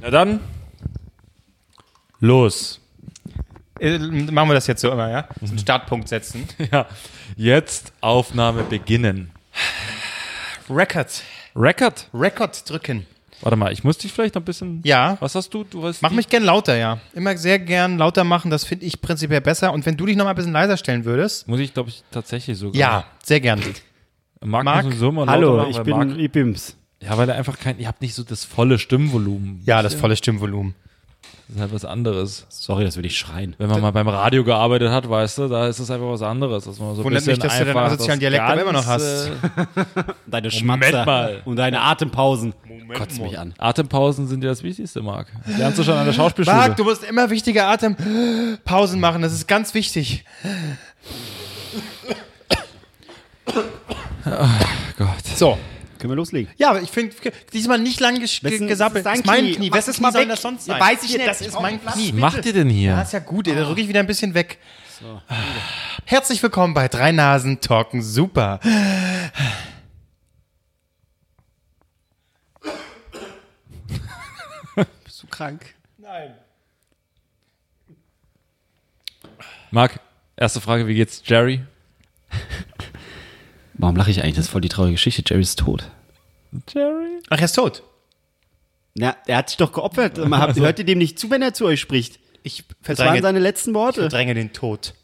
Na dann, los. Äh, Machen wir das jetzt so immer, ja? So einen Startpunkt setzen. Ja, jetzt Aufnahme beginnen. Record. Record. Record drücken. Warte mal, ich muss dich vielleicht noch ein bisschen. Ja. Was hast du? Du hast. Mach die- mich gern lauter, ja. Immer sehr gern lauter machen, das finde ich prinzipiell besser. Und wenn du dich noch mal ein bisschen leiser stellen würdest. Muss ich, glaube ich, tatsächlich sogar. Ja, sehr gern. Marc, Marc, muss sowieso mal lauter Hallo, machen, ich weil bin Marc, Ibims. ja, weil er einfach kein. Ihr habt nicht so das volle Stimmvolumen. Ja, das volle Stimmvolumen. Das ist halt was anderes. Sorry, das will ich schreien. Wenn man mal beim Radio gearbeitet hat, weißt du, da ist es einfach was anderes. Dass man so ein Wundert mich, bisschen dass du deinen einfach asozialen das Dialekt aber immer noch Ganze- Deine Schmatzer mal. und deine Atempausen. Moment Kotzt mich an. Atempausen sind ja das Wichtigste, Marc. Lernst du schon an der Schauspielschule? Marc, du musst immer wichtige Atempausen machen, das ist ganz wichtig. Gott. So. Können wir loslegen? Ja, aber ich finde, diesmal nicht lang ges ist- gesappelt. das ist dein Knie. Mach Was das ist mal Knie soll weg. das sonst sein? Weiß ich nicht. Das Ich ist brauch mein Platz. Knie. Was macht ihr denn hier? Ja, ist ja gut, Oh. ey, da rücke ich wieder ein bisschen weg. Ah. Herzlich willkommen bei Drei Nasen Talken Super. Bist du krank? Marc, erste Frage, wie geht's Jerry? Warum lache ich eigentlich? Das ist voll die traurige Geschichte. Jerry ist tot. Jerry? Ach, er ist tot. Na, er hat sich doch geopfert. Man hat, hört ihr dem nicht zu, wenn er zu euch spricht? Ich Das waren verdränge, seine letzten Worte. verdränge den Tod.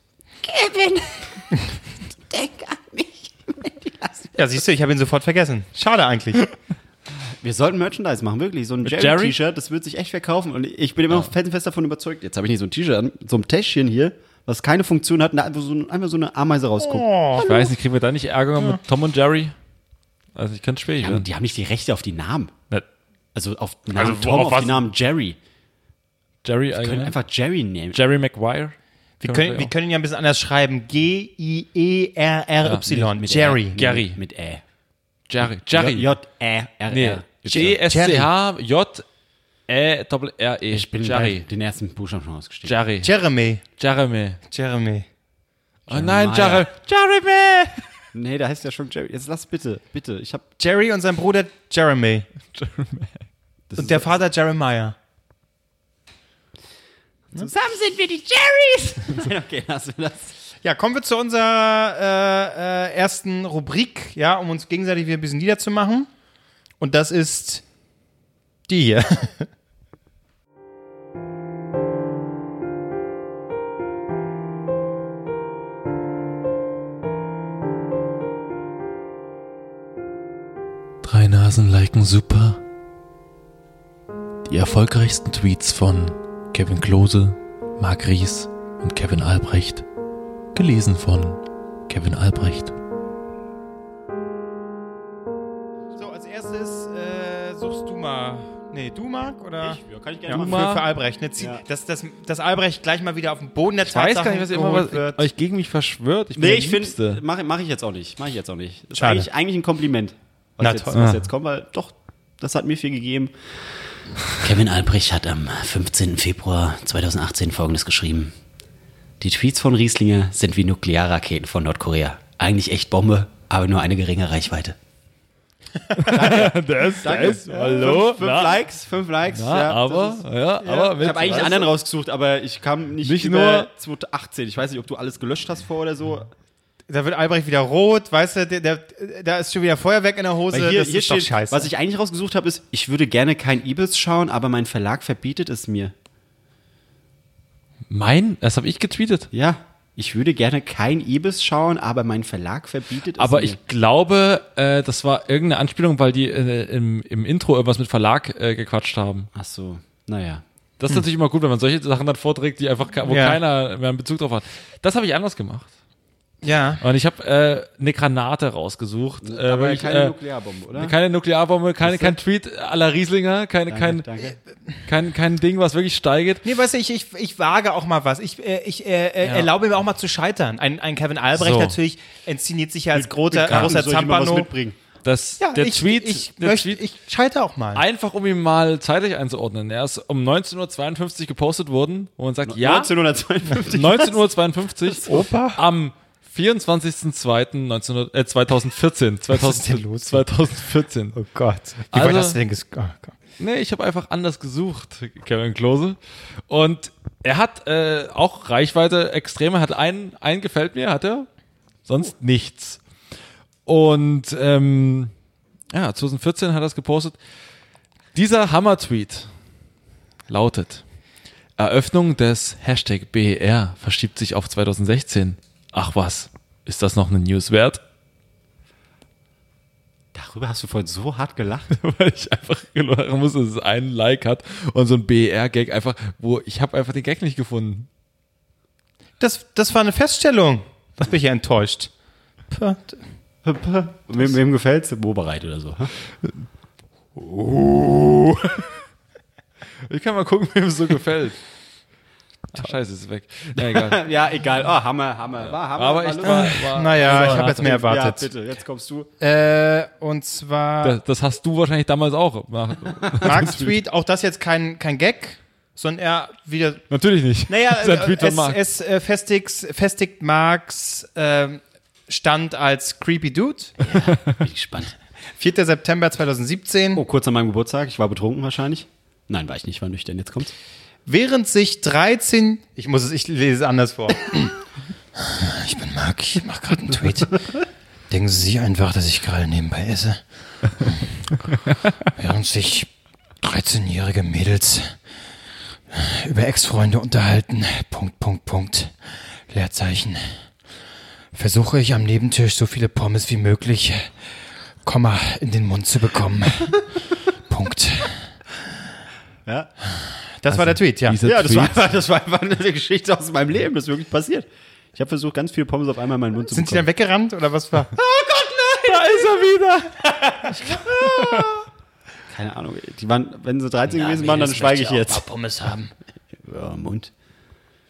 Kevin, denk an mich. Ja, siehst du, ich habe ihn sofort vergessen. Schade eigentlich. Wir sollten Merchandise machen, wirklich. So ein Jerry? Jerry-T-Shirt, das wird sich echt verkaufen. Und ich bin immer noch felsenfest davon überzeugt. Jetzt habe ich nicht so ein T-Shirt an, so ein Täschchen hier, was keine Funktion hat, und da einfach so, einfach so eine Ameise rausguckt. Ich weiß nicht, kriegen wir da nicht Ärger mit Tom und Jerry? Also ich kann schwierig Ja, werden. und die haben nicht die Rechte auf die Namen. Na, Also auf den Namen Also wo- Tom, auf auf, was? den Namen Jerry. Jerry Wir können eigentlich. einfach Jerry nehmen. Jerry Maguire. Wir können, wir können ihn ja ein bisschen anders schreiben. G-I-E-R-R-Y. Jerry. Ja. Jerry. Mit Ä. Jerry. Jerry. J-E-R-R. nee. G-S-C-H-J-E-R-E. Ich bin Jerry. bei den ersten Buchstaben schon ausgestiegen. Jerry. Jeremy. Jeremy. Jeremy. Oh nein, Jerry. Jeremiah. Jeremy! Nee, da heißt ja schon Jerry. Jetzt lass bitte, bitte. Ich hab. Jerry und sein Bruder Jeremy. das Und ist- der Vater Jeremiah. Zusammen sind wir die Jerrys. okay, lass mir das. Ja, kommen wir zu unserer äh, äh, ersten Rubrik, ja, um uns gegenseitig wieder ein bisschen niederzumachen. Und das ist die hier. Drei Nasen liken super. Die erfolgreichsten Tweets von Kevin Klose, Marc Ries und Kevin Albrecht. Gelesen von Kevin Albrecht. So, als erstes äh, suchst du mal. Nee, du Marc oder? Ich, ja, kann ich ja, gerne für, machen. Marc. für Albrecht. Ne? Zieh, Ja. dass, dass, dass Albrecht gleich mal wieder auf den Boden der Ich weiß gar Tatsachen nicht, was ihr immer geholt wird. euch gegen mich verschwört. Ich bin Nee, der ich Liebste. finde, mache mach ich jetzt auch nicht. Mache ich jetzt auch nicht. Das ist Schade. eigentlich, eigentlich ein Kompliment, was, Na jetzt, toll. was Ah. jetzt kommt, weil doch, das hat mir viel gegeben. Kevin Albrecht hat am 15. Februar 2018 folgendes geschrieben. Die Tweets von Rieslinger sind wie Nuklearraketen von Nordkorea. Eigentlich echt Bombe, aber nur eine geringe Reichweite. Das, das, Fünf, hallo? fünf Likes, fünf Likes. Na, ja, aber, das ist- ja, aber mit- ich habe eigentlich einen weißt anderen rausgesucht, aber ich kam nicht, Nicht über nur- 2018. Ich weiß nicht, ob du alles gelöscht hast vor oder so. Da wird Albrecht wieder rot, weißt du, der, der, da ist schon wieder Feuerwerk in der Hose. Weil hier, das hier ist doch steht, scheiße. was ich eigentlich rausgesucht habe, ist, ich würde gerne kein Ibis schauen, aber mein Verlag verbietet es mir. Mein? Das habe ich getweetet. Ja, ich würde gerne kein Ibis schauen, aber mein Verlag verbietet es Aber mir. ich glaube, äh, das war irgendeine Anspielung, weil die äh, im, im Intro irgendwas mit Verlag äh, gequatscht haben. Ach so, naja. Das ist natürlich immer gut, wenn man solche Sachen dann vorträgt, die einfach, ke- wo Ja. keiner mehr einen Bezug drauf hat. Das habe ich anders gemacht. ja. Und ich habe äh, eine Granate rausgesucht. Äh, aber weil ich, keine äh, Nuklearbombe, oder? keine Nuklearbombe, keine, kein Tweet aller Rieslinger, keine, kein, danke. kein, kein Ding, was wirklich steigert. Nee, weißt du, ich, ich, ich wage auch mal was. Ich, äh, ich äh, äh, erlaube mir auch mal zu scheitern. Ein, ein Kevin Albrecht So. natürlich inszeniert sich ja als großer, Karten, großer soll ich mal was Zampano. mitbringen? Das, Ja, der ich, Tweet, ich, der möchte, Tweet ich scheitere auch mal. einfach um ihn mal zeitlich einzuordnen. Er ist um 19.52 Uhr gepostet worden, wo man sagt, ja, 1952. 19.52 Uhr Opa? am 24.02.1900, äh, 2014. 2000, los? 2014. Oh Gott. Wie Also- weit hast du denn ges oh Gott. Nee, ich habe einfach anders gesucht, Kevin Klose. Und er hat äh, auch Reichweite extreme, hat einen, einen gefällt mir, hat er, sonst nichts. Und ähm, ja, 2014 hat er es gepostet. Dieser Hammer-Tweet lautet, Eröffnung des Hashtag BER verschiebt sich auf 2016. Ach was, ist das noch eine News wert? Darüber hast du vorhin so hart gelacht. weil ich einfach gelachen muss, dass es einen Like hat und so ein BER-Gag einfach, wo ich habe einfach den Gag nicht gefunden. Das, das war eine Feststellung. Das bin ich ja enttäuscht. Puh, wem, wem gefällt's? Bobereit oder so. Ich kann mal gucken, wem es so gefällt. Ach, scheiße, ist weg. Na, egal. Ja, egal. Oh, Hammer, Hammer. War Hammer. Aber war ich, lustig. Naja, ich habe jetzt mehr Ja, erwartet. bitte, jetzt kommst du. Also, Äh, und zwar das, das hast du wahrscheinlich damals auch. gemacht. Marks Tweet, auch das jetzt kein, kein Gag, sondern eher wieder Natürlich nicht. Naja, Das ist ein Tweet von es, Mark. es äh, festigt, festigt Marx ähm, Stand als Creepy Dude. Bin ich gespannt. 4. September 2017. Oh, kurz an meinem Geburtstag. Ich war betrunken wahrscheinlich. Nein, war ich nicht. War nüchtern. Jetzt kommt's. Während sich 13. Ich muss es, ich lese es anders vor. Ich bin Marc, ich mache gerade einen Tweet. Denken Sie einfach, dass ich gerade nebenbei esse. Während sich 13-jährige Mädels über Ex-Freunde unterhalten. Punkt, Punkt, Punkt. Leerzeichen. Versuche ich am Nebentisch so viele Pommes wie möglich, Komma, in den Mund zu bekommen. Punkt. Ja. Das war der Tweet, ja. dieser Ja, das war, Tweet. einfach, das war einfach eine Geschichte aus meinem Leben. Das ist wirklich passiert. Ich habe versucht, ganz viele Pommes auf einmal in meinen Mund zu Sind die dann bekommen. weggerannt oder was war? Da ist er wieder. Keine Ahnung. Die waren, wenn sie 13 gewesen Mädels waren, dann schweige ich möchte jetzt. Pommes haben. Ja, Mund.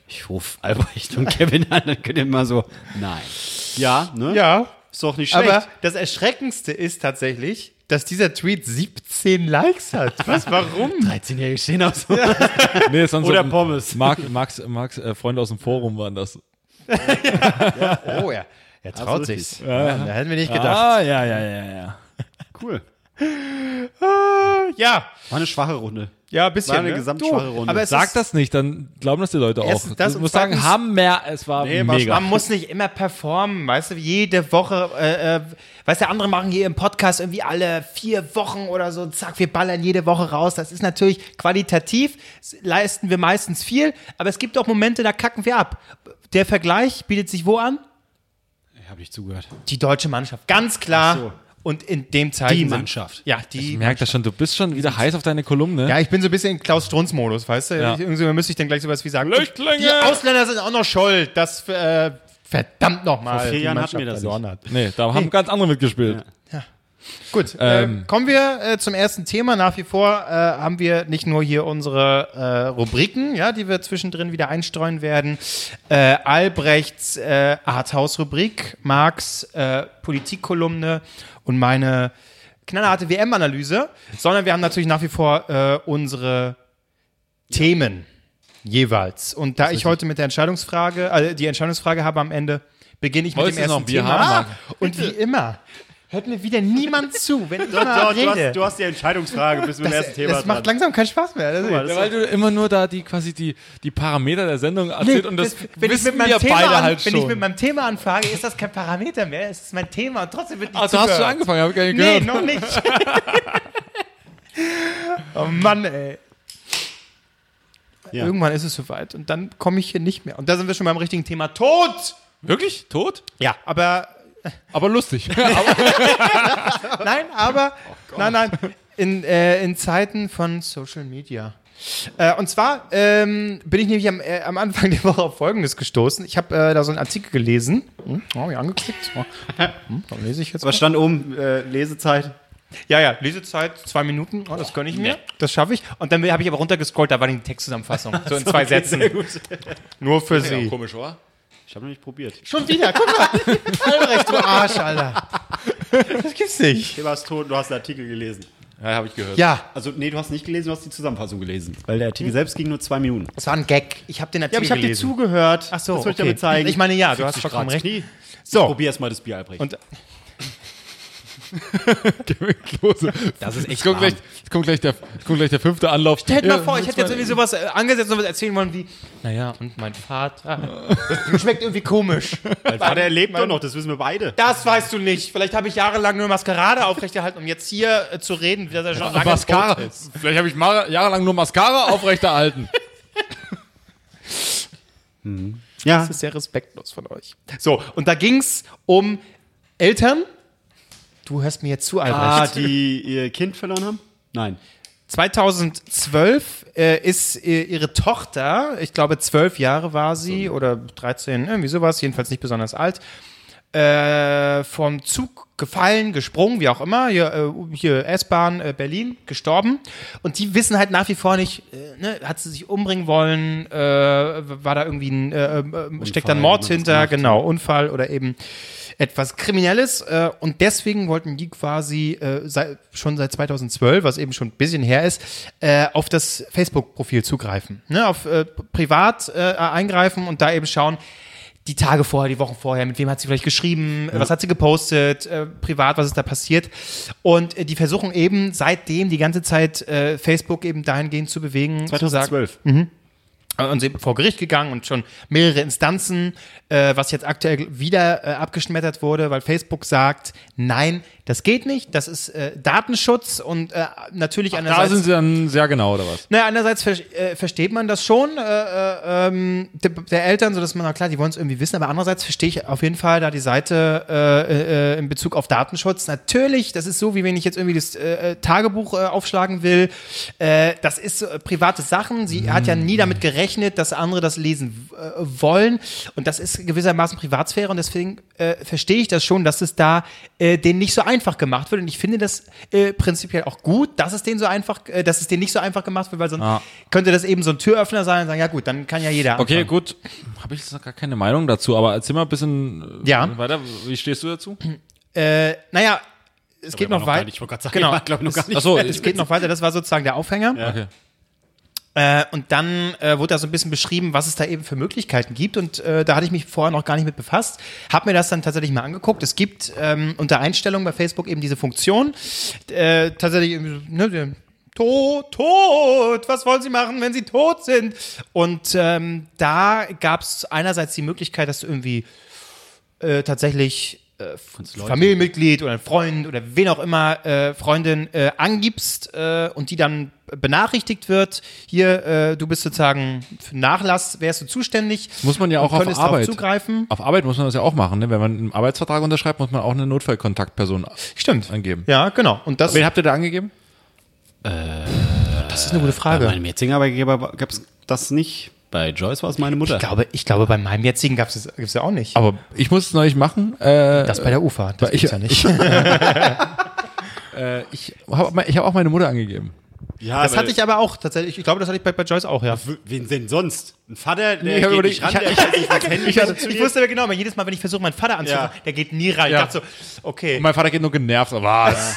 Ich rufe Albrecht und Kevin an, dann könnt ihr mal so. Nein. Ja, ne? Ja, Ist doch nicht schlecht. aber das Erschreckendste ist tatsächlich, dass dieser Tweet 17 Likes hat. Was, warum? 13-Jährige stehen aus. Nee, sonst Oder so ein- Pommes. Mark, Marks, Marks äh, Freunde aus dem Forum waren das. Oh ja, er traut Absolut. sich's. Ja, da hätten wir nicht gedacht. Ah, ja, ja, ja, ja. Cool. Ja, War eine schwache Runde. ja, ein bisschen. War eine ne? gesamt Du, schwache Runde. Aber es Sag ist, das nicht, dann glauben das die Leute auch. Erstens das ich und muss sagen, zweitens- haben mehr, es war Nee, war mega. Man muss nicht immer performen, weißt du, jede Woche, äh, äh, weißt du, andere machen hier im Podcast irgendwie alle vier Wochen oder so, zack, wir ballern jede Woche raus. Das ist natürlich qualitativ, s- leisten wir meistens viel, aber es gibt auch Momente, da kacken wir ab. Der Vergleich bietet sich wo an? Ich habe nicht zugehört. Die deutsche Mannschaft, ganz klar. Ach so. Und in dem Zeichen. Die sind- Mannschaft. Ja, die. Ich merke das schon, du bist schon wieder heiß auf deine Kolumne. Ja, ich bin so ein bisschen in Klaus-Strunz-Modus, weißt du? Ja. Irgendwie müsste ich dann gleich sowas wie sagen. Flüchtlinge! Die Ausländer sind auch noch schuld, dass äh, verdammt nochmal. Vor vier Jahren hatten wir das verloren nicht. hat. Nee, da haben ganz andere mitgespielt. Gut, Ähm. äh, kommen wir äh, zum ersten Thema. Nach wie vor äh, haben wir nicht nur hier unsere äh, Rubriken, ja, die wir zwischendrin wieder einstreuen werden. Äh, Albrechts äh, Arthouse-Rubrik, Marx äh, Politikkolumne und meine knallharte WM-Analyse, sondern wir haben natürlich nach wie vor äh, unsere Themen jeweils. Und da ich heute mit der Entscheidungsfrage, äh, die Entscheidungsfrage habe am Ende, beginne ich mit Wolltest dem du ersten noch ein Bier Thema. Ah, haben, und wie immer hört mir wieder niemand zu, wenn ich mal Doch, du, rede. hast, du hast die Entscheidungsfrage bis zum das ersten Thema. das macht dran. langsam keinen Spaß mehr. Also, Das mal, Ja, weil du immer nur da die quasi die, die Parameter der Sendung erzählt und das wenn ich wissen mit meinem wir Thema beide an, halt wenn schon. ich mit meinem Thema anfrage, ist das kein Parameter mehr. Es ist mein Thema und trotzdem wird nicht ah, du hast schon angefangen, habe ich gar nicht Nee, gehört. noch nicht. oh Mann, ey. Ja. Irgendwann ist es soweit und dann komme ich hier nicht mehr. Und da sind wir schon beim richtigen Thema Tod. Wirklich? Tot? Ja, aber Aber lustig. Nein, aber nein, nein. In, äh, in Zeiten von Social Media. Äh, und zwar ähm, bin ich nämlich am, äh, am Anfang der Woche auf Folgendes gestoßen. Ich habe äh, da so einen Artikel gelesen. Hm, oh, mir angeklickt. Oh, hm, dann lese ich jetzt. Was stand oben? Äh, Lesezeit. Ja, ja, Lesezeit, zwei Minuten. Oh, das gönne ich mir. Das schaffe ich. Und dann habe ich aber runtergescrollt, da war die Textzusammenfassung. So in zwei Sätzen. Nur für Sie. Komisch, oder? Ich habe noch nicht probiert. Schon wieder, guck mal. Albrecht, du Arsch, Alter. Das gibt's nicht. Thema ist tot, du hast den Artikel gelesen. Ja, habe ich gehört. Ja, Also, nee, du hast nicht gelesen, du hast die Zusammenfassung gelesen. Hm? Weil der Artikel selbst ging nur zwei Minuten. es war ein Gag. Ich habe den Artikel hab gelesen. zugehört. Ach so, das will ich okay. damit zeigen. Ich meine, ja, du hast 50 vollkommen Grad recht. Knie. So. Probier erst mal das Bier, Albrecht. Und Kevin Klose. Das ist Jetzt echt kommt, warm. gleich, jetzt, kommt gleich der, jetzt kommt gleich der fünfte Anlauf. Stell dir Ja, mal vor, ich hätte jetzt mal- irgendwie sowas äh, angesetzt und was erzählen wollen wie, naja, und mein Vater. Das schmeckt irgendwie komisch. Ah, der lebt doch noch, das wissen wir beide. Das weißt du nicht. Vielleicht habe ich jahrelang nur Maskerade aufrechterhalten, um jetzt hier äh, zu reden, dass er schon lange Mascara. tot ist. Vielleicht habe ich mal, jahrelang nur Mascara aufrechterhalten. Ja, Das ist sehr respektlos von euch. So, und da ging es um Eltern. Du hörst mir jetzt zu, ah, Albrecht. die ihr Kind verloren haben? Nein. 2012 äh, ist äh, ihre Tochter, ich glaube zwölf Jahre war sie oder 13, irgendwie sowas, jedenfalls nicht besonders alt, äh, vom Zug gefallen, gesprungen, wie auch immer, hier, äh, hier S-Bahn äh, Berlin, gestorben. Und die wissen halt nach wie vor nicht, äh, ne, hat sie sich umbringen wollen, äh, war da irgendwie ein, äh, äh, steckt da ein Unfall, Mord wie man das hinter, macht. genau, Unfall oder eben etwas Kriminelles äh, und deswegen wollten die quasi äh, sei, schon seit 2012, was eben schon ein bisschen her ist, äh, auf das Facebook-Profil zugreifen, ne? auf äh, privat äh, eingreifen und da eben schauen, die Tage vorher, die Wochen vorher, mit wem hat sie vielleicht geschrieben, äh, was hat sie gepostet, äh, privat, was ist da passiert. Und äh, die versuchen eben seitdem die ganze Zeit äh, Facebook eben dahingehend zu bewegen, zu sagen, 2012. Äh, und sind vor Gericht gegangen und schon mehrere Instanzen, äh, was jetzt aktuell wieder äh, abgeschmettert wurde, weil Facebook sagt, nein, das geht nicht, das ist äh, Datenschutz und äh, natürlich Da einerseits. sind sie dann sehr genau, oder was? Naja, einerseits ver äh, versteht man das schon äh, äh, ähm, der, der Eltern, so dass man, na klar, die wollen es irgendwie wissen, aber andererseits verstehe ich auf jeden Fall da die Seite äh, äh, in Bezug auf Datenschutz. Natürlich, das ist so, wie wenn ich jetzt irgendwie das äh, äh, Tagebuch äh, aufschlagen will. Äh, das ist äh, private Sachen. Sie hat ja nie damit gerechnet, dass andere das lesen äh, wollen. Und das ist gewissermaßen Privatsphäre und deswegen äh, verstehe ich das schon, dass es da äh, denen nicht so einfach gemacht wird. Und ich finde das äh, prinzipiell auch gut, dass es denen so einfach, äh, dass es denen nicht so einfach gemacht wird, weil sonst Ja. könnte das eben so ein Türöffner sein und sagen, ja gut, dann kann ja jeder. Okay, anfangen. gut. Habe ich jetzt noch gar keine Meinung dazu, aber erzähl mal ein bisschen äh, Ja. weiter. Wie stehst du dazu? Äh, naja, es geht noch weit- Ich wollte gerade sagen, Genau. genau. ich glaube noch gar nicht. Achso, es geht noch weiter. Das war sozusagen der Aufhänger. Okay. Äh, und dann äh, wurde da so ein bisschen beschrieben, was es da eben für Möglichkeiten gibt. Und äh, da hatte ich mich vorher noch gar nicht mit befasst. Habe mir das dann tatsächlich mal angeguckt. Es gibt ähm, unter Einstellungen bei Facebook eben diese Funktion. Äh, tatsächlich, irgendwie so, ne, tot, tot, was wollen Sie machen, wenn Sie tot sind? Und ähm, da gab es einerseits die Möglichkeit, dass du irgendwie äh, tatsächlich äh, Leuten. Familienmitglied oder ein Freund oder wen auch immer äh, Freundin äh, angibst äh, und die dann benachrichtigt wird, hier, äh, du bist sozusagen für Nachlass, wärst du zuständig. Muss man ja auch und auf könntest drauf Arbeit. zugreifen. Auf Arbeit muss man das ja auch machen. Ne? Wenn man einen Arbeitsvertrag unterschreibt, muss man auch eine Notfallkontaktperson Stimmt. angeben. Ja, genau. Und das, Wen habt ihr da angegeben? das ist eine gute Bei Frage. meinem jetzigen Arbeitgeber gab es das nicht. Bei Joyce war es meine Mutter. Ich glaube, ich glaube, bei meinem jetzigen gab es gibt's ja auch nicht. Aber ich muss es neulich machen. Äh, das bei der UFA, das weil ich- gibt's ja nicht. ich habe ich hab auch meine Mutter angegeben. ja, Das hatte ich aber auch tatsächlich. Ich glaube, das hatte ich bei, bei Joyce auch, ja. Wen denn sonst? Ein Vater, der ich hab geht überlegt, nicht ran, ich- der ich- hält sich ans Handy. Ich, wusste aber genau, weil jedes Mal, wenn ich versuche, meinen Vater anzurufen, Ja. der geht nie rein. Ja. Ich dachte so, okay. Und mein Vater geht nur genervt. so, Was?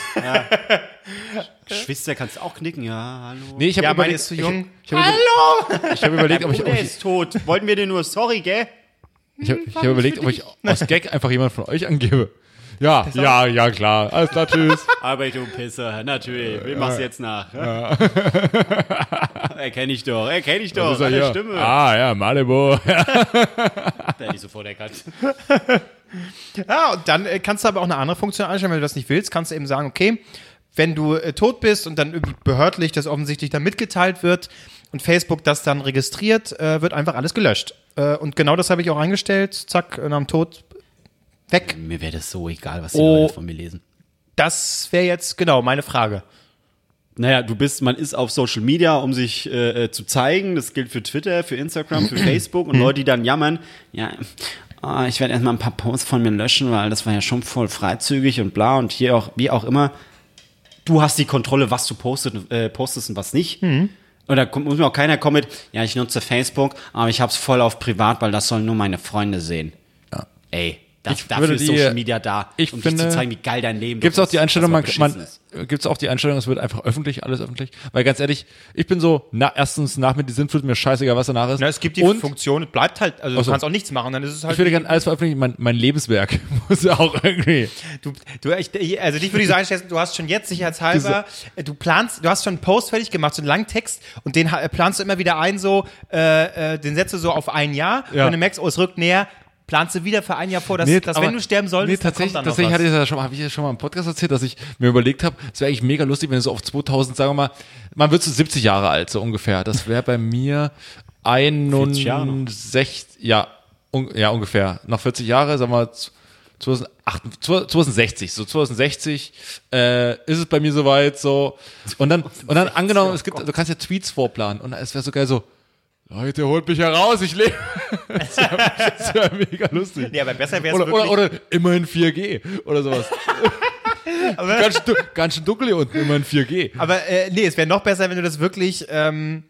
Geschwister kannst auch knicken, ja, hallo. Nee, ich hab ja, meine überlegt- ist zu jung. Ich, ich habe Hallo! Ich habe überlegt, ob ich, ob Der ich, ist tot. Wollten wir dir nur sorry, gell? ich, hab, ich hab überlegt, ob ich aus Gag einfach jemand von euch angebe. Ja, ja, ja, klar. Alles klar, tschüss. Aber du Pisser, natürlich. Wem machst du jetzt nach? erkenne ich doch, erkenne ich doch. Ist er Seine hier? Stimme. Ah, ja, Malibu. Der hat ich sofort erkannt. Ja, und dann äh, kannst du aber auch eine andere Funktion einstellen, wenn du das nicht willst, kannst du eben sagen, okay, wenn du äh, tot bist und dann irgendwie behördlich das offensichtlich dann mitgeteilt wird und Facebook das dann registriert, äh, wird einfach alles gelöscht. Äh, und genau das habe ich auch eingestellt, zack, äh, nach dem Tod weg. Mir wäre das so egal, was die Oh. Leute von mir lesen. Das wäre jetzt genau meine Frage. Naja, du bist, man ist auf Social Media, um sich äh, äh, zu zeigen. Das gilt für Twitter, für Instagram, Mhm. für Facebook und Leute, die dann jammern. Ja, ah, ich werde erstmal ein paar Posts von mir löschen, weil das war ja schon voll freizügig und bla und hier auch, wie auch immer. Du hast die Kontrolle, was du postet, äh, postest und was nicht. Mhm. Und da kommt, muss mir auch keiner kommen mit, ja, ich nutze Facebook, aber ich hab's voll auf privat, weil das sollen nur meine Freunde sehen. Ey, Das, Ich dafür würde ist die- Social Media da, ich um finde- dich zu zeigen, wie geil dein Leben Gibt es doch auch die Einstellung, man, dass man beschissen ist. gibt's auch die Einstellung, es wird einfach öffentlich, alles öffentlich? Weil ganz ehrlich, ich bin so, na, erstens nach mir die Sinnflut, mir scheißegal, was danach ist. Na, es gibt die Und Funktion, es bleibt halt, also Ach so. du kannst auch nichts machen, dann ist es halt. ich würde gerne alles veröffentlichen, mein, mein Lebenswerk muss ja auch irgendwie. du, du, ich, also dich würde ich so einschätzen, du hast schon jetzt sicherheitshalber, äh, du planst, du hast schon einen Post fertig gemacht, so einen langen Text und den ha- äh, planst du immer wieder ein, so, äh, äh, den setzt du so auf ein Jahr Ja. und du merkst, oh, es rückt näher, planst du wieder für ein Jahr vor, dass, dass aber- wenn du sterben solltest, nee, dann tatsächlich, kommt dann noch tatsächlich was. hatte ich das ja schon, habe ich ja schon mal im Podcast erzählt, dass ich mir überlegt habe, es wäre eigentlich mega lustig, wenn du so auf 2000, sagen wir mal, man wird so 70 Jahre alt, so ungefähr. Das wäre bei mir 40 Jahre 61, ja, un, ja, ungefähr. Noch 40 Jahre, sagen wir mal, 2008, 2060, so 2060 äh, ist es bei mir soweit so und dann und dann Oh angenommen es gibt du kannst ja Tweets vorplanen und es wäre so geil so Leute holt mich heraus ich lebe das wäre wär mega lustig Ja, aber besser wäre es oder, wirklich. oder, oder immerhin 4G oder sowas. ganz, schön, du- ganz schön dunkel hier unten, immerhin 4G. Aber äh, nee, es wäre noch besser, wenn du das wirklich. Ähm,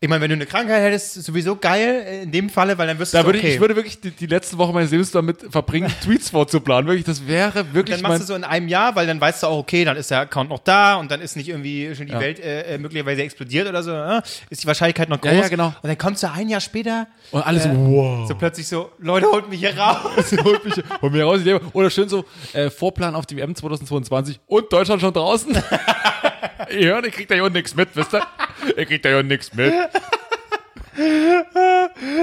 ich meine, wenn du eine Krankheit hättest, ist sowieso geil äh, in dem Falle, weil dann wirst du Da würde okay. ich, ich würde wirklich die, die letzte Woche meines Lebens damit verbringen, Tweets vorzuplanen. Wirklich, das wäre dann wirklich machst mein. du so in einem Jahr, weil dann weißt du auch, okay, dann ist der Account noch da und dann ist nicht irgendwie schon die Ja. Welt äh, äh, möglicherweise explodiert oder so, äh, ist die Wahrscheinlichkeit noch groß. Ja, ja, genau. Oh. Und dann kommst du ein Jahr später und alles so, wow. so äh, plötzlich so, Leute, holt mich hier raus. Holt mich, holt mich raus, ich lebe. Oder schön so, äh, Vorplan auf die WM 2022 und Deutschland schon draußen. ihr hört, ihr kriegt da ja unten nichts mit, wisst ihr? Ihr kriegt da ja unten nichts mit.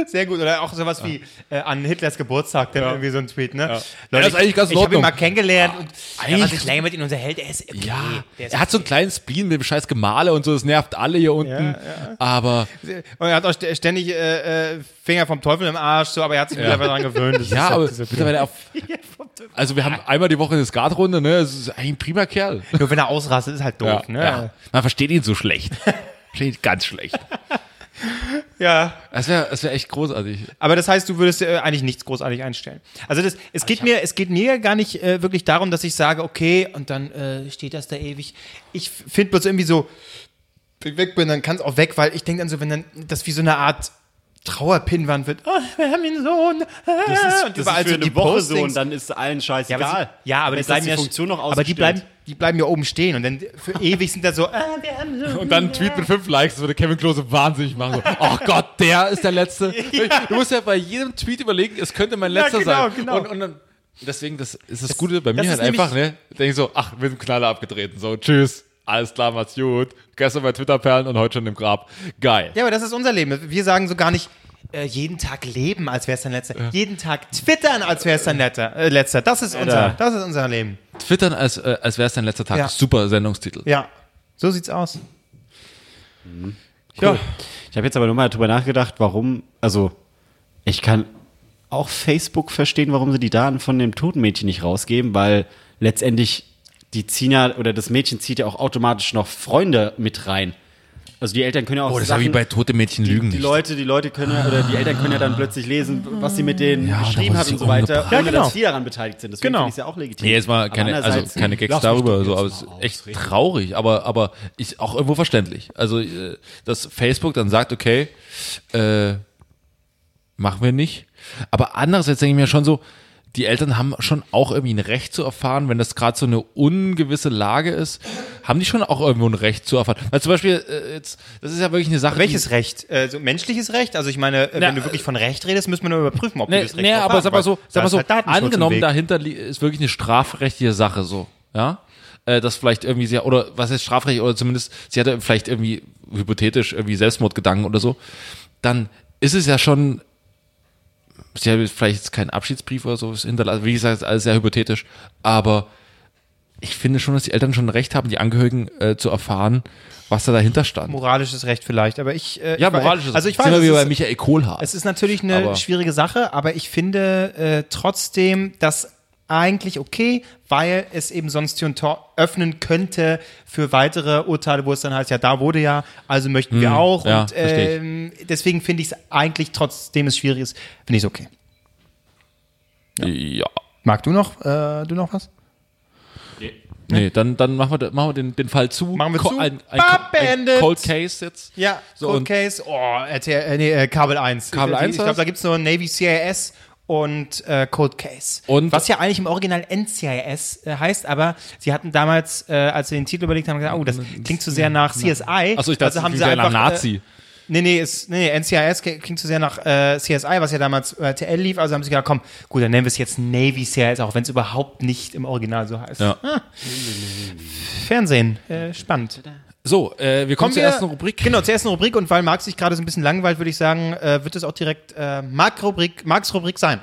Sehr gut. Oder auch sowas wie äh, an Hitlers Geburtstag, dann irgendwie so ein Tweet, ne? Ja, das ist eigentlich ganz in ich habe ihn Ordnung. Ah, mal kennengelernt und er war eigentlich- sich mit ihm unser Held, er ist okay. Ja, der ist er hat so einen kleinen Spleen mit dem scheiß Gemale und so, das nervt alle hier unten. Aber Und er hat auch st- ständig äh, äh, Finger vom Teufel im Arsch, so, aber er hat sich wieder daran gewöhnt. Das Ja, ist, halt aber das ist okay. mittlerweile auf. Also wir haben einmal die Woche eine Skatrunde, ne? Es ist eigentlich ein prima Kerl. Nur wenn er ausrastet, ist halt doof, Ja, ne? ja. Man versteht ihn so schlecht. Versteht ihn ganz schlecht. ja. Das wäre das wär echt großartig. Aber das heißt, du würdest äh, eigentlich nichts großartig einstellen. Also das, es geht mir, es geht mir ja gar nicht äh, wirklich darum, dass ich sage, okay, und dann äh, steht das da ewig. Ich finde bloß irgendwie so, wenn ich weg bin, dann kann es auch weg, weil ich denke dann so, wenn dann das wie so eine Art Trauerpinwand wird. Oh, wir haben den Sohn. ah, Das Das ist für eine Woche so und dann ist allen ja, aber, scheißegal. sie, ja, aber die Jetzt ist bleiben ja, die Funktion noch aber die ausgestellt. bleiben, die bleiben ja oben stehen und dann für ewig sind da so, ah, wir haben so. Und dann ein Tweet mit fünf Likes, das würde Kevin Klose wahnsinnig machen. So, Ach Gott, der ist der Letzte. Du musst ja bei jedem Tweet überlegen, es könnte mein Ja, letzter genau, sein. genau. Und, und dann, deswegen, das ist das Gute bei das mir halt ist nämlich- einfach, ne? Denke ich so, ach, wir sind Knaller abgetreten. So, tschüss. Alles klar, macht's gut. Gestern bei Twitter perlen und heute schon im Grab. Geil. Ja, aber das ist unser Leben. Wir sagen so gar nicht äh, jeden Tag leben, als wäre es dein letzter. Jeden Tag twittern, als wäre es dein letzter. Äh, letzter. Das ist unser, das ist unser Leben. Twittern, als, äh, als wäre es dein letzter Tag. Ja. Super Sendungstitel. Ja, so sieht's aus. Ja. Ich habe jetzt aber nochmal drüber nachgedacht, warum, also ich kann auch Facebook verstehen, warum sie die Daten von dem toten Mädchen nicht rausgeben, weil letztendlich die ziehen ja, oder das Mädchen zieht ja auch automatisch noch Freunde mit rein. Also die Eltern können ja auch Oh, das Sachen- habe ich bei Tote Mädchen Lügen die nicht. Leute, die Leute können ja, oder die Eltern können ja dann plötzlich lesen, was sie mit denen Ja, da geschrieben wurde hat sie und so weiter, umgebracht. Ja, ohne genau. dass die daran beteiligt sind. Deswegen Genau. finde ich es ja auch legitim. Nee, jetzt mal Aber keine, also andererseits- keine Gags Lass mich darüber, doch so, jetzt aber mal es ist echt traurig, aber, aber ich auch irgendwo verständlich. Also, äh, dass Facebook dann sagt, okay, äh, machen wir nicht. Aber andererseits denke ich mir schon so, die Eltern haben schon auch irgendwie ein Recht zu erfahren, wenn das gerade so eine ungewisse Lage ist, haben die schon auch irgendwo ein Recht zu erfahren. Weil zum Beispiel, äh, jetzt, das ist ja wirklich eine Sache. die- Welches Recht? Äh, so menschliches Recht? Also ich meine, äh, Na, wenn du wirklich von Recht redest, müssen wir nur überprüfen, ob du Nee, das Recht nee auch aber hast, sag weil mal so, da sag mal ist so halt Datenschutz im angenommen, Weg. dahinter li- ist wirklich eine strafrechtliche Sache so, ja? Äh, Das vielleicht irgendwie sie, oder was heißt strafrechtlich, oder zumindest sie hatte vielleicht irgendwie hypothetisch irgendwie Selbstmordgedanken oder so, dann ist es ja schon, sie hat jetzt vielleicht jetzt keinen Abschiedsbrief oder so hinterlassen, wie gesagt, ist alles sehr hypothetisch, aber ich finde schon, dass die Eltern schon ein Recht haben, die Angehörigen äh, zu erfahren, was da dahinter stand. moralisches Recht vielleicht, aber ich äh, ja, ich weiß- moralisch ist Also ich Sind weiß, wir es wie bei ist, Michael Kohlhaas. Es ist natürlich eine Aber- schwierige Sache, aber ich finde äh, trotzdem, dass eigentlich okay, weil es eben sonst Tür und Tor öffnen könnte für weitere Urteile, wo es dann heißt, ja, da wurde ja, also möchten wir auch. Hm, ja, und verstehe ich. ähm, deswegen finde ich es eigentlich, trotzdem es schwierig ist, finde ich es okay. ja. Mag du noch, äh, du noch was? Nee, dann, dann machen wir, da- machen wir den, den Fall zu. Ne? Machen wir Co- zu. Ein, ein, Bab, ein, beendet. Cold Case jetzt. Ja, So, Cold und- Case, oh, RTL, äh, nee, äh, Kabel 1. Kabel Ich- 1 Ich glaube, war's? da gibt es nur Navy CIS und äh, Cold Case. Und- was ja eigentlich im Original NCIS äh, heißt, aber sie hatten damals, äh, als sie den Titel überlegt haben, gesagt, oh, das klingt zu sehr nach CSI. Achso, ich dachte, also haben klingt sie ja einfach nach Äh, Nazi. Nee, nee, ist, nee, nee, NCIS k- klingt zu sehr nach äh, CSI, was ja damals äh, TL lief. Also haben sie gedacht, komm, gut, dann nennen wir es jetzt Navy CIS, auch wenn es überhaupt nicht im Original so heißt. Ja. Ah. Fernsehen, äh, spannend. so, äh, wir kommen zur wir- ersten Rubrik. Genau, zur ersten Rubrik. Und weil Marc sich gerade so ein bisschen langweilt, würde ich sagen, äh, wird es auch direkt äh, Marc-Rubrik, Marcs Rubrik sein.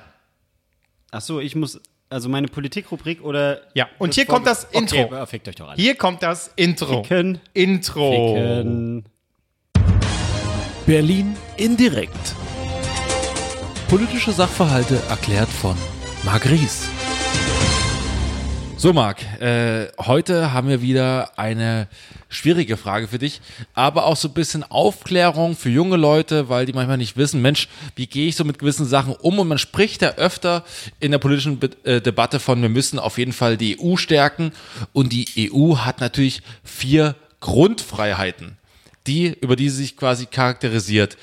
Ach so, ich muss, also meine Politikrubrik oder. Ja, und hier kommt das Intro. Okay, fickt euch doch alle. Hier Oh. kommt das Intro. Ficken. Intro. Ficken. Berlin indirekt. Politische Sachverhalte erklärt von Marc Ries. So, Marc, äh, heute haben wir wieder eine schwierige Frage für dich, aber auch so ein bisschen Aufklärung für junge Leute, weil die manchmal nicht wissen, Mensch, wie gehe ich so mit gewissen Sachen um? Und man spricht ja öfter in der politischen Be äh, Debatte von, wir müssen auf jeden Fall die EU stärken. Und die EU hat natürlich vier Grundfreiheiten, die, über die sie sich quasi charakterisiert.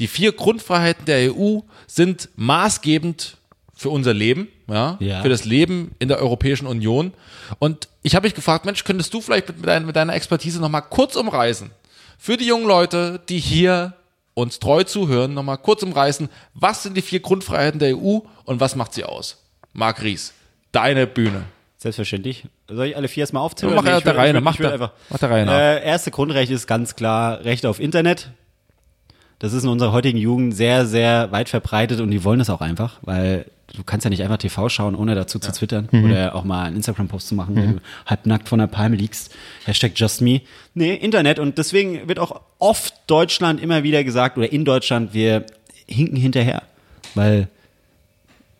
Die vier Grundfreiheiten der EU sind maßgebend für unser Leben, ja, Ja. für das Leben in der Europäischen Union. Und ich habe mich gefragt, Mensch, könntest du vielleicht mit, dein, mit deiner Expertise nochmal kurz umreißen, für die jungen Leute, die hier uns treu zuhören, nochmal kurz umreißen, was sind die vier Grundfreiheiten der EU und was macht sie aus? Marc Ries, deine Bühne. Selbstverständlich. Soll ich alle vier erstmal aufzählen? Ja, mach Oder ja ich der will- Reihe ich will- nach, ich will mach der- einfach- mach der Reihe nach. Äh, erste Grundrecht ist ganz klar Recht auf Internet. Das ist in unserer heutigen Jugend sehr, sehr weit verbreitet und die wollen das auch einfach, weil du kannst ja nicht einfach TV schauen, ohne dazu zu twittern Mhm. oder auch mal einen Instagram-Post zu machen, wenn du halbnackt von der Palme liegst. Hashtag just me. Nee, Internet. Und deswegen wird auch oft Deutschland immer wieder gesagt oder in Deutschland, wir hinken hinterher, weil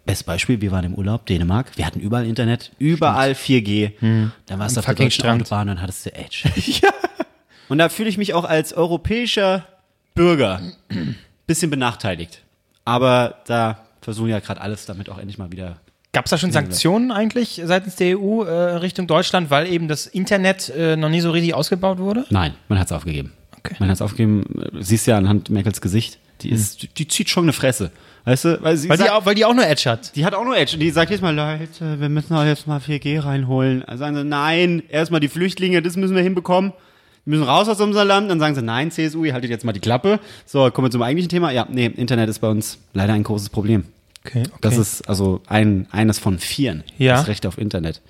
Bestes Beispiel, wir waren im Urlaub, Dänemark, wir hatten überall Internet, überall 4G. Dann warst du auf der fucking deutschen Strand. Autobahn und hattest du Edge. Und da fühle ich mich auch als europäischer Bürger bisschen benachteiligt. Aber da versuchen ja gerade alles, damit auch endlich mal wieder. Gab es da schon Sanktionen eigentlich seitens der EU äh, Richtung Deutschland, weil eben das Internet äh, noch nie so richtig ausgebaut wurde? Nein, man hat es aufgegeben. Okay. Man hat es aufgegeben, siehst ja anhand Merkels Gesicht, die, ist, die, die zieht schon eine Fresse. Weißt du, Hm. weil sie Weil die, sagt- auch, weil die auch nur Edge hat. Die hat auch nur Edge und die sagt jedes Mal, Leute, wir müssen doch jetzt mal 4G reinholen. Dann sagen sie, nein, erstmal die Flüchtlinge, das müssen wir hinbekommen. Die müssen raus aus unserem Land. Dann sagen sie, nein, CSU, ihr haltet jetzt mal die Klappe. So, kommen wir zum eigentlichen Thema. Ja, nee, Internet ist bei uns leider ein großes Problem. Okay, okay. Das ist also ein, eines von vieren, Ja. das Recht auf Internet.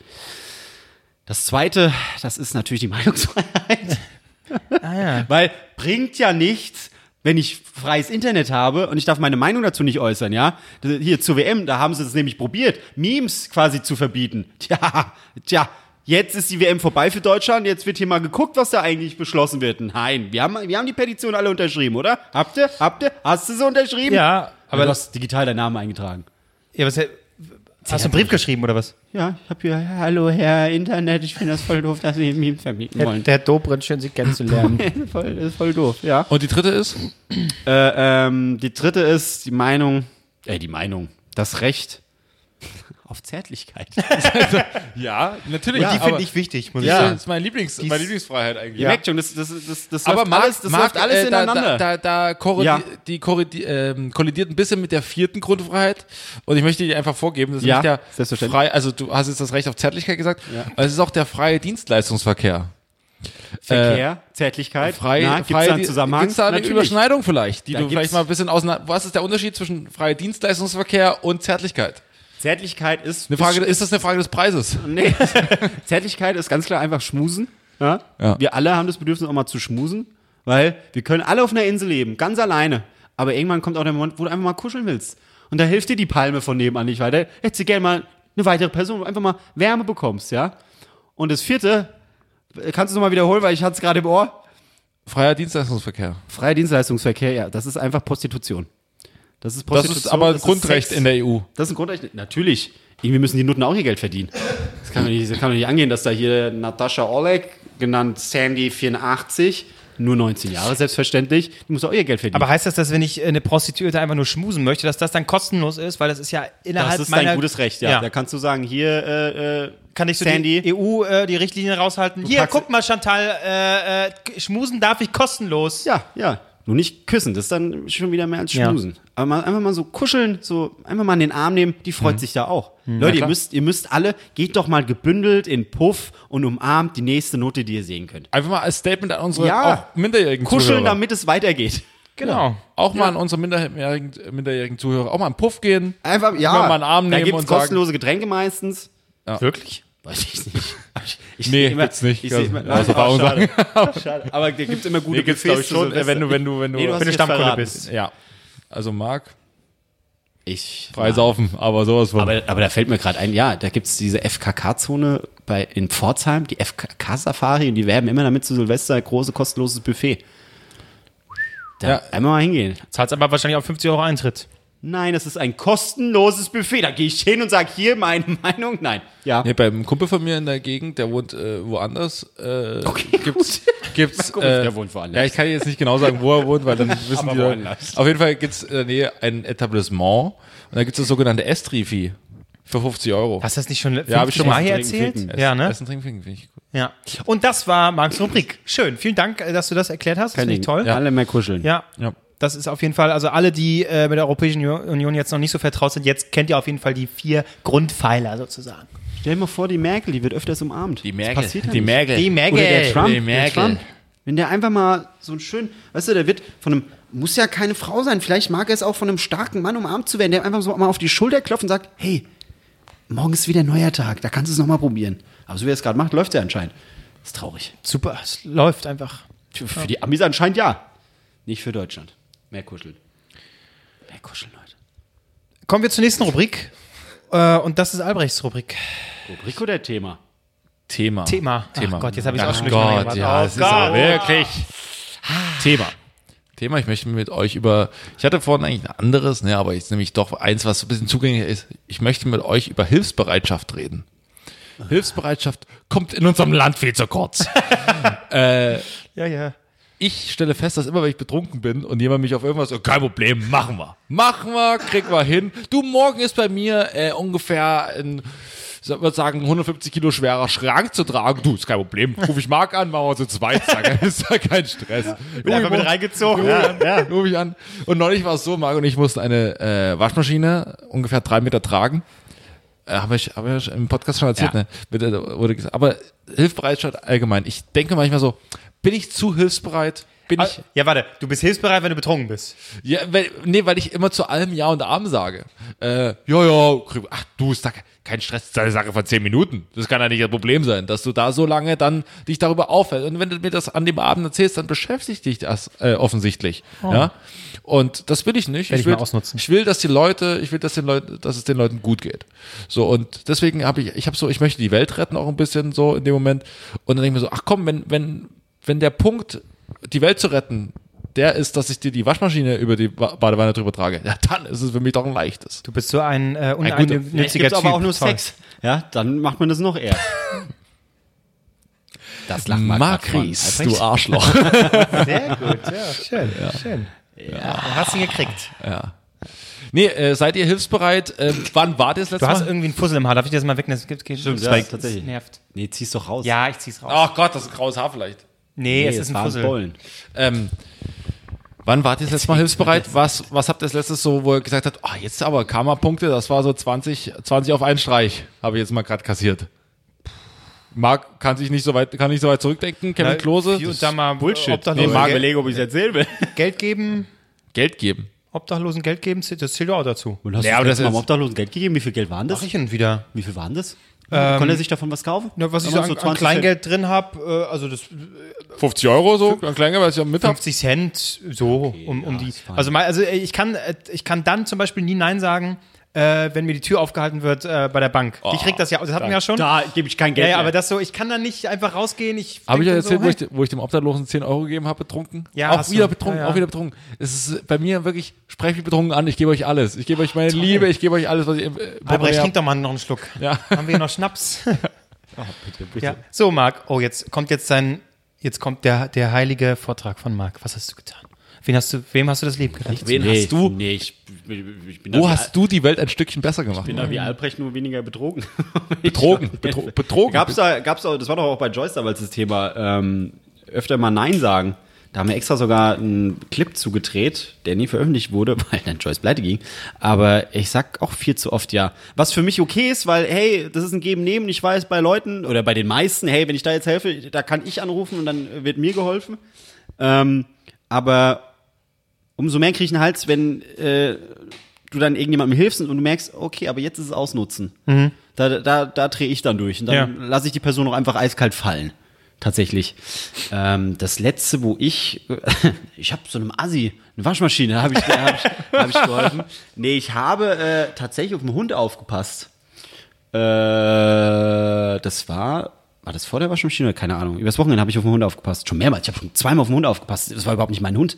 Das zweite, das ist natürlich die Meinungsfreiheit. ah, ja. Weil bringt ja nichts, wenn ich freies Internet habe und ich darf meine Meinung dazu nicht äußern, ja? Das- Hier zur WM, da haben sie es nämlich probiert, Memes quasi zu verbieten. Tja, tja. Jetzt ist die WM vorbei für Deutschland. Jetzt wird hier mal geguckt, was da eigentlich beschlossen wird. Nein, wir haben, wir haben die Petition alle unterschrieben, oder? Habt ihr? Habt ihr? Hast du sie unterschrieben? ja, Aber aber du hast digital deinen Namen eingetragen. ja, was, hast du einen Brief geschrieben oder was? Ja, ich hab hier, hallo Herr Internet, ich finde das voll doof, dass Sie Memes verbieten wollen. Herr Dobrindt, schön Sie kennenzulernen. voll, das ist voll doof, ja. Und die dritte ist? Äh, ähm, die dritte ist die Meinung, äh, die Meinung, das Recht auf Zärtlichkeit. Ihr Ja, natürlich. die aber- finde ich wichtig, muss Ja, ich das sagen. ist mein Lieblings, meine Lieblingsfreiheit eigentlich. merkt schon, das, das, das, das Aber läuft Marc, alles, das Marc, läuft alles äh, da, ineinander. Da, da, da korreli- Ja. die korreli- ähm, kollidiert ein bisschen mit der vierten Grundfreiheit. Und ich möchte dir einfach vorgeben, das Ja, ist der selbstverständlich. frei, also du hast jetzt das Recht auf Zärtlichkeit gesagt, aber es ist auch der freie Dienstleistungsverkehr. Äh, Verkehr, Zärtlichkeit, Frei, na, gibt's frei da einen Zusammenhang? Gibt's da eine Natürlich. Überschneidung vielleicht, die Da du vielleicht gibt's- mal ein bisschen auseinander. Was ist der Unterschied zwischen freier Dienstleistungsverkehr und Zärtlichkeit? Zärtlichkeit ist, Eine Frage, ist das eine Frage des Preises? Nee, Zärtlichkeit ist ganz klar einfach schmusen. Ja? Ja. Wir alle haben das Bedürfnis, auch mal zu schmusen, weil wir können alle auf einer Insel leben, ganz alleine. Aber irgendwann kommt auch der Moment, wo du einfach mal kuscheln willst. Und da hilft dir die Palme von nebenan nicht weiter. Hättest du gerne mal eine weitere Person, wo du einfach mal Wärme bekommst, ja? Und das vierte, äh, kannst du es nochmal wiederholen, weil ich hatte es gerade im Ohr. Freier Dienstleistungsverkehr. Freier Dienstleistungsverkehr, ja, das ist einfach Prostitution. Das ist Das Prostitution. ist aber ein das Grundrecht Sex. in der E EU. Das ist ein Grundrecht. Natürlich. Irgendwie müssen die Nutten auch ihr Geld verdienen. Das kann doch nicht, das kann doch nicht angehen, dass da hier Natascha Oleg, genannt Sandy84, nur 19 Jahre, selbstverständlich, die muss auch ihr Geld verdienen. Aber heißt das, dass wenn ich äh, eine Prostituierte einfach nur schmusen möchte, dass das dann kostenlos ist? Weil das ist ja innerhalb das ist meiner... dein gutes Recht, ja. Da kannst du sagen, hier, äh, äh, Kann ich so Sandy, die EU äh, die Richtlinien raushalten? Hier, packst- guck mal, Chantal, äh, äh, schmusen darf ich kostenlos. ja, ja. Nur nicht küssen, das ist dann schon wieder mehr als Ja. schmusen. Aber mal, einfach mal so kuscheln, so einfach mal in den Arm nehmen, die freut sich da auch. Leute, ihr Mhm. klar. müsst, ihr müsst alle, geht doch mal gebündelt in Puff und umarmt die nächste Note, die ihr sehen könnt. Einfach mal als Statement an unsere Ja. auch minderjährigen Kuscheln, Zuhörer. damit es weitergeht. Genau. Auch mal an unsere minderjährigen, äh, minderjährigen Zuhörer. Auch mal einen Puff gehen. Einfach, ja. Immer mal einen Arm da nehmen gibt's und sagen- kostenlose Getränke meistens. Wirklich? Weiß ich nicht. Ich Nee, seh immer, gibt's nicht. Ich seh immer, Also, also bei oh, uns schade. schade. Aber da gibt's immer gute Nee, gibt's, glaub ich, zu schon, Silvester. wenn du- wenn du- wenn du- nee, du hast Wenn du jetzt Stammkunde verraten. bist. Ja. Also Marc, Ich. frei saufen, aber sowas von. Aber, aber da fällt mir gerade ein, ja, da gibt's diese FKK-Zone bei in Pforzheim, die FKK-Safari, und die werben immer damit zu Silvester große kostenloses Buffet. Da Ja. einmal mal hingehen. Zahlst aber wahrscheinlich auch 50 Euro Eintritt. Nein, das ist ein kostenloses Buffet. Da gehe ich hin und sage hier meine Meinung. Nein. Ja. Nee, beim Kumpel von mir in der Gegend, der wohnt äh, woanders, äh, Okay, gibt's, gibt's Kumpel, äh, der wohnt woanders. Ja, ich kann jetzt nicht genau sagen, wo er wohnt, weil dann wissen Aber die Leute. woanders. Auf jeden Fall gibt's in der Nähe ein Etablissement und da gibt's das sogenannte Estrifi für 50 Euro. Hast du das nicht schon Ja, hab ich 50 schon mal hier trinken, erzählt? trinken. Ja, ne? Essen, trinken, Ficken, finde ich gut. Ja. Und das war Marks Rubrik. Schön. Vielen Dank, äh, dass du das erklärt hast. Das finde ich toll. Alle mehr kuscheln. Ja. Ja. Das ist auf jeden Fall, also alle, die äh, mit der Europäischen Union jetzt noch nicht so vertraut sind, jetzt kennt ihr auf jeden Fall die vier Grundpfeiler sozusagen. Stell dir mal vor, die Merkel, die wird öfters umarmt. Die Das Merkel. passiert ja die nicht. Merkel. Die Merkel. Oder der Trump. Die Merkel. Der Trump. Wenn der einfach mal so ein schön, weißt du, der wird von einem, muss ja keine Frau sein, vielleicht mag er es auch von einem starken Mann umarmt zu werden, der einfach so mal auf die Schulter klopft und sagt, hey, morgen ist wieder ein neuer Tag, da kannst du es nochmal probieren. Aber so wie er es gerade macht, läuft er anscheinend. ist traurig. Super, es läuft einfach. Für, für die Amis anscheinend ja. Nicht für Deutschland. Mehr kuscheln. Mehr kuscheln, Leute. Kommen wir zur nächsten Rubrik. Äh, und das ist Albrechts Rubrik. Rubrik oder Thema? Thema. Thema. Ach Thema. Gott, jetzt habe ich Ach auch schon durcheinander Gott, gebracht. ja, Oh es ist aber wirklich Thema. Thema, ich möchte mit euch über, ich hatte vorhin eigentlich ein anderes, ne, aber jetzt nehme ich doch eins, was ein bisschen zugänglicher ist. Ich möchte mit euch über Hilfsbereitschaft reden. Hilfsbereitschaft kommt in unserem Land viel zu kurz. Ja, ja. Ich stelle fest, dass immer, wenn ich betrunken bin und jemand mich auf irgendwas, oh, kein Problem, machen wir. Machen wir, kriegen wir hin. Du, morgen ist bei mir äh, ungefähr ein, ich würde sagen, 150 Kilo schwerer Schrank zu tragen. Du, ist kein Problem. Ruf ich Marc an, machen wir zu zweit. Ist da kein- Ist da kein Stress. Bin einfach mit reingezogen. Ja, Ruf ich an. Und neulich war es so, Marc und ich mussten eine äh, Waschmaschine ungefähr drei Meter tragen. Äh, Haben wir, sch- haben wir sch- im Podcast schon erzählt, Ja. ne? Mit, äh, wurde gesagt. Aber Hilfsbereitschaft allgemein. Ich denke manchmal so, bin ich zu hilfsbereit? Bin ich, ja, warte, du bist hilfsbereit, wenn du betrunken bist. ja, weil, nee, weil ich immer zu allem Ja und Arm sage. Äh, ja, ja, krieg- ach du, ist da ke- kein Stress, das ist eine Sache von zehn Minuten. Das kann ja nicht das Problem sein, dass du da so lange dann dich darüber aufhältst. Und wenn du mir das an dem Abend erzählst, dann beschäftigt dich das äh, offensichtlich. Ja? Und das will ich nicht. Werd Oh. ich will, mal ausnutzen. ich will, dass die Leute, ich will, dass den Leuten, dass es den Leuten gut geht. So, und deswegen habe ich, ich habe so, ich möchte die Welt retten auch ein bisschen so in dem Moment. Und dann denke ich mir so, ach komm, wenn, wenn, wenn der Punkt, die Welt zu retten, der ist, dass ich dir die Waschmaschine über die Wa- Badewanne drüber trage, ja, dann ist es für mich doch ein leichtes. Du bist so ein äh, gut, vielleicht uneigennütziger gibt's Typ. aber auch nur Toll. Sex. Ja, dann macht man das noch eher. Das lacht man grad von. Makris, Albrecht? du Arschloch. Sehr gut, ja. Schön, schön. Ja. Hast ihn gekriegt. nee, äh, seid ihr hilfsbereit? Ähm, wann war das letzte Du hast Mal? irgendwie einen Fussel im Haar. Darf ich dir das mal wegnehmen? Das gibt- geht- Stimmt, das ja, zeigt- tatsächlich. das nervt. Nee, zieh's doch raus. Ja, ich zieh's raus. Ach Gott, das ist ein graues Haar vielleicht. nee, nee, es ist ein war Fussel. Bollen. Ähm, wann wart ihr das letzte Mal hilfsbereit? Was, was habt ihr das letztes so, wo ihr gesagt habt, ah, jetzt aber Karma-Punkte, das war so 20, 20 auf einen Streich, habe ich jetzt mal gerade kassiert. Marc kann sich nicht so weit, kann nicht so weit zurückdenken, Kevin Na, Klose. hier und da mal Bullshit. Nee, Marc, Geld, überlege, ob ich es erzählen will. Geld geben, Geld geben. Obdachlosen Geld geben, das zählt ja auch dazu. Und hast Ja, du aber das das mal am ist- Obdachlosen Geld gegeben? Wie viel Geld waren das? Mach ich hin wieder. Wie viel waren das? Konnte er sich davon was kaufen? Ähm, Na, was ich so Damals an, an 20 Kleingeld drin habe, äh, also das 50 Euro so, ein kleiner, weil ich am Mittag. 50 Cent, so um, um ja, die. ist fein. Also, mal, also äh, ich kann, äh, ich kann dann zum Beispiel nie Nein sagen, äh, wenn mir die Tür aufgehalten wird äh, bei der Bank. ich krieg das ja, das hatten wir ja schon. Cent. Oh, Da gebe ich kein ja, Geld. ja, aber mehr. das so, ich kann dann nicht einfach rausgehen. Ich Habe ich ja denk dann so, erzählt, wo, hey. ich, de- wo ich dem Obdachlosen 10 Euro gegeben habe, betrunken? Ja, auch hast du. wieder betrunken, Ja, ja. auch wieder betrunken. Es ist bei mir wirklich, sprecht mich betrunken an, ich gebe euch alles. Ich gebe euch meine Liebe, ich gebe euch alles, was ich. Äh, Albrecht, Portemonnaie trink doch mal noch einen Schluck. Ja. Haben wir hier noch Schnaps? Ja. So, Marc. Oh, jetzt kommt jetzt sein, jetzt kommt der, der heilige Vortrag von Marc. Was hast du getan? Wen hast du, wem hast du das Leben gerettet? Wen hast du? Nee, ich, ich bin hab. Wo da wie hast du die Welt ein Stückchen besser gemacht? Ich bin da wie Albrecht nur weniger betrogen. Betrogen, betro betrogen. Gab's da, gab's auch, das war doch auch bei Joyce damals das Thema, ähm, öfter mal Nein sagen. Da haben wir extra sogar einen Clip zugedreht, der nie veröffentlicht wurde, weil dann Joyce pleite ging. Aber ich sag auch viel zu oft ja. Was für mich okay ist, weil, hey, das ist ein Geben-Nehmen. Ich weiß bei Leuten oder bei den meisten, hey, wenn ich da jetzt helfe, da kann ich anrufen und dann wird mir geholfen. Ähm, aber umso mehr kriege ich einen Hals, wenn äh, du dann irgendjemandem hilfst und du merkst, okay, aber jetzt ist es ausnutzen. Da, da, da drehe ich dann durch. Und dann Ja. lasse ich die Person auch einfach eiskalt fallen. Tatsächlich. Ähm, das letzte, wo ich, ich habe so einem Assi, eine Waschmaschine, habe ich, hab ich, hab ich geholfen. Nee, ich habe äh, tatsächlich auf einen Hund aufgepasst. Äh, das war, war das vor der Waschmaschine? Keine Ahnung. Übers Wochenende habe ich auf den Hund aufgepasst. Schon mehrmals. Ich habe schon zweimal auf den Hund aufgepasst. Das war überhaupt nicht mein Hund.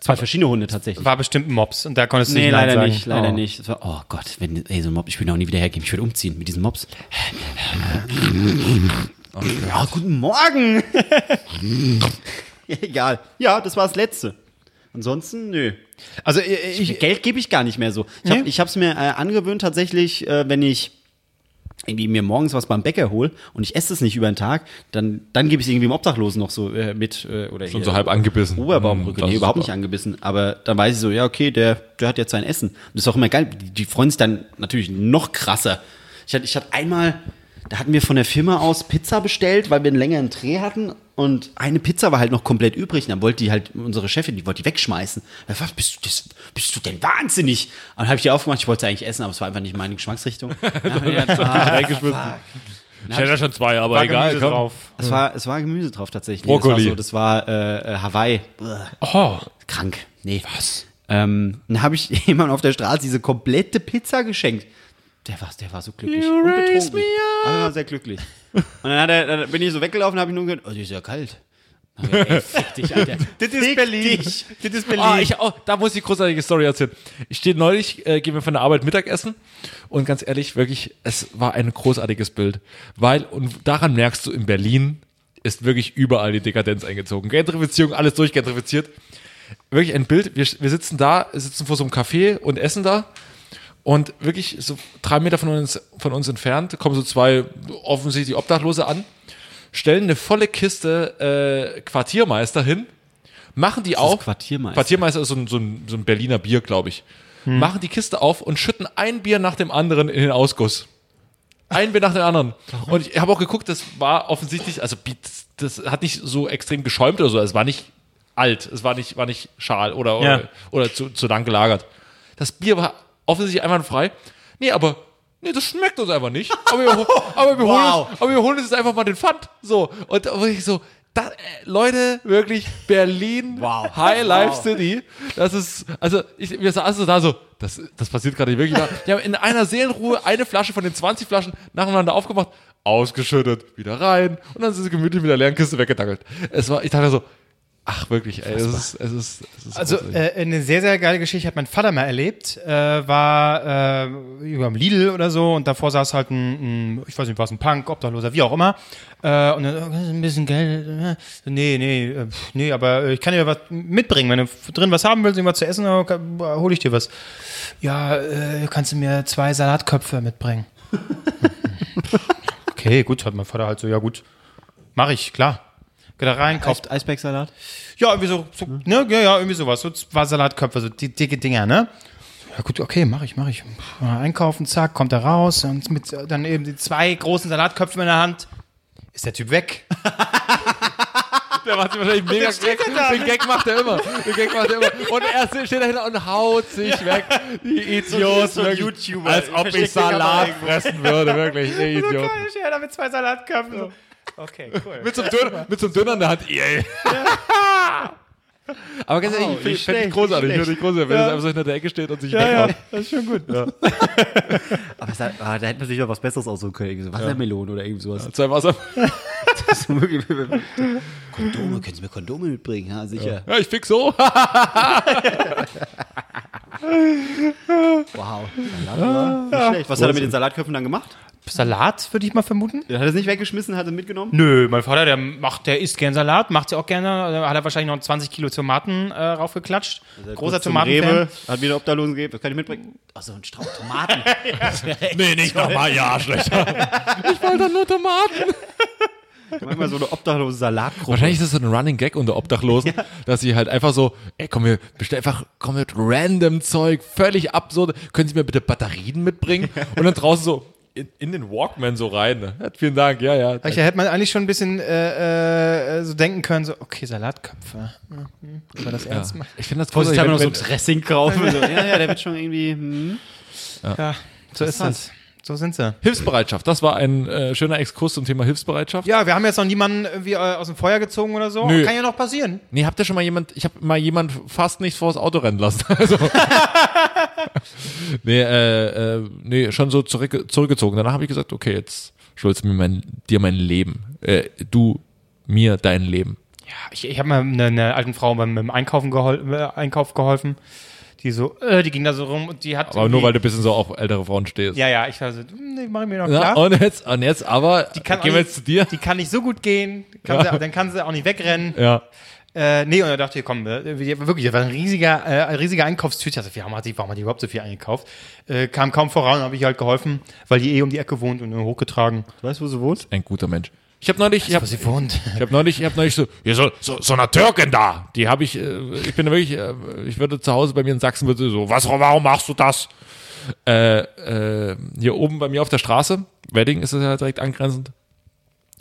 Zwei verschiedene Hunde tatsächlich. War bestimmt ein Mops und da konntest du Nee, nicht Nein leider sagen. nicht, leider Oh. nicht. Das war, oh Gott, wenn, ey, so ein Mob, ich will auch nie wieder hergeben. Ich würde umziehen mit diesem Mobs. ja, guten Morgen. Egal. Ja, das war das Letzte. Ansonsten, nö. äh, Also ich, ich, Geld gebe ich gar nicht mehr so. Ich habe Nee. es mir äh, angewöhnt tatsächlich, äh, wenn ich irgendwie mir morgens was beim Bäcker hole und ich esse es nicht über den Tag, dann, dann gebe ich es irgendwie dem Obdachlosen noch so äh, mit. Äh, oder Schon hier, so halb angebissen. Oberbaumbrücke, Das nee, ist überhaupt super. nicht angebissen. Aber dann weiß ich so, ja, okay, der, der hat jetzt sein Essen. Und das ist auch immer geil. Die, die freuen sich dann natürlich noch krasser. Ich hatte, ich hatte einmal, da hatten wir von der Firma aus Pizza bestellt, weil wir einen längeren Dreh hatten. Und eine Pizza war halt noch komplett übrig. Und dann wollte die halt, unsere Chefin, die wollte die wegschmeißen. Ich dachte, bist, du, das, bist du denn wahnsinnig? Und dann habe ich die aufgemacht, ich wollte sie eigentlich essen, aber es war einfach nicht meine Geschmacksrichtung. Ja, ah, fuck. Ich hätte ja schon zwei, aber war egal. Gemüse Komm. drauf. es, war, es war Gemüse drauf tatsächlich. Brokkoli. Das war, so, das war äh, äh, Hawaii. Oh, Uah. Krank. Nee. Was? Ähm, dann habe ich jemand auf der Straße diese komplette Pizza geschenkt. Der war, der war so glücklich. You raise me up. Aber er war sehr glücklich. Und dann, hat er, dann bin ich so weggelaufen, habe ich nur gehört, oh, die ist ja kalt. Dann hab ich, Ey, fick dich, Alter. Das ist Berlin. Das ist Berlin. Ah, ich, oh, da muss ich eine großartige Story erzählen. Ich stehe neulich, äh, gehen wir von der Arbeit Mittagessen und ganz ehrlich, wirklich, es war ein großartiges Bild. Weil, und daran merkst du, in Berlin ist wirklich überall die Dekadenz eingezogen. Gentrifizierung, alles durchgentrifiziert. Wirklich ein Bild, wir, wir sitzen da, sitzen vor so einem Café und essen da und wirklich so drei Meter von uns, von uns entfernt kommen so zwei offensichtlich Obdachlose an, stellen eine volle Kiste äh, Quartiermeister hin, machen die auf. Quartiermeister? Quartiermeister ist so ein, so ein, so ein Berliner Bier, glaube ich. Machen die Kiste auf und schütten ein Bier nach dem anderen in den Ausguss. Ein Bier nach dem anderen. Und ich habe auch geguckt, das war offensichtlich, also Bi- das hat nicht so extrem geschäumt oder so, es war nicht alt, es war nicht, war nicht schal oder, oder, Ja. oder zu, zu lang gelagert. Das Bier war offensichtlich einwandfrei. Nee, aber nee, das schmeckt uns einfach nicht. Aber wir, ho- aber wir, Wow. holen, uns, aber wir holen uns jetzt einfach mal den Pfand. So, und da war ich so, da, äh, Leute, wirklich Berlin, Wow. High Life Wow. City. Das ist, also ich, wir saßen da so, das, das passiert gerade nicht wirklich. Die haben in einer Seelenruhe eine Flasche von den 20 Flaschen nacheinander aufgemacht, ausgeschüttet, wieder rein und dann sind sie gemütlich mit der leeren Kiste weggedackelt. Es war, ich dachte so, ach wirklich, ey, es ist, es ist, es ist Also großartig. äh, eine sehr, sehr geile Geschichte hat mein Vater mal erlebt. Äh, war äh, über dem Lidl oder so und davor saß halt ein, ein ich weiß nicht was, ein Punk, Obdachloser, wie auch immer. Äh, und dann äh, ein bisschen Geld. Äh, nee, nee, äh, pf, nee, aber äh, ich kann dir was mitbringen. Wenn du f- drin was haben willst, irgendwas zu essen, dann kann- hol ich dir was. Ja, äh, kannst du mir zwei Salatköpfe mitbringen? okay, gut, hat mein Vater halt so, ja gut, mach ich, klar. Geht da rein, kauft Kauft Eisbergsalat? ja, irgendwie so, so ne, ja, ja, irgendwie sowas. So zwei Salatköpfe, so die dicke Dinger, ne? Ja gut, okay, mach ich, mach ich. Pff, mal Einkaufen, zack, kommt er raus und mit äh, dann eben die zwei großen Salatköpfen in der Hand. Ist der Typ weg? der macht sich wahrscheinlich mega Gag. Den Gag macht er immer. Den Gag macht er immer. Und er steht dahinter und haut sich weg. Die Idioten. so ein wirklich. YouTuber. Als ob ich Versteckt sich aber Salat irgendwo. fressen würde, wirklich. Ihr Idioten. ja, da mit zwei Salatköpfen. So. Okay, cool. mit so einem Döner, mit so einem Döner in der Hand. Yay. Aber ganz ehrlich, finde ich, find ich großartig. Finde ich großartig, wenn es einfach so hinter der Ecke steht und sich weghaut. das ist schon gut. Aber es hat, ah, da hätte man sich doch was Besseres aussuchen können. Irgendwie so Wassermelone oder irgend sowas. Zwei Wasser. Kondome, können Sie mir Kondome mitbringen? Ja, sicher. Ja, ich fix so. Wow. Salat, Ah, ja. Nicht schlecht. Was hat er mit den Salatköpfen dann gemacht? Salat würde ich mal vermuten. Hat er es nicht weggeschmissen, hat er mitgenommen? Nö, mein Vater, der macht, der isst gern Salat, macht ja auch gerne. Da hat er wahrscheinlich noch 20 Kilo Tomaten äh, raufgeklatscht. Großer Kurz zum Tomatenfan. Rewe, Hat wieder Obdachlosen gegeben. Was kann ich mitbringen? Achso, ein Strauch Tomaten. nee, nicht nochmal. Ja, schlecht. Ich wollte doch nur Tomaten. Manchmal so eine obdachlose Salatgruppe. Wahrscheinlich ist das so ein Running Gag unter Obdachlosen, dass sie halt einfach so, ey, komm, wir bestellen einfach, komm mit random Zeug, völlig absurd. Können Sie mir bitte Batterien mitbringen? Und dann draußen so in, in den Walkman so rein. ne? Ja, vielen Dank, ja, ja. Da hätte man eigentlich schon ein bisschen äh, äh, so denken können, so, okay, Salatköpfe. Mhm. Wenn man das ernst Ja. macht. Ich finde das Muss ich großartig, habe noch so wenn- ein Dressing kaufen. So. Ja, ja, der wird schon irgendwie. Hm. Ja, so ist das. So sind sie. Hilfsbereitschaft, das war ein äh, schöner Exkurs zum Thema Hilfsbereitschaft. Ja, wir haben jetzt noch niemanden irgendwie äh, aus dem Feuer gezogen oder so. Nö. Kann ja noch passieren. Nee, habt ihr schon mal jemand, ich habe mal jemand fast nicht vors Auto rennen lassen. Also. nee, äh, äh, nee, schon so zurück, zurückgezogen. Danach habe ich gesagt, okay, jetzt schuldest du mir mein, dir mein Leben. Äh, du mir dein Leben. Ich, ich habe mal einer einer alten Frau beim, beim Einkaufen gehol äh, Einkauf geholfen. Die so, äh, die ging da so rum und die hat. Aber nur irgendwie- weil du ein bisschen so auf ältere Frauen stehst. Ja, ja, ich war so, hm, nee, mach ich mir noch Na, klar. und jetzt, und jetzt aber, die kann oh, gehen auch wir nicht- jetzt zu dir. Die kann nicht so gut gehen, kann Ja. sie, aber dann kann sie auch nicht wegrennen. Ja. Äh, nee, und dann dachte ich, komm, äh, wir- wirklich, das war ein riesiger, äh, ein riesiger Einkaufstüte. Also, warum hat die, warum hat die überhaupt so viel eingekauft? Äh, kam kaum voran, habe ich ihr halt geholfen, weil die eh um die Ecke wohnt und äh, hochgetragen. Du weißt, wo sie wohnt? Ein guter Mensch. Ich habe neulich, ich habe sie wohnt. Ich habe neulich, ich hab neulich so, hier so, so, so eine Türkin da. Die habe ich, äh, ich bin wirklich, äh, ich würde zu Hause bei mir in Sachsen würde so, was, warum machst du das? Äh, äh, hier oben bei mir auf der Straße, Wedding ist es ja direkt angrenzend.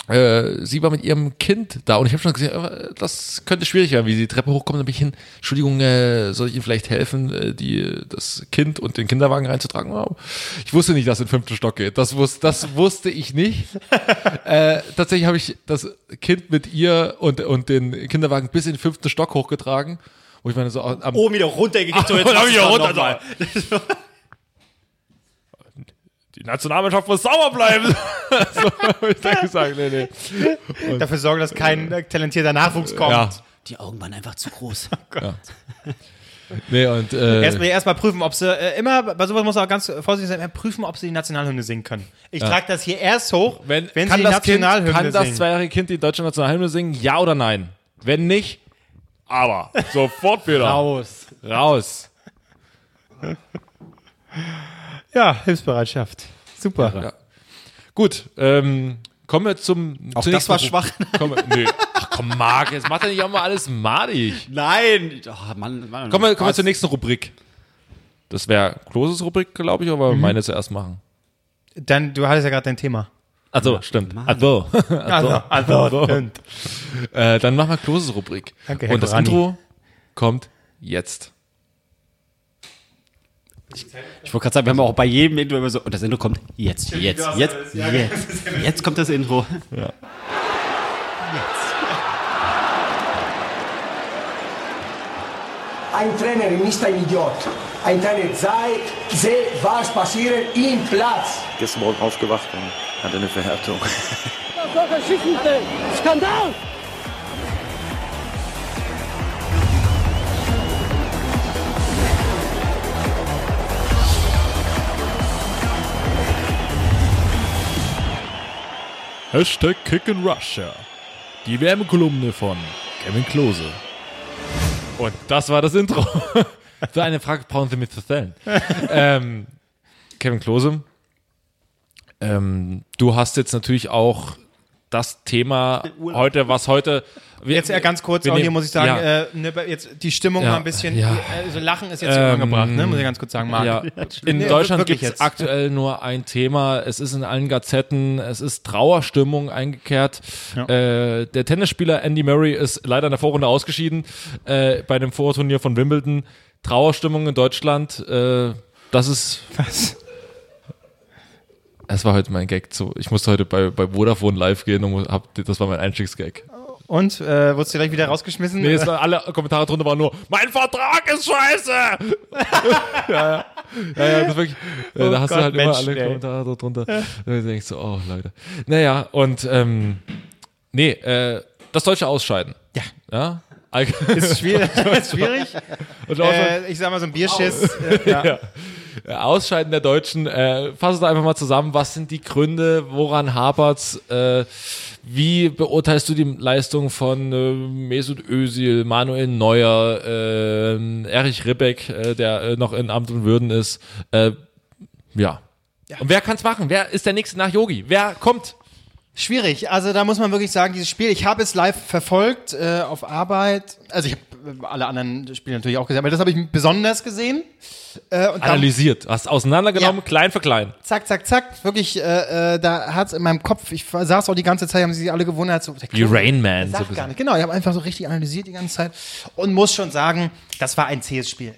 Äh, sie war mit ihrem Kind da und ich habe schon gesehen, äh, das könnte schwierig werden, wie sie die Treppe hochkommt. Dann bin ich hin, Entschuldigung, äh, soll ich Ihnen vielleicht helfen, äh, die, das Kind und den Kinderwagen reinzutragen? Wow. Ich wusste nicht, dass es in den fünften Stock geht. Das, wus das wusste ich nicht Äh, tatsächlich habe ich das Kind mit ihr und, und den Kinderwagen bis in den fünften Stock hochgetragen. Wo ich meine, so am, Oben Oh, wieder runtergekickt. Ah, dann hab ich wieder runter- nochmal. also. die Nationalmannschaft muss sauber bleiben. so habe ich dann gesagt, nee, nee. Dafür sorgen, dass kein äh, talentierter Nachwuchs kommt. Ja, Die Augen waren einfach zu groß. nee, und äh, Erstmal erst mal prüfen, ob sie äh, immer, bei sowas muss man auch ganz vorsichtig sein, immer prüfen, ob sie die Nationalhymne singen können. Ich trage das hier erst hoch, wenn, sie kann, die das kind, Nationalhymne kann das singen. zweijährige Kind die deutsche Nationalhymne singen? Ja oder nein? Wenn nicht, aber sofort wieder raus. Raus. Ja, Hilfsbereitschaft. Super. Gut, ähm, kommen wir zum Auch das war schwach. Kommen, nee. Ach komm, Marc, jetzt macht er nicht auch mal alles madig. Nein! Oh, Mann, Mann. Kommen wir, kommen wir zur nächsten Rubrik. Mhm. Das wäre Kloses Rubrik, glaube ich, aber meine zuerst machen. Dann, du hattest ja gerade dein Thema. Also, stimmt. Also. Also, also, stimmt. äh, dann machen wir Kloses Rubrik. Danke, Herr Und das Gorani. Intro kommt jetzt. Ich wollte gerade sagen, wir haben auch bei jedem Intro immer so. Und das Intro kommt jetzt, jetzt, jetzt, jetzt. Jetzt kommt das Intro. Ein Trainer ist ein Idiot. Ein Trainer zeigt, seht, was passiert im Platz. gestern Morgen aufgewacht und hatte eine Verhärtung. Skandal! Hashtag Kick in Russia. Die Wärmekolumne von Kevin Klose. Und das war das Intro. so eine Frage brauchen Sie mir zu stellen. ähm, Kevin Klose, ähm, du hast jetzt natürlich auch das Thema heute, was heute. Wir, Jetzt ja ganz kurz, wir auch hier nehmen- muss ich sagen, ja, äh, ne, bei- jetzt die Stimmung Ja, mal ein bisschen, ja. äh, so Lachen ist jetzt Ähm, angebracht, ne? muss ich ganz kurz sagen, Marc. ja. In Nee, Deutschland wirklich gibt es jetzt. aktuell nur ein Thema. Es ist in allen Gazetten. Es ist Trauerstimmung eingekehrt. Äh, der Tennisspieler Andy Murray ist leider in der Vorrunde ausgeschieden äh, bei dem Vorturnier von Wimbledon. Trauerstimmung in Deutschland. Äh, das ist. Was? Das war heute mein Gag. Zu, ich musste heute bei, bei Vodafone live gehen und mu- hab, das war mein Einstiegsgag. Und, äh, wurdest du gleich wieder rausgeschmissen? Äh, Nee, es war, alle Kommentare drunter waren nur, mein Vertrag ist scheiße! ja, ja. ja, ja das ist wirklich, äh, da hast Gott, du halt Mensch, immer alle ey. Kommentare da drunter. Und du denkst so, oh Leute. Naja, und ähm, nee, äh, das deutsche Ausscheiden. Ja. Ja. Allg- Ist schwierig. ist schwierig. und auch so- Äh, ich sag mal so ein Bierschiss. Äh, ja. Ausscheiden der Deutschen. Äh, fass es einfach mal zusammen. Was sind die Gründe? Woran hapert's? Äh, wie beurteilst du die Leistung von äh, Mesut Özil, Manuel Neuer, äh, Erich Ribbeck, äh, der äh, noch in Amt und Würden ist? Äh, ja. Und wer kann's machen? Wer ist der Nächste nach Yogi? Wer kommt? Schwierig. Also da muss man wirklich sagen, dieses Spiel, ich habe es live verfolgt äh, auf Arbeit. Also ich habe alle anderen Spiele natürlich auch gesehen, aber das habe ich besonders gesehen. Äh, und dann, Analysiert, hast auseinandergenommen, Ja. klein für klein. zack, zack, zack. Wirklich, äh, äh, da hat's in meinem Kopf, ich saß auch die ganze Zeit, haben sie sich alle gewundert. So, der Wie Rain Man. So ein Sagt bisschen. gar nicht. Genau, ich habe einfach so richtig analysiert die ganze Zeit und muss schon sagen, das war ein zähes Spiel.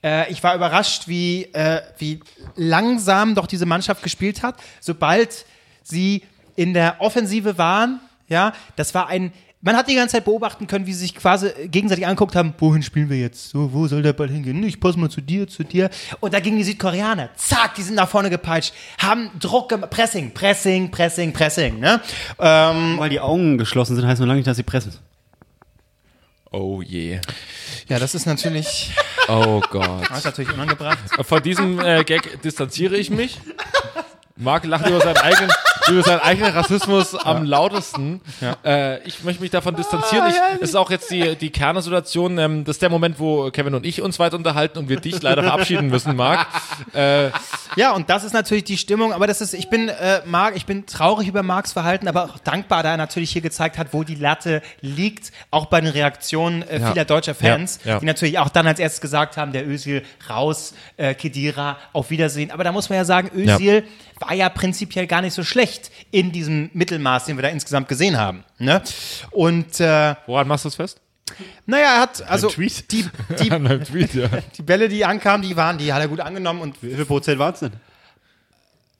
Äh, ich war überrascht, wie, äh, wie langsam doch diese Mannschaft gespielt hat, sobald sie in der Offensive waren. Ja, das war ein. Man hat die ganze Zeit beobachten können, wie sie sich quasi gegenseitig angeguckt haben, wohin spielen wir jetzt? So, wo soll der Ball hingehen? Ich pass mal zu dir, zu dir. Und da gingen die Südkoreaner. Zack, die sind nach vorne gepeitscht, haben Druck gemacht. Pressing, Pressing, Pressing, Pressing. Ne? Ähm, Weil die Augen geschlossen sind, heißt noch lange nicht, dass sie pressen. Oh je. ja, das ist natürlich. Oh Gott. Das ist natürlich unangebracht. Von diesem äh, Gag distanziere ich mich. Marc lacht über seinen eigenen, über seinen eigenen Rassismus am lautesten. Äh, ich möchte mich davon distanzieren. Ich, es ist auch jetzt die, die Kernsituation. Ähm, das ist der Moment, wo Kevin und ich uns weiter unterhalten und wir dich leider verabschieden müssen, Marc. Ja, und das ist natürlich die Stimmung, aber das ist, ich bin äh, Marc, ich bin traurig über Marks Verhalten, aber auch dankbar, da er natürlich hier gezeigt hat, wo die Latte liegt, auch bei den Reaktionen äh, vieler deutscher Fans, Ja, ja. die natürlich auch dann als erstes gesagt haben, der Özil raus, äh, Kedira, auf Wiedersehen. Aber da muss man ja sagen, Özil war ja prinzipiell gar nicht so schlecht in diesem Mittelmaß, den wir da insgesamt gesehen haben. Ne? Und äh, Woran machst du es fest? naja, er hat also Tweet. die, die, einem Tweet, ja. die Bälle, die ankamen, die waren, die hat er gut angenommen und Wie viel Prozent war es denn?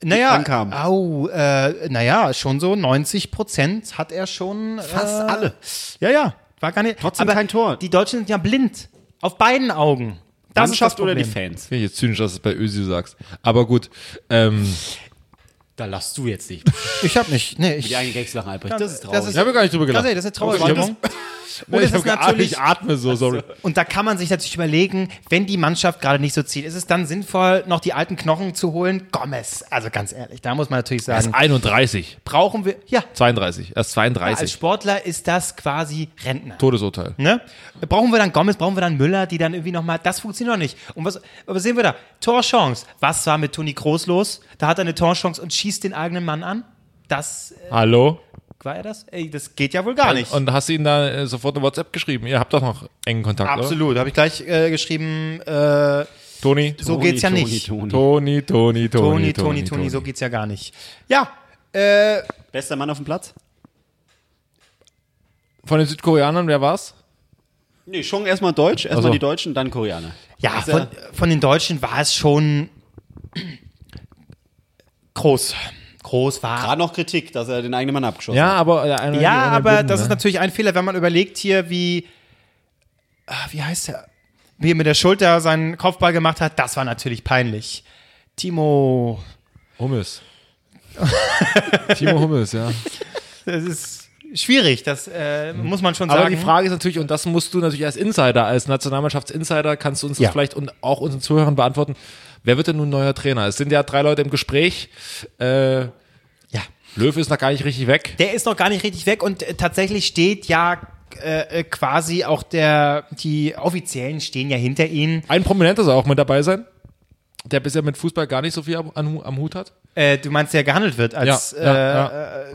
Naja, ankamen. Au, äh, naja, schon so 90 Prozent hat er schon. Fast äh, alle. Ja, ja, war gar nicht. Trotzdem kein Tor. Die Deutschen sind ja blind. Auf beiden Augen. Das ist das Problem. Fans? Bin ich jetzt zynisch, dass du es bei Ösi sagst. Aber gut. Ähm, Da lachst du jetzt nicht. Ich hab nicht. Nee, ich. Die eigenen Gags lachen, Albrecht. Das ist Das traurig. ist, also, ich habe gar nicht drüber das gelacht. ist eine Trauerstimmung. Und ich, es hab ist geatmet, natürlich ich atme so, sorry. Und da kann man sich natürlich überlegen, wenn die Mannschaft gerade nicht so zieht, ist es dann sinnvoll, noch die alten Knochen zu holen? Gomez. Also ganz ehrlich, da muss man natürlich Er ist sagen, 31, brauchen wir. Ja, 32, er ist als 32. Sportler ist das quasi Rentner. Todesurteil. Ne? Brauchen wir dann Gomez, brauchen wir dann Müller, die dann irgendwie nochmal, das funktioniert noch nicht. Und was, aber sehen wir da, Torchance. Was war mit Toni Kroos los? Da hat er eine Torchance und schießt den eigenen Mann an. Das, äh, Hallo? war er das? Ey, das geht ja wohl gar nicht. Und hast du ihm da äh, sofort eine WhatsApp geschrieben? Ihr habt doch noch engen Kontakt, Absolut, habe ich gleich äh, geschrieben, äh, oder? Toni? so geht's ja Toni, nicht. Toni, Toni. Toni, Toni, Toni, Toni, Toni, Toni, so geht's ja gar nicht. Ja, äh, Bester Mann auf dem Platz? Von den Südkoreanern, wer war's? Nee, schon erstmal Deutsch, erstmal Also. die Deutschen, dann Koreaner. ja, Ist er- von, von den Deutschen war es schon groß. Groß war Gerade noch Kritik, dass er den eigenen Mann abgeschossen Ja, hat. aber äh, einer, Ja, einer aber blinden, das ist ne? natürlich ein Fehler, wenn man überlegt hier, wie, ah, wie heißt der, wie er mit der Schulter seinen Kopfball gemacht hat, das war natürlich peinlich. Timo, ne- Hummels. Timo Hummels, ja. das ist schwierig, das äh, muss man schon Aber sagen. die Frage ist natürlich, und das musst du natürlich als Insider, als Nationalmannschaftsinsider, kannst du uns Ja. das vielleicht und auch unseren Zuhörern beantworten. Wer wird denn nun neuer Trainer? Es sind ja drei Leute im Gespräch. Äh, ja. Löw ist noch gar nicht richtig weg. Der ist noch gar nicht richtig weg und äh, tatsächlich steht ja äh, äh, quasi auch der, die Offiziellen stehen ja hinter ihm. Ein Prominenter soll auch mit dabei sein, der bisher mit Fußball gar nicht so viel am, am, am Hut hat. Äh, du meinst, der gehandelt wird als ja, äh,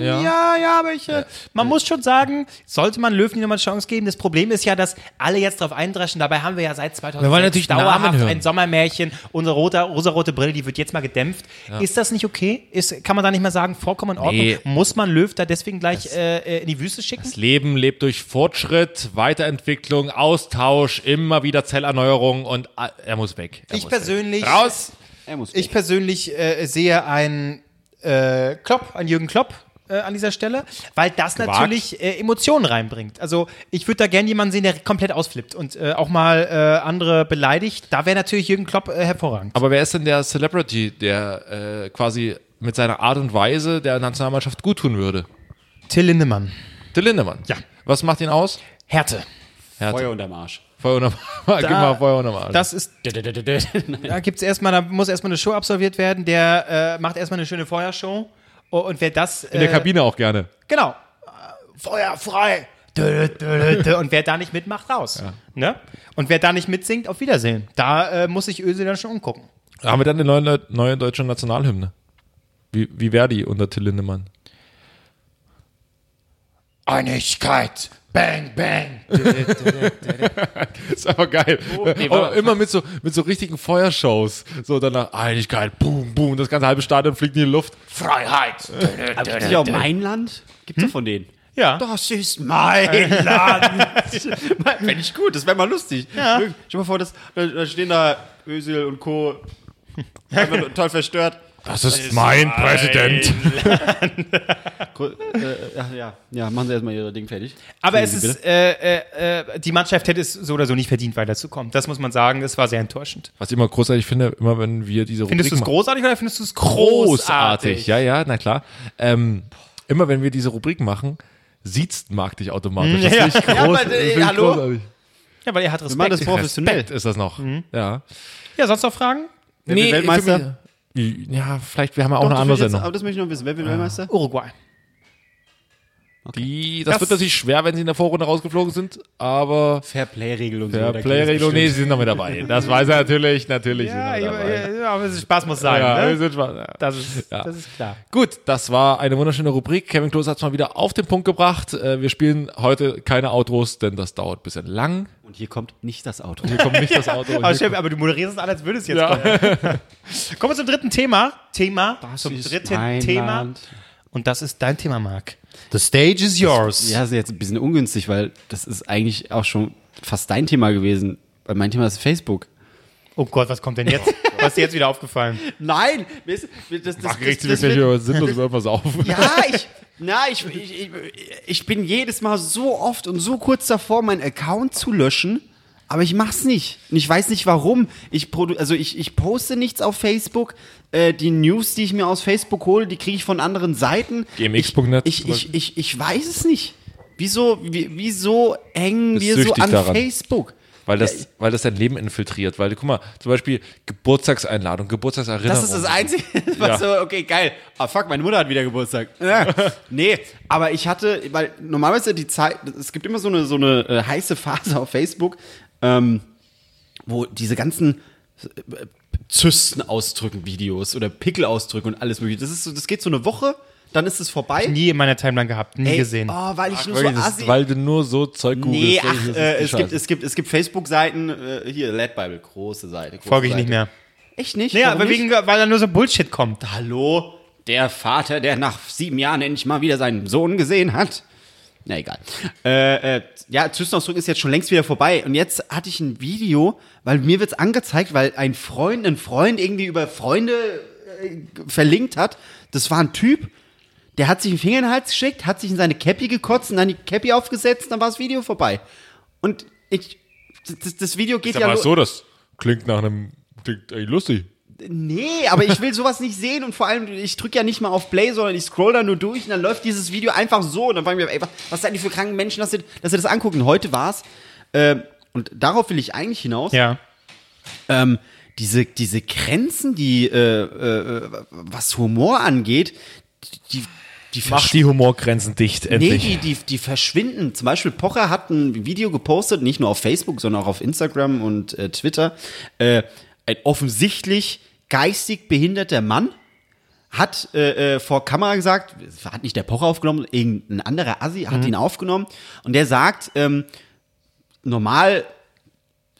ja. Ja, ja, aber ich, äh, man muss schon sagen, sollte man Löw nicht nochmal eine Chance geben? Das Problem ist ja, dass alle jetzt drauf eindreschen. Dabei haben wir ja seit 2006 Wir wollen natürlich Namen dauerhaft hören. ein Sommermärchen. Unsere rote, rosarote Brille, die wird jetzt mal gedämpft. Ist das nicht okay? Ist, kann man da nicht mal sagen, vollkommen in Ordnung? Nee. Muss man Löw da deswegen gleich äh, äh, in die Wüste schicken? Das Leben lebt durch Fortschritt, Weiterentwicklung, Austausch, immer wieder Zellerneuerung und a- er muss weg. Er Ich muss persönlich- Weg. Raus! Er muss Ich persönlich äh, sehe einen äh, Klopp, einen Jürgen Klopp äh, an dieser Stelle, weil das natürlich äh, Emotionen reinbringt. Also ich würde da gerne jemanden sehen, der komplett ausflippt und äh, auch mal äh, andere beleidigt. Da wäre natürlich Jürgen Klopp äh, hervorragend. Aber wer ist denn der Celebrity, der äh, quasi mit seiner Art und Weise der Nationalmannschaft gut tun würde? Till Lindemann. Till Lindemann. Ja. Was macht ihn aus? Härte. Härte. Feuer unterm Arsch. Feuer unterm Arsch. Gib mal Feuer unterm Arsch. Das ist, da gibt's erstmal, da muss erstmal eine Show absolviert werden, der äh, macht erstmal eine schöne Feuershow. O- Und wer das. äh, In der Kabine auch gerne. Genau. Äh, Feuer frei. Dö, dö, dö, dö. Und wer da nicht mitmacht, raus. Ne? Und wer da nicht mitsingt, auf Wiedersehen. Da äh, muss sich Öse dann schon umgucken. Haben wir dann eine neue, neue deutsche Nationalhymne? Wie, wie Verdi unter Till Lindemann? Einigkeit. Bang, bang. Oh, Ist aber geil. aber immer mit so, mit so richtigen Feuershows. So danach Einigkeit, boom, boom. Das ganze halbe Stadion fliegt in die Luft. Freiheit. Aber gibt es auch mein Land? Gibt's doch von denen. Ja. Das Hm? ist mein Land. Fände ich gut, das wäre mal lustig. Ja. Stell mal vor, das, da- da stehen da Ösel und Co. Einfach nur total verstört. Das ist mein Präsident. Gro- äh, ja, ja, ja, machen Sie erstmal Ihr Ding fertig. Aber es Entschuldigen ist, Sie äh, äh, äh, die Mannschaft hätte es so oder so nicht verdient, weiterzukommen. Das muss man sagen. Das war sehr enttäuschend. Was ich immer großartig finde, immer wenn wir diese Findest du es machen. großartig oder findest du es großartig. großartig? Ja, ja, na klar. Ähm, immer wenn wir diese Rubrik machen, siehtst mag dich automatisch. Das Ja. finde ich Ja, groß, aber, äh, finde ich hallo? großartig. Ja, weil er hat Wir machen das Respekt. professionell. Ist das noch? Ja. Mhm. Ja, sonst noch Fragen? Wer wird Weltmeister? für mich- Ja, vielleicht, wir haben ja auch Doch, eine das andere will ich jetzt- Sendung. Aber das möchte ich noch wissen. Wer wird Weltmeister? Uruguay. Die, das, Das- wird natürlich schwer, wenn sie in der Vorrunde rausgeflogen sind, aber Fairplay-Regel und der Player nee, sie sind noch mit dabei. Das weiß er natürlich, natürlich Ja, sind noch ja, dabei. ja, ja, aber es ist- Spaß muss sein. Ja, wir ne? sind schon- ja. das, ist, Ja. das ist klar. Gut, das war eine wunderschöne Rubrik. Kevin Klose hat es mal wieder auf den Punkt gebracht. Äh, Wir spielen heute keine Outros, denn das dauert ein bisschen lang. Und hier kommt nicht das Auto. Hier kommt nicht das Auto. Aber, Chef, aber du moderierst es an, als würdest du jetzt Ja. kommen. Kommen wir zum dritten Thema. Thema. zum dritten Thema. Und das ist dein Thema, Marc. The stage is yours. Ja, ist jetzt ein bisschen ungünstig, weil das ist eigentlich auch schon fast dein Thema gewesen. Weil mein Thema ist Facebook. Oh Gott, was kommt denn jetzt? was ist dir jetzt wieder aufgefallen? Nein! mir ist- mir- Das, das, Ach, das, kriegst du das wirklich wird- über sinnlos über irgendwas auf. Ja, ich. Na, ich, ich, ich, ich bin jedes Mal so oft und so kurz davor, meinen Account zu löschen, aber ich mach's nicht. Und ich weiß nicht warum. Ich produ also ich, ich poste nichts auf Facebook. Äh, die News, die ich mir aus Facebook hole, die kriege ich von anderen Seiten. GMX.net Ich, zum ich, ich, ich, ich weiß es nicht. Wieso, wie- wieso hängen Bist wir so süchtig an daran. Facebook? Weil das, weil das dein Leben infiltriert. Weil, guck mal, zum Beispiel Geburtstagseinladung, Geburtstagserinnerung. Das ist das Einzige, was Ja. so, okay, geil. Ah, fuck, meine Mutter hat wieder Geburtstag. Ja. nee, aber ich hatte, weil normalerweise die Zeit, es gibt immer so eine, so eine äh, heiße Phase auf Facebook, ähm, wo diese ganzen äh, Zysten ausdrücken Videos oder Pickel ausdrücken und alles mögliche. Das ist so, das geht so eine Woche, dann ist es vorbei. Nie in meiner Timeline gehabt, nie Ey, gesehen. Oh, weil ich nur so Wirklich, das assi ist, weil du nur so Zeug googelst. Nee, Wirklich, ach, das ist äh, die es, gibt, Scheiße. es, gibt, es gibt Facebook-Seiten, äh, hier, Led Bible, große Seite. Große Folge ich Seite. nicht mehr. Echt nicht? Naja, Warum aber nicht? wegen, weil da nur so Bullshit kommt. Hallo, der Vater, der nach sieben Jahren endlich mal wieder seinen Sohn gesehen hat. Na egal. Äh, äh, ja, Zwischenausdruck ist jetzt schon längst wieder vorbei. Und jetzt hatte ich ein Video, weil mir wird's angezeigt, weil ein Freund, ein Freund irgendwie über Freunde äh, verlinkt hat. Das war ein Typ, der hat sich einen Finger in den Hals geschickt, hat sich in seine Cappy gekotzt und dann die Cappy aufgesetzt und dann war das Video vorbei. Und ich, das, das Video geht Sag ja mal lo- so, das klingt nach einem, klingt ey, lustig. Nee, aber ich will sowas nicht sehen und vor allem, ich drücke ja nicht mal auf Play, sondern ich scroll da nur durch und dann läuft dieses Video einfach so und dann fangen wir, ey, was, was seid ihr für kranken Menschen, dass ihr, dass ihr das angucken? Heute war's. Ähm, und darauf will ich eigentlich hinaus. Ja. Ähm, diese, diese Grenzen, die, äh, äh, was Humor angeht, die, die Mach die Humorgrenzen dicht, Nee, endlich. die, die, die verschwinden. Zum Beispiel Pocher hat ein Video gepostet, nicht nur auf Facebook, sondern auch auf Instagram und äh, Twitter. Äh, ein offensichtlich geistig behinderter Mann hat äh, äh, vor Kamera gesagt, es hat nicht der Pocher aufgenommen, irgendein anderer Assi Mhm. hat ihn aufgenommen und der sagt, ähm, normal,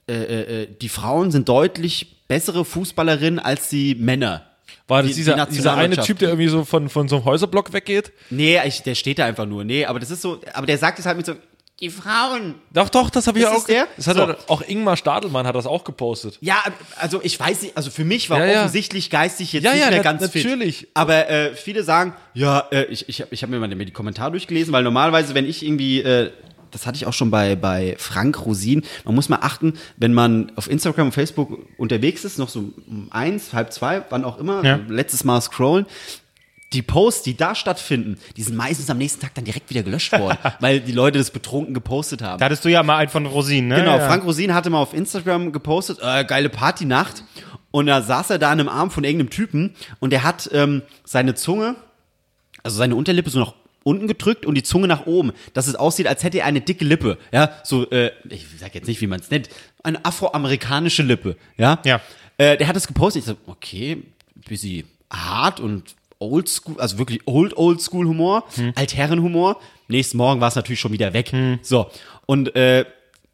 äh, äh, äh, die Frauen sind deutlich bessere Fußballerinnen als die Männer. War das die- die dieser, dieser eine Nationalmannschaft. Typ, der irgendwie so von, von so einem Häuserblock weggeht? Nee, ich, der steht da einfach nur. Nee, aber das ist so, aber der sagt es halt mit so, die Frauen Doch, doch, das habe ich Ist auch. es der? Das hat So. er- auch Ingmar Stadelmann hat das auch gepostet. Ja, also ich weiß nicht, also für mich war Ja, ja. offensichtlich geistig jetzt Ja, nicht ja, mehr na- ganz natürlich. fit. Aber äh, viele sagen, ja, äh, ich, ich habe ich hab mir mal die die Kommentare durchgelesen, weil normalerweise, wenn ich irgendwie, äh, das hatte ich auch schon bei, bei Frank Rosin, man muss mal achten, wenn man auf Instagram und Facebook unterwegs ist, noch so um eins, halb zwei, wann auch immer, Ja. letztes Mal scrollen, die Posts, die da stattfinden, die sind meistens am nächsten Tag dann direkt wieder gelöscht worden, weil die Leute das betrunken gepostet haben. Da hattest du ja mal einen von Rosin, ne? Genau, ja. Frank Rosin hatte mal auf Instagram gepostet, äh, geile Partynacht. Und da saß er da in einem Arm von irgendeinem Typen und der hat ähm, seine Zunge, also seine Unterlippe so nach unten gedrückt und die Zunge nach oben, dass es aussieht, als hätte er eine dicke Lippe. Ja, so, äh, ich sag jetzt nicht, wie man es nennt, eine afroamerikanische Lippe. Ja. Ja. Äh, der hat es gepostet. Ich so, okay, bisschen hart und Oldschool, also wirklich old, oldschool Humor, Hm. Altherrenhumor. Nächsten Morgen war es natürlich schon wieder weg. So. Und äh,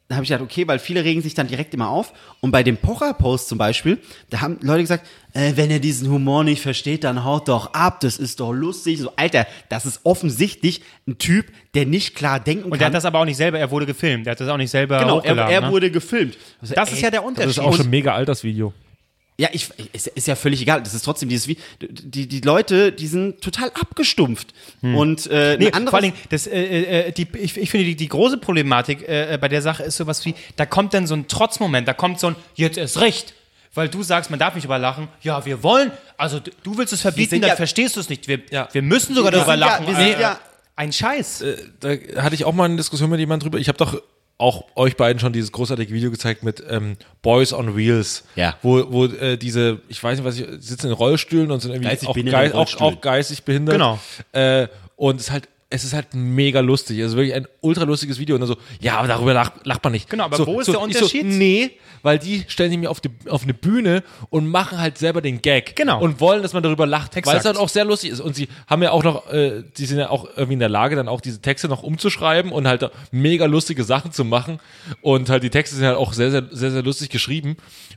da habe ich gedacht, okay, weil viele regen sich dann direkt immer auf. Und bei dem Pocher-Post zum Beispiel, da haben Leute gesagt, äh, wenn ihr diesen Humor nicht versteht, dann haut doch ab, das ist doch lustig. So, Alter, das ist offensichtlich ein Typ, der nicht klar denken kann. Und der hat das aber auch nicht selber, er wurde gefilmt, der hat das auch nicht selber genau, er, hochgeladen. er ne? wurde gefilmt. Also, das ist ey, ja der Das Unterschied. ist auch schon mega alt, das Video. ja, ich, ist, ist ja völlig egal. Das ist trotzdem dieses wie die, die Leute, die sind total abgestumpft. Und äh, Hm. Nee, ein anderes- vor allen Dingen, das, äh, äh, die, ich, ich finde, die, die große Problematik äh, bei der Sache ist sowas wie, da kommt dann so ein Trotzmoment, da kommt so ein, jetzt ist recht. Weil du sagst, man darf nicht darüber lachen. Ja, wir wollen, also d- du willst es verbieten, sind dann ja- verstehst du es nicht. Wir, wir müssen sogar Wir darüber sind ja- lachen. wir sind Äh, ja- ein Scheiß. da hatte ich auch mal eine Diskussion mit jemandem drüber. Ich habe doch auch euch beiden schon dieses großartige Video gezeigt mit ähm, Boys on Wheels. Ja. Wo, wo äh, diese, ich weiß nicht, was ich, sitzen in Rollstühlen und sind irgendwie Geistig auch, behinderte gei- im auch, Rollstuhl. auch geistig behindert. Genau. Äh, und es ist halt, es ist halt mega lustig. Es ist wirklich ein ultra lustiges Video. Und dann so, ja, aber darüber lacht, lacht man nicht. Genau, aber so, wo ist so, der ich Unterschied? So, nee, weil die stellen sich mir auf, die, auf eine Bühne und machen halt selber den Gag. Genau. Und wollen, dass man darüber lacht. Weil Exakt. es halt auch sehr lustig ist. Und sie haben ja auch noch, äh, die sind ja auch irgendwie in der Lage, dann auch diese Texte noch umzuschreiben und halt da mega lustige Sachen zu machen. Und halt die Texte sind halt auch sehr, sehr, sehr, sehr lustig geschrieben.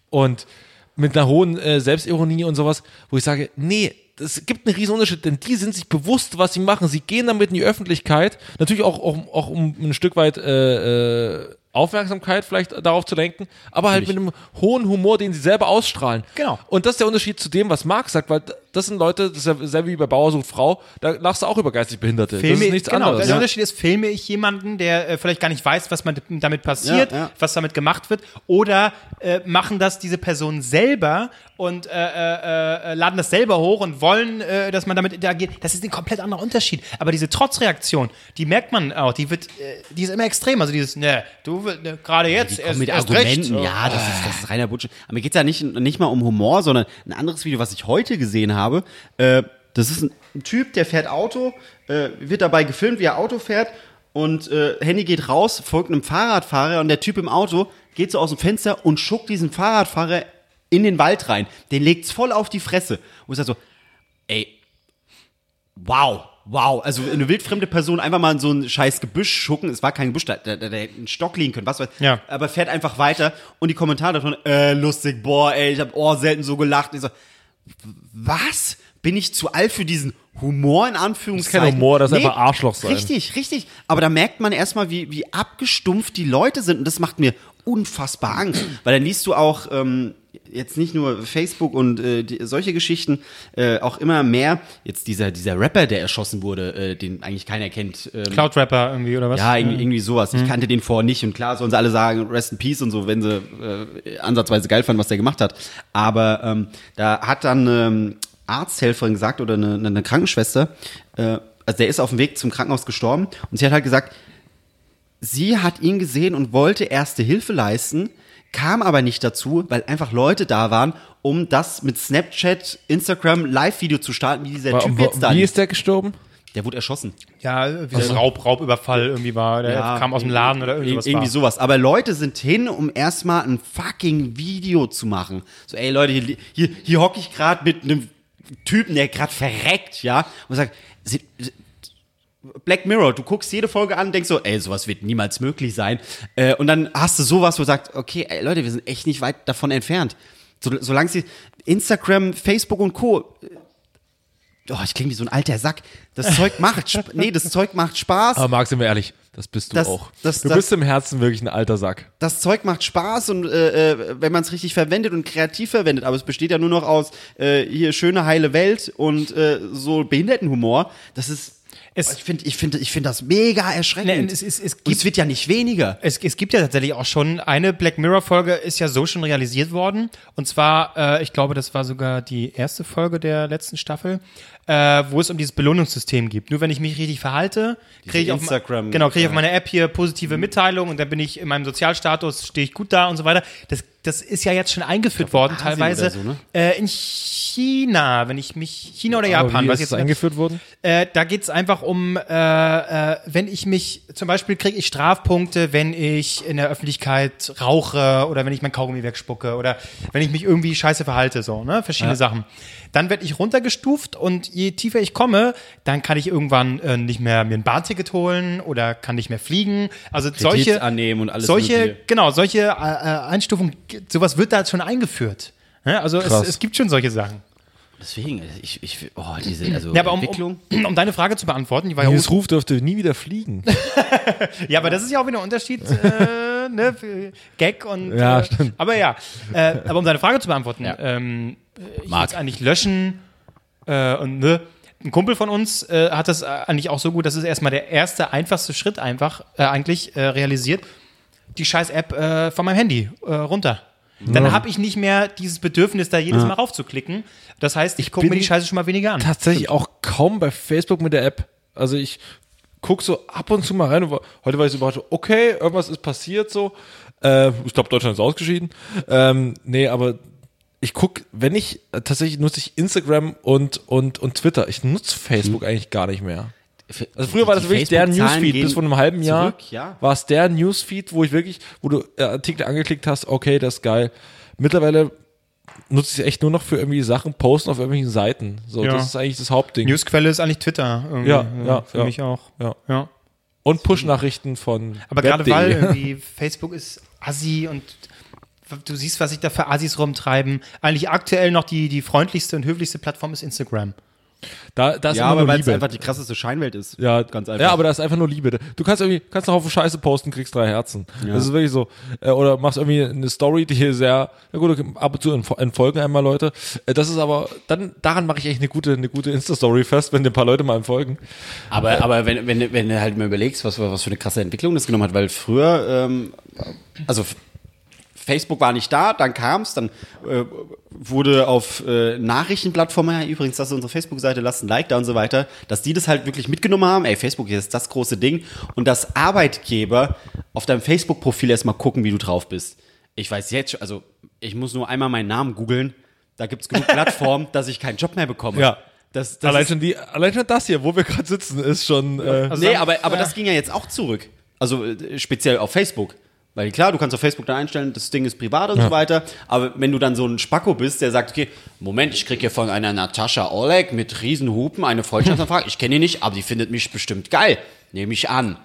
Und mit einer hohen äh, Selbstironie und sowas, wo ich sage, nee, es gibt einen riesen Unterschied, denn die sind sich bewusst, was sie machen. Sie gehen damit in die Öffentlichkeit. Natürlich auch, auch, auch um ein Stück weit äh, äh, Aufmerksamkeit vielleicht darauf zu lenken, aber halt mit einem hohen Humor, den sie selber ausstrahlen. Genau. Und das ist der Unterschied zu dem, was Marc sagt, weil das sind Leute, das ist ja selber wie bei Bauer sucht Frau, da lachst du auch über geistig Behinderte. das ist nichts genau, anderes. Der Unterschied ist, filme ich jemanden, der äh, vielleicht gar nicht weiß, was man d- damit passiert, Ja, ja. was damit gemacht wird, oder äh, machen das diese Personen selber und äh, äh, äh, laden das selber hoch und wollen, äh, dass man damit interagiert. Das ist ein komplett anderer Unterschied. Aber diese Trotzreaktion, die merkt man auch, die wird, äh, die ist immer extrem. Also dieses, ne, du will- ne, gerade jetzt, Die erst, kommen mit erst Argumenten, recht. ja, das ist, das ist reiner Bullshit. Aber mir geht's ja nicht, nicht mal um Humor, sondern ein anderes Video, was ich heute gesehen habe. Äh, das ist ein, ein Typ, der fährt Auto, äh, wird dabei gefilmt, wie er Auto fährt. Und äh, Handy geht raus, folgt einem Fahrradfahrer und der Typ im Auto geht so aus dem Fenster und schuckt diesen Fahrradfahrer in den Wald rein. Den legt's voll auf die Fresse. Und ist halt so, ey, wow, wow. Also eine wildfremde Person einfach mal in so ein scheiß Gebüsch schucken. Es war kein Gebüsch, da, da, da, da hätte ein Stock liegen können, was weiß Ja. Aber fährt einfach weiter und die Kommentare davon, äh, lustig, boah, ey, ich hab oh, selten so gelacht. Und Ich so, w- was? Bin ich zu alt für diesen Humor in Anführungszeichen? kein Humor, das ist einfach Arschloch sein. Richtig, richtig. Aber da merkt man erstmal, wie, wie abgestumpft die Leute sind. Und das macht mir unfassbar Angst. Weil dann liest du auch ähm, jetzt nicht nur Facebook und äh, die, solche Geschichten, äh, auch immer mehr. Jetzt dieser, dieser Rapper, der erschossen wurde, äh, den eigentlich keiner kennt. Ähm, Cloud-Rapper irgendwie, oder was? ja, irgendwie, irgendwie sowas. Hm. Ich kannte den vorher nicht und klar sollen sie alle sagen, rest in peace und so, wenn sie äh, ansatzweise geil fanden, was der gemacht hat. Aber ähm, da hat dann ähm, Arzthelferin gesagt oder eine, eine- eine Krankenschwester, äh, also der ist auf dem Weg zum Krankenhaus gestorben und sie hat halt gesagt, sie hat ihn gesehen und wollte erste Hilfe leisten, kam aber nicht dazu, weil einfach Leute da waren, um das mit Snapchat, Instagram Live-Video zu starten, wie dieser Typ jetzt da um, wie liegt. ist der gestorben? Der wurde erschossen. Ja, wie so ein Raub, Raubüberfall irgendwie war. Der Also. Ja, kam aus dem Laden oder Ir- irgendwas. E- Irgendwie sowas. Aber Leute sind hin, um erstmal ein fucking Video zu machen. So, ey Leute, hier, hier, hier hocke ich gerade mit einem Typen, der gerade verreckt, ja, und sagt, "Sie- Black Mirror, du guckst jede Folge an und denkst so, ey, sowas wird niemals möglich sein. Äh, und dann hast du sowas, wo du sagst, okay, ey, Leute, wir sind echt nicht weit davon entfernt. So, solange sie Instagram, Facebook und Co. Oh, ich klinge wie so ein alter Sack. Das Zeug macht, sp- nee, das Zeug macht Spaß. Aber Marc, sind wir ehrlich, das bist du Das- auch. das- du das- bist im Herzen wirklich ein alter Sack. das Zeug macht Spaß und äh, äh, wenn man es richtig verwendet und kreativ verwendet, aber es besteht ja nur noch aus äh, hier schöne heile Welt und äh, so Behindertenhumor. Das ist, Es- ich finde, ich finde, ich finde das mega erschreckend. Nee, es- es- es Und gibt- es wird ja nicht weniger. Es, es gibt ja tatsächlich auch schon eine Black Mirror Folge ist ja so schon realisiert worden und zwar äh, ich glaube das war sogar die erste Folge der letzten Staffel äh, wo es um dieses Belohnungssystem geht. Nur wenn ich mich richtig verhalte kriege ich auf Instagram- genau kriege ich auf meiner App hier positive Mitteilungen und dann bin ich in meinem Sozialstatus stehe ich gut da und so weiter. Das das ist ja jetzt schon eingeführt worden Wahnsinn teilweise oder so, ne? äh, in Ch China, wenn ich mich, China oder Japan, wie was ist jetzt es eingeführt worden? äh, da geht's einfach um, äh, äh, wenn ich mich, zum Beispiel kriege ich Strafpunkte, wenn ich in der Öffentlichkeit rauche oder wenn ich mein Kaugummi wegspucke oder wenn ich mich irgendwie scheiße verhalte, so, ne? Verschiedene Sachen. Dann werde ich runtergestuft und je tiefer ich komme, dann kann ich irgendwann äh, nicht mehr mir ein Bahnticket holen oder kann nicht mehr fliegen. Also solche annehmen und alles solche, Mögliche. genau, solche äh, äh, Einstufungen, g- sowas wird da schon eingeführt. Ne? Also es, Krass. es gibt schon solche Sachen. Deswegen, ich, ich, oh, diese also Ja, aber um, Entwicklung. um, um deine Frage zu beantworten, die war ja Dieses Ruf dürfte nie wieder fliegen. Ja, aber das ist ja auch wieder ein Unterschied, äh, ne? für Gag und. Ja, äh, stimmt. Aber ja, äh, aber um deine Frage zu beantworten, Ja. ähm, äh, ich Marc. würde eigentlich löschen äh, und ne. Ein Kumpel von uns äh, hat das äh, eigentlich auch so gut, das ist erstmal der erste, einfachste Schritt einfach äh, eigentlich äh, realisiert. Die scheiß App äh, von meinem Handy äh, runter. Dann habe ich nicht mehr dieses Bedürfnis, da jedes Mal raufzuklicken. Das heißt, ich gucke mir bin die Scheiße schon mal weniger an. tatsächlich auch kaum bei Facebook mit der App. Also ich gucke so ab und zu mal rein. Und wa- heute war ich so überrascht, okay, irgendwas ist passiert so. Äh, ich glaube, Deutschland ist ausgeschieden. Ähm, nee, aber ich gucke, wenn ich, äh, tatsächlich nutze ich Instagram und, und, und Twitter. Ich nutze Facebook eigentlich gar nicht mehr. Also früher war das Die wirklich der Facebook-Zahlen Newsfeed. gehen Bis vor einem halben Jahr zurück, ja. war es der Newsfeed, wo ich wirklich, wo du äh, Artikel angeklickt hast, okay, das ist geil. Mittlerweile nutze ich es echt nur noch für irgendwie Sachen posten auf irgendwelchen Seiten. So, Ja. das ist eigentlich das Hauptding. Newsquelle ist eigentlich Twitter. irgendwie. ne, Ja, ja, Für ja. mich auch. Ja. ja. Und Push-Nachrichten von. Aber gerade web.de. weil irgendwie Facebook ist assi und du siehst, was sich da für Assis rumtreiben. Eigentlich aktuell noch die, die freundlichste und höflichste Plattform ist Instagram. Da, da ist Ja, immer aber nur weil es Liebe. einfach die krasseste Scheinwelt ist. ja, ganz einfach. ja, aber da ist einfach nur Liebe. Du kannst irgendwie, kannst noch auf Scheiße posten, kriegst drei Herzen. Das ist wirklich so. Äh, Oder machst irgendwie eine Story, die hier sehr, na gut, okay, ab und zu entfo- entfolgen einmal Leute. Äh, Das ist aber, dann, daran mache ich echt eine gute, eine gute Insta-Story fest, wenn dir ein paar Leute mal entfolgen. Aber, aber wenn, wenn, wenn du halt mal überlegst, was, was für eine krasse Entwicklung das genommen hat, weil früher, ähm, also F- Facebook war nicht da, dann kam es, dann äh, wurde auf äh, Nachrichtenplattformen, ja, übrigens, das ist unsere Facebook-Seite, lasst ein Like da und so weiter, dass die das halt wirklich mitgenommen haben, ey, Facebook hier ist das große Ding und dass Arbeitgeber auf deinem Facebook-Profil erstmal gucken, wie du drauf bist. Ich weiß jetzt schon, also ich muss nur einmal meinen Namen googeln, da gibt es genug Plattformen, dass ich keinen Job mehr bekomme. Ja. Das, das Allein ist- schon die, allein schon das hier, wo wir gerade sitzen, ist schon, äh, nee, aber, aber das ging ja jetzt auch zurück. Also äh, speziell auf Facebook. Weil klar, du kannst auf Facebook dann einstellen, das Ding ist privat und so weiter. Aber wenn du dann so ein Spacko bist, der sagt, okay, Moment, ich krieg hier von einer Natascha Oleg mit Riesenhupen eine Freundschaftsanfrage. Ich kenne die nicht, aber die findet mich bestimmt geil. Nehme ich an.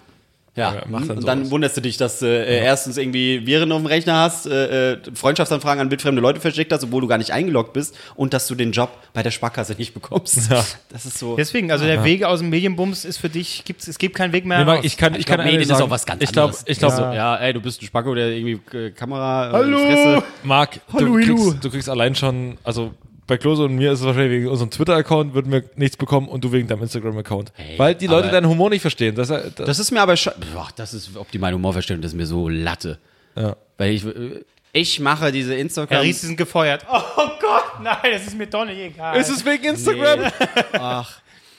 Ja, hm, mach dann und dann sowas. wunderst du dich, dass du äh, erstens irgendwie Viren auf dem Rechner hast, äh, äh, Freundschaftsanfragen an wildfremde Leute verschickt hast, obwohl du gar nicht eingeloggt bist und dass du den Job bei der Sparkasse nicht bekommst. Das ist so. Deswegen, also der Weg aus dem Medienbums ist für dich, gibt's, es gibt keinen Weg mehr. nee, Marc, raus. ich kann, ich kann also glaub, ehrlich Medien ist sagen, auch was ganz ich glaube, anderes. ich glaube, ja. ey, du bist ein Spacko, der irgendwie äh, Kamera, äh, Hallo! Fresse. Marc, Hallo, du Ilu. kriegst, du kriegst allein schon, also bei Klose und mir ist es wahrscheinlich wegen unserem Twitter-Account, würden wir nichts bekommen und du wegen deinem Instagram-Account. Ey, Weil die Leute aber- deinen Humor nicht verstehen. Das, das, Das ist mir aber schon, boah, das ist, ob die meinen Humor verstehen, das ist mir so Latte. Ja. Weil ich, äh, ich mache diese Instagram. Der Ries sind gefeuert. Oh Gott, nein, das ist mir doch nicht egal. ist es wegen Instagram? Ach,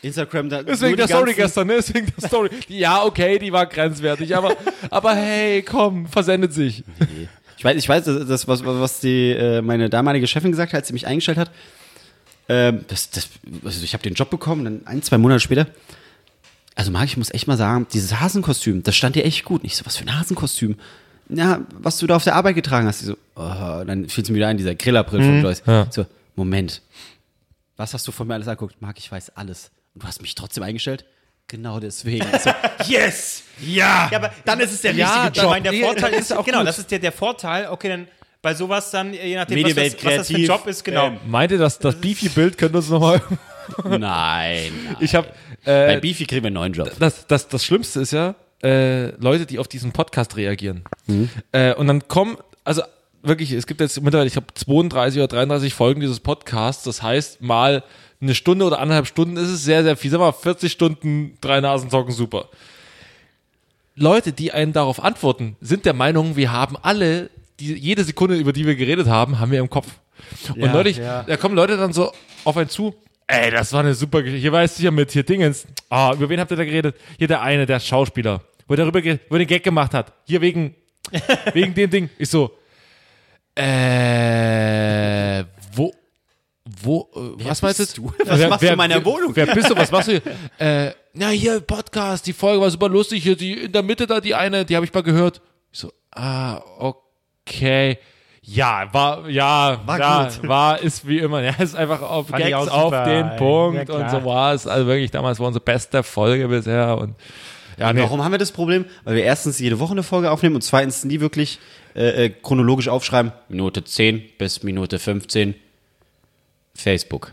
Instagram, da Ist wegen nur der die Story ganzen- gestern, ne? Ist wegen der Story. Die- Ja, okay, die war grenzwertig, aber, aber hey, komm, versendet sich. Ich weiß, ich weiß, das, das was, was- was die äh, meine damalige Chefin gesagt hat, als sie mich eingestellt hat. Ähm, das, das, also ich habe den Job bekommen, dann ein, zwei Monate später. Also Marc, ich muss echt mal sagen, dieses Hasenkostüm, das stand dir echt gut. Nicht so, was für ein Hasenkostüm. Na, was du da auf der Arbeit getragen hast. Die so, oh, dann fiel es mir wieder ein, dieser Grillapril Mhm, von Joyce. So, Moment. Was hast du von mir alles angeguckt? Marc, ich weiß alles. Und du hast mich trotzdem eingestellt? Genau deswegen. Also, Yes! Ja! aber dann ist es der Ja, richtige dann- Job. Ich meine, der Nee, Vorteil dann ist, ist auch genau, gut. das ist der, der Vorteil, okay, dann bei sowas dann, je nachdem, was das, Medienwelt, was das für ein kreativ, Job ist, genau. ähm, Meint ihr, das, das Beefy-Bild könnte uns nochmal. nein. nein. Ich habe Bei äh, Beefy kriegen wir einen neuen Job. das, das, das Schlimmste ist ja, äh, Leute, die auf diesen Podcast reagieren. Äh, und dann kommen, also wirklich, es gibt jetzt mittlerweile, ich glaube, 32 oder 33 Folgen dieses Podcasts. Das heißt, mal eine Stunde oder anderthalb Stunden ist es sehr, sehr viel. Sag mal, 40 Stunden, drei Nasensocken, super. Leute, die einen darauf antworten, sind der Meinung, wir haben alle, die, jede Sekunde, über die wir geredet haben, haben wir im Kopf. Und neulich, da kommen Leute dann so auf einen zu, ey, das war eine super Geschichte. Hier weißt du ja mit, hier Dingens. Ah, über wen habt ihr da geredet? Hier der eine, der Schauspieler, wo er darüber geredet, wo er den Gag gemacht hat. Hier wegen, wegen dem Ding. Ich so, äh, wo, wo, äh, was meinst jetzt? du? Was machst du in meiner Wohnung? Wer bist du? Was machst du hier? Äh, na, hier, Podcast, die Folge war super lustig. Hier, die in der Mitte da, die eine, die habe ich mal gehört. Ich so, ah, okay. Ja, war, ja, war, ja, gut. war, ist wie immer. Ja, ist einfach auf Fand ich Gags auch auf super. den Punkt Ja, und klar. so war es. Also wirklich, damals war unsere beste Folge bisher und ja, nee. Warum haben wir das Problem? Weil wir erstens jede Woche eine Folge aufnehmen und zweitens nie wirklich äh, äh, chronologisch aufschreiben. Minute 10 bis Minute 15. Facebook.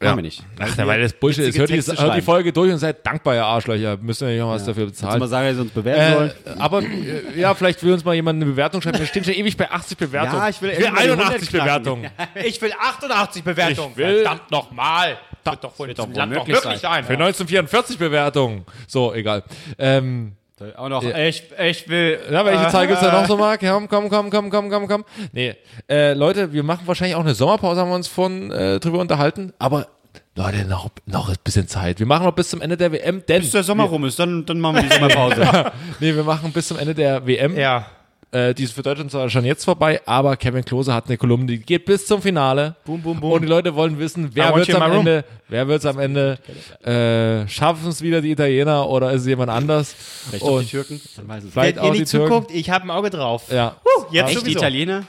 Ja. Machen wir nicht. Ach, weil das Bullshit ist. Witzige Hört, die- Texte hört die schreiben. Folge durch und seid dankbar, ihr Arschlöcher. Müsst ihr nicht noch was dafür Kannst du bezahlen. mal sagen, dass wir uns bewerben Äh, sollen? aber äh, ja, vielleicht will uns mal jemand eine Bewertung schreiben. Wir stehen schon ewig bei 80 Bewertungen. Ja, ich will endlich mal die 81 100 knacken. Bewertungen. Ich will 88 Bewertungen. Ich will- Verdammt nochmal. Das wird doch wohl, das wohl Land doch möglich wirklich sein. ein. Für 1944 Bewertungen. So, egal. Ähm, Auch noch. Ich, ich will. ja, welche äh, Zahl gibt's da noch so, Marc? Ja, komm, komm, komm, komm, komm, komm. Nee, äh, Leute, wir machen wahrscheinlich auch eine Sommerpause, haben wir uns von äh, drüber unterhalten. Aber Leute, noch, noch ein bisschen Zeit. Wir machen noch bis zum Ende der WM, denn... Bis der Sommer rum ist, dann, dann machen wir die Sommerpause. Nee, wir machen bis zum Ende der WM. Ja. Äh, die ist für Deutschland zwar schon jetzt vorbei, aber Kevin Klose hat eine Kolumne, die geht bis zum Finale. Boom, boom, boom. Und die Leute wollen wissen, I wer want wird you in am my room. Ende, wer wird's am Ende, äh, schaffen es wieder die Italiener oder ist es jemand anders? Vielleicht Doch, die Türken. Dann weiß es. vielleicht Wenn ihr auch die nicht Türken. zuguckt, ich habe ein Auge drauf. Ja. Huh, jetzt Echt, die sowieso. Italiener?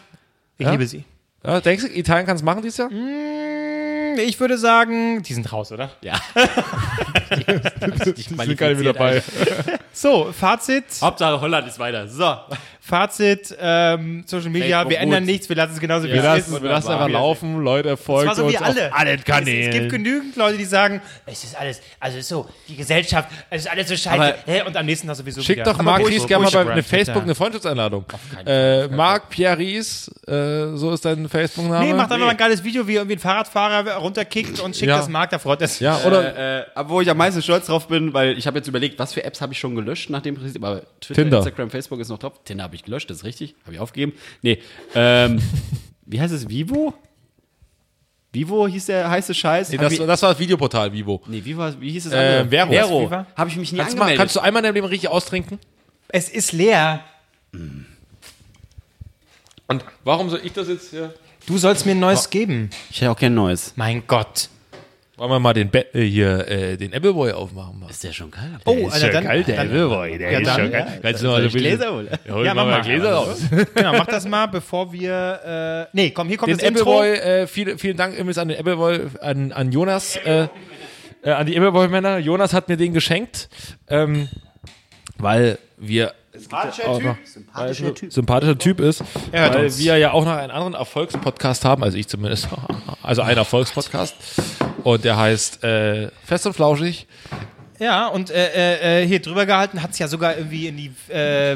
Ich liebe sie. ja. Denkst du, Italien kann es machen dieses Jahr? Hm, Ich würde sagen, die sind raus, oder? Ja. die sind gar nicht mit dabei. So, Fazit. Hauptsache Holland ist weiter. So. Fazit, ähm, Social Media, Facebook wir ändern gut. nichts, wir lassen es genauso wie Wir es lassen, ist. wir lassen einfach laufen, Leute folgen Das war so uns wie alle. auf allen Kanälen. Es, es gibt genügend Leute, die sagen, es ist alles, also ist so, die Gesellschaft, es ist alles so scheiße. Aber- Hä? Und am nächsten Tag sowieso Schick wieder. doch Aber Marc wo- Ries wo- gerne mal bei Instagram, eine Twitter. Facebook eine Freundschaftseinladung. Äh, Marc Pierre Ries, äh, so ist dein Facebook-Name. Nee, macht einfach mal ein geiles Video, wie irgendwie ein Fahrradfahrer runterkickt und schickt Ja. das Marc, da freut er sich. Ja, oder Äh, äh, aber wo ich am meisten stolz drauf bin, weil ich habe jetzt überlegt, was für Apps habe ich schon gelöscht nach dem Prinzip. Aber Twitter, Tinder. Instagram, Facebook ist noch top. Tinder habe ich gelöscht, das ist richtig. Habe ich aufgegeben. Nee. Ähm, wie heißt es? Vivo? Vivo hieß der heiße Scheiß. nee, Hab das, ich, das war das Videoportal Vivo. nee wie, war, wie hieß es? Äh, Vero. Vero. Viva? Habe ich mich nie Kannst du, mal, angemeldet. kannst du einmal in deinem Leben richtig austrinken? Es ist leer. Und warum soll ich das jetzt hier? Du sollst mir ein Oh. neues geben. ich hätte auch kein neues. Mein Gott. Wollen wir mal den Be äh, hier äh, den Appleboy aufmachen? Marc? Ist der schon kalt? Oh, Alter, dann, dann, Appleboy, der Ja, dann, geil. Kannst du noch mal so ein bisschen- Gläser holen? Ja, hol Ja, mal mach mal mal. Gläser raus. genau, mach das mal, bevor wir, äh, nee, komm, hier kommt Den das Intro. Appleboy, äh, vielen, vielen Dank übrigens an den Appleboy, an, an Jonas, äh, äh, an die Appleboy-Männer. Jonas hat mir den geschenkt, ähm, weil wir auch noch- Sympathischer Typ. sympathischer Typ ist, hört weil uns. wir ja auch noch einen anderen Erfolgspodcast haben, also ich zumindest, also einen Erfolgspodcast und der heißt äh, Fest und Flauschig. Ja, und äh, äh, äh, hier drüber gehalten hat es ja sogar irgendwie in die, äh,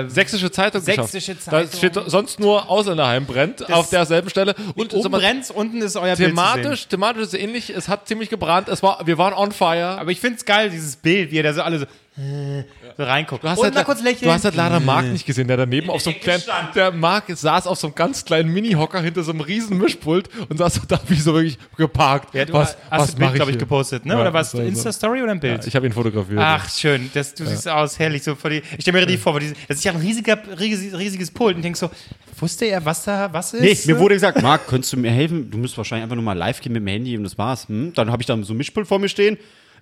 äh, Sächsische Zeitung Sächsische geschafft. Zeitung. Da steht so- sonst nur Ausländerheim brennt auf derselben Stelle und oben sag mal, brennt's, unten ist euer Bild zu sehen. thematisch, thematisch ist ähnlich. Es hat ziemlich gebrannt. Es war, wir waren on fire. Aber ich find's geil, dieses Bild, wie er da so alle so, äh, so reinguckt. Du hast, und halt, mal kurz lächeln. du hast halt leider Marc nicht gesehen, der daneben auf so einem kleinen, der Marc saß auf so einem ganz kleinen Mini-Hocker hinter so einem riesen Mischpult und saß da wie so wirklich geparkt. ja, du was was hast ein Bild, mache ich, glaube ich, hier? gepostet, ne? Ja, oder war's das war so. Insta-Story oder ein Bild? Ich habe ihn fotografiert. Ach, schön. Das, du siehst aus, herrlich. So vor die, ich stelle mir richtig vor, vor diese, das ist ja ein riesiger, riesiges, riesiges Pult. Und denkst so, wusste er, was da was ist? Nee, mir wurde gesagt, Marc, könntest du mir helfen? Du musst wahrscheinlich einfach nur mal live gehen mit dem Handy und das war's. Hm? Dann habe ich da so ein Mischpult vor mir stehen.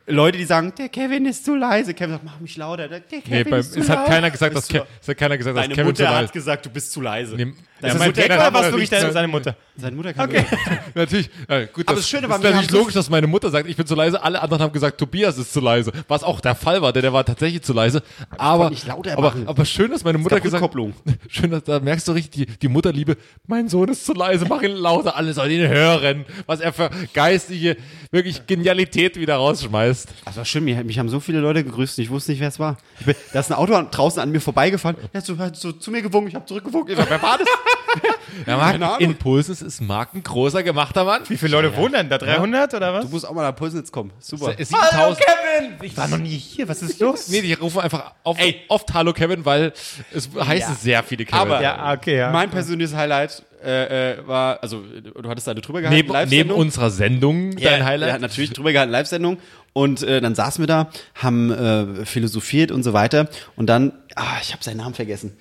Leute, die sagen, der Kevin ist zu leise. Kevin sagt, mach mich lauter. Der Kevin Nee, beim, ist zu es hat laut. keiner gesagt, dass, Bist Ke du- es hat keiner gesagt, dass Deine Kevin zu Mutter leise hat gesagt, du bist zu leise. Nee, Das ja, ist mein so Weg Trainer oder hat was das wirklich nicht deine, gesagt. seine Mutter? Seine Mutter kann okay. Natürlich. Ja, gut, Aber das, das Schöne war, ist wir natürlich haben- logisch, dass meine Mutter sagt, ich bin zu leise. Alle anderen haben gesagt, Tobias ist zu leise. Was auch der Fall war, denn der war tatsächlich zu leise. Aber, nicht lauter aber, machen. aber schön, dass meine Mutter gab gesagt Rückkopplung. Schön, dass da merkst du richtig die, die Mutterliebe. Mein Sohn ist zu leise, mach ihn lauter. Alle sollen ihn hören. Was er für geistige, wirklich Genialität wieder rausschmeißt. Das war schön, mich, mich haben so viele Leute gegrüßt und ich wusste nicht, wer es war. Ich bin, da ist ein Auto an, draußen an mir vorbeigefahren. Er hat so, hat so zu mir gewunken, ich habe zurückgewunken. Ich sag, wer war das? Ja, Keine Marc, Ahnung. Impulsen ist Marc ein großer gemachter Mann. Wie viele Leute wohnen denn da? 300 oder was? Du musst auch mal nach Pulsnitz kommen. Super. 7000. Ich war noch nie hier. Was ist los? Nee, die rufen einfach auf, oft Hallo Kevin, weil es heißen sehr viele Kevin. Aber- ja, okay, ja. Mein persönliches Highlight äh, äh, war, also du hattest deine drüber gehalten. neben, neben Äh, Live-Sendung. unserer Sendung dein Highlight. Ja, natürlich drüber gehalten, Live-Sendung. Und äh, dann saßen wir da, haben äh, philosophiert und so weiter. Und dann, ah, ich habe seinen Namen vergessen.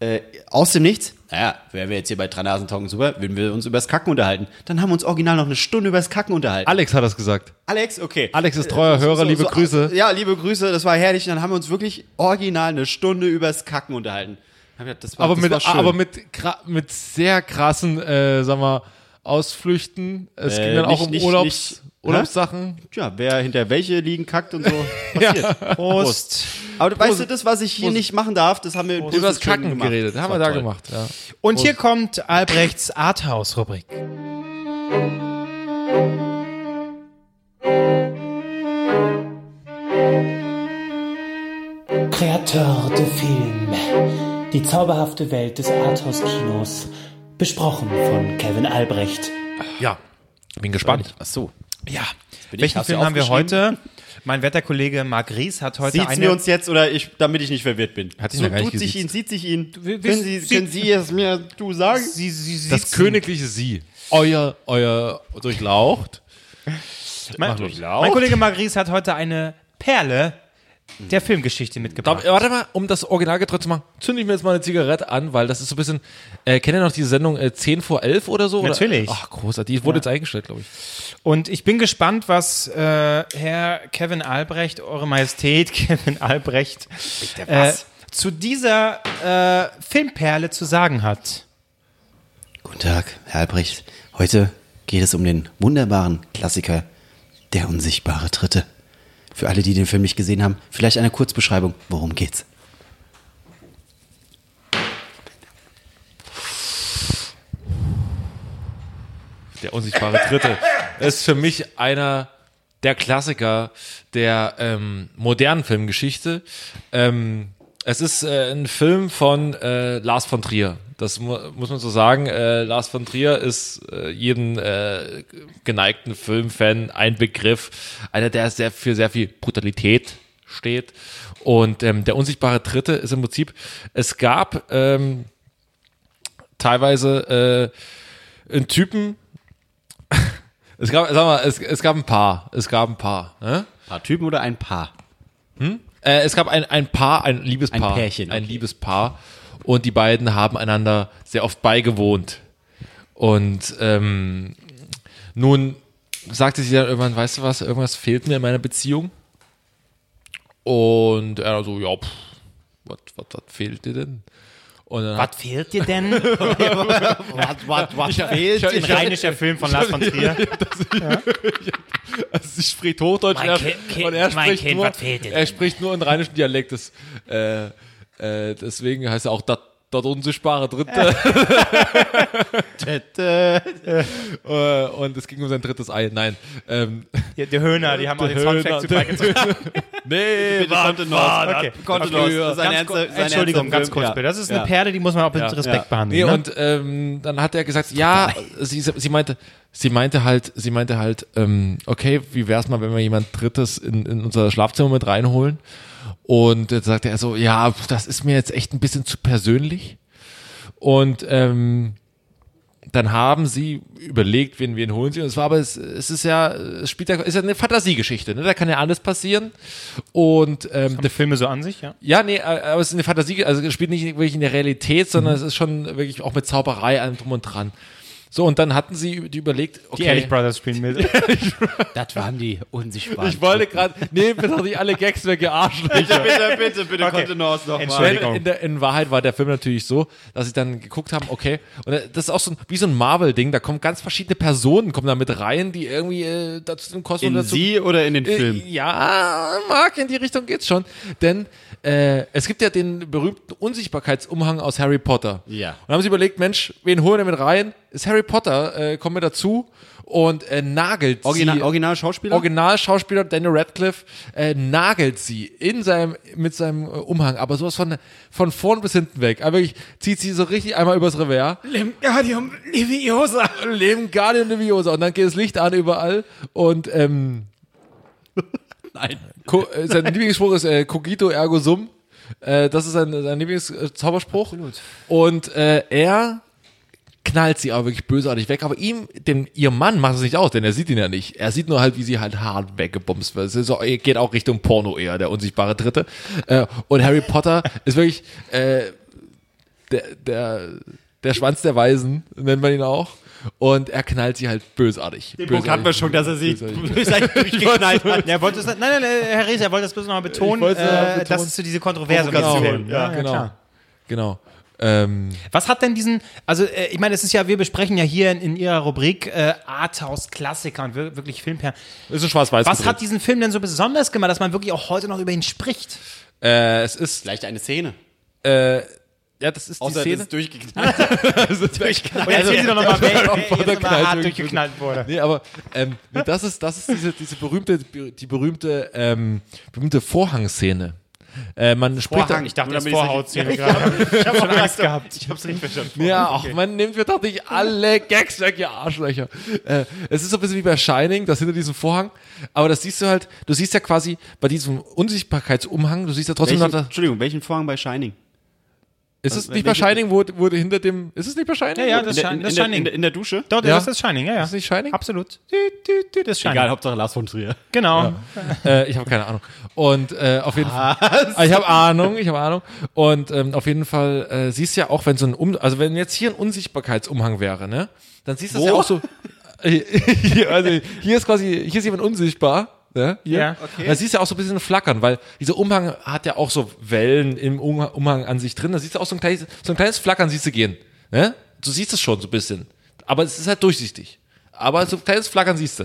äh, aus dem Nichts, naja, wären wir jetzt hier bei Tranasen Talken super, würden wir uns übers Kacken unterhalten. Dann haben wir uns original noch eine Stunde übers Kacken unterhalten. Alex hat das gesagt. Alex, okay. Alex ist treuer Hörer, liebe Grüße. äh, Ja, liebe Grüße, das war herrlich. Dann haben wir uns wirklich original eine Stunde übers Kacken unterhalten. Hab gedacht, Das war, aber das war mit, schön. aber mit, gra- mit sehr krassen, äh, sag mal, Ausflüchten. Es Äh, ging dann auch nicht- um nicht- Urlaubs, nicht- Urlaubssachen. Tja, wer hinter welche liegen kackt und so, passiert. Prost. Aber du weißt du, das, was ich hier nicht machen darf, das haben wir in Über das Brüssel schon Kacken gemacht. geredet. Das Haben war wir da toll. gemacht. Ja. Und hier kommt Albrechts Arthouse-Rubrik. Kreateur de Film. Die zauberhafte Welt des Arthouse-Kinos. Besprochen von Kevin Albrecht. ja. Bin gespannt. Ach so. Ja. bin ich. Welchen Hast du Film haben wir heute? aufgeschrieben? Mein Wetterkollege Marc Ries hat heute Sieht's eine. mir uns jetzt oder ich, damit ich nicht verwirrt bin. Hat ihn so ja gar nicht tut sich gesiezt. ihn, sieht sich ihn. wir- Können Sie, sie- können Sie es mir du sagen? Sie, sie, sie Das königliche Sie. Euer, euer durchlaucht. mein, Mach los. mein Kollege Marc Ries hat heute eine Perle der Filmgeschichte mitgebracht. Da, warte mal, um das Originalgetreu zu machen, zünde ich mir jetzt mal eine Zigarette an, weil das ist so ein bisschen. Äh, kennt ihr noch die Sendung äh, 10 vor 11 oder so? Natürlich. Oder? Ach, großartig. Die wurde jetzt eingestellt, glaube ich. Und ich bin gespannt, was äh, Herr Kevin Albrecht, Eure Majestät Kevin Albrecht, äh, zu dieser äh, Filmperle zu sagen hat. Guten Tag, Herr Albrecht. Heute geht es um den wunderbaren Klassiker Der unsichtbare Dritte. Für alle, die den Film nicht gesehen haben, vielleicht eine Kurzbeschreibung. Worum geht's? Der unsichtbare Dritte. Das ist für mich einer der Klassiker der ähm, modernen Filmgeschichte. Ähm, es ist äh, ein Film von äh, Lars von Trier. Das mu muss man so sagen. Äh, Lars von Trier ist äh, jeden äh, geneigten Filmfan ein Begriff. Einer, der sehr für sehr viel Brutalität steht. Und ähm, der unsichtbare Dritte ist im Prinzip, es gab ähm, teilweise äh, einen Typen, es gab, sag mal, es, es gab ein paar. Es gab ein paar. Ne? Paar Typen oder ein Paar? Äh, es gab ein, ein Paar, ein Liebespaar. Ein Pärchen, Ein okay. Liebespaar. Und die beiden haben einander sehr oft beigewohnt. Und ähm, nun sagte sie dann irgendwann, weißt du was, irgendwas fehlt mir in meiner Beziehung. Und er so, ja, pff, was was- was fehlt dir denn? Und dann Was fehlt dir denn? Was, was, was fehlt? ich- Ein rheinischer Film von Lars von Trier. Also sie spricht Hochdeutsch Mein und er- Kind- Kind- und er mein spricht Kind, nur, was fehlt dir er denn? spricht nur in rheinischen Dialekt. Das, äh, äh, deswegen heißt er auch dat, dat unsichtbare Dritte. Äh, und es ging um sein drittes Ei. Nein. Ähm, Ja, die Höhner, die haben auch den Höhner, Soundtrack zu der- beigetragen. nee, Konnte Okay. Konnte Okay. Sein Ganz kurz- ernster- sein ernster Entschuldigung, ganz Film, kurz ja. bitte. Das ist eine Ja. Perle, die muss man auch mit Respekt ja. behandeln. Nee, ne? und ähm, dann hat er gesagt, ja, sie, sie meinte, sie meinte halt, sie meinte halt, ähm, okay, wie wär's mal, wenn wir jemand Drittes in, in unser Schlafzimmer mit reinholen? Und dann sagte er so, ja, pf, das ist mir jetzt echt ein bisschen zu persönlich. Und ähm, dann haben sie überlegt, wen, wen holen sie. Und es war aber, es, es ist ja, es spielt ja, ist ja eine Fantasiegeschichte, ne? Da kann ja alles passieren. Und ähm, die Filme so an sich, ja. ja, nee, äh, aber es ist eine Fantasie, also es spielt nicht wirklich in der Realität, Mhm. sondern es ist schon wirklich auch mit Zauberei allem drum und dran. So, und dann hatten sie die überlegt, Die okay. Ehrlich Brothers spielen mit. Das waren die unsichtbaren. ich wollte gerade, nee, bitte doch nicht alle Gags weg, ihr Arschlöcher. Bitte, bitte, bitte, Okay. konnte Norris noch mal. Entschuldigung. Wenn, in, der, in Wahrheit war der Film natürlich so, dass sie dann geguckt haben, okay, und äh, das ist auch so ein, wie so ein Marvel-Ding, da kommen ganz verschiedene Personen, kommen da mit rein, die irgendwie äh, dazu im Kosmos In dazu sie oder in den Äh, Film? Ja, Marc, in die Richtung geht's schon. Denn äh, es gibt ja den berühmten Unsichtbarkeitsumhang aus Harry Potter. Ja. Und dann haben sie überlegt, Mensch, wen holen wir mit rein? Ist Harry Potter, äh, kommen wir dazu und äh, nagelt Original, sie. original Schauspieler? Originalschauspieler Daniel Radcliffe äh, nagelt sie in seinem, mit seinem äh, Umhang, aber sowas von, von vorn bis hinten weg. Aber wirklich zieht sie so richtig einmal übers Revers. Wingardium Leviosa. Leben Guardian Leviosa. Und dann geht das Licht an überall und ähm, Nein. Co äh, sein Lieblingsspruch ist äh, Cogito ergo sum. Äh, das ist sein, sein Lieblingszauberspruch. Und äh, er knallt sie aber wirklich bösartig weg. Aber ihm, dem, ihr Mann macht es nicht aus, denn er sieht ihn ja nicht. Er sieht nur halt, wie sie halt hart weggebumst wird. Es ist so, er geht auch Richtung Porno eher, der unsichtbare Dritte. Äh, und Harry Potter ist wirklich, äh, der, der, der Schwanz der Weisen, nennt man ihn auch. Und er knallt sie halt bösartig. Den Punkt hatten wir schon, dass er sie Bösartig. bösartig Genau. durchgeknallt hat. Ja, wollte es, nein, nein, nein, Herr Rees, er wollte das bloß nochmal betonen, wollte es noch mal äh, dass betonen. es zu diese Kontroverse Genau, gibt. ja, genau. klar. genau. Ähm, Was hat denn diesen, also äh, ich meine, es ist ja, wir besprechen ja hier in, in Ihrer Rubrik äh, Arthouse-Klassiker und wir, wirklich Filmperlen. ist ein schwarz-weiß. Was gedreht. hat diesen Film denn so besonders gemacht, dass man wirklich auch heute noch über ihn spricht? äh, es ist, Vielleicht eine Szene. äh, ja, das ist Außer die es Szene. ist durchgeknallt. Also, Oh, Oder erzählen Sie doch nochmal, wer Voll wer jetzt nochmal geknallt hart irgendwie. durchgeknallt wurde. Nee, aber ähm, nee, das ist, das ist diese, diese berühmte, die berühmte, ähm, berühmte Vorhangszene. Äh, man spricht da- Ich dachte, Oder das bin ich Vorhaut. Ich habe schon Angst gehabt. Ich hab's nicht verstanden. Ja, ach, man nimmt mir doch nicht alle Gags weg, ihr Arschlöcher. Äh, es ist so ein bisschen wie bei Shining, das hinter diesem Vorhang. Aber das siehst du halt, du siehst ja quasi bei diesem Unsichtbarkeitsumhang, du siehst ja trotzdem welchen, noch, da- Entschuldigung, welchen Vorhang bei Shining? ist es nicht bei Shining, wo, wo hinter dem, ist es nicht bei Shining? Äh, Ja, ja, Ist das, Shining- In der- in, das in, der, Shining. in, der, in der Dusche? Doch, Ja. das ist Shining, ja, ja. das nicht Shining? Absolut. Dü, dü, dü, Das ist Shining. Egal, Hauptsache Lars von Trier. Genau. Äh, ich habe keine Ahnung. Und äh, auf jeden Fall. Ah, Ich habe Ahnung, ich habe Ahnung. Und ähm, auf jeden Fall äh, siehst du ja auch, wenn so ein um also wenn jetzt hier ein Unsichtbarkeitsumhang wäre, ne? Dann siehst du das ja auch so. hier, also hier ist quasi, hier ist jemand unsichtbar. Ne? Hier. Ja. okay. Da siehst du ja auch so ein bisschen flackern, weil dieser Umhang hat ja auch so Wellen im Um- Umhang an sich drin. Da siehst du auch so ein kleines, so ein kleines Flackern, siehst du gehen. Ne? Du siehst es schon so ein bisschen. Aber es ist halt durchsichtig. Aber so ein kleines Flackern siehst du.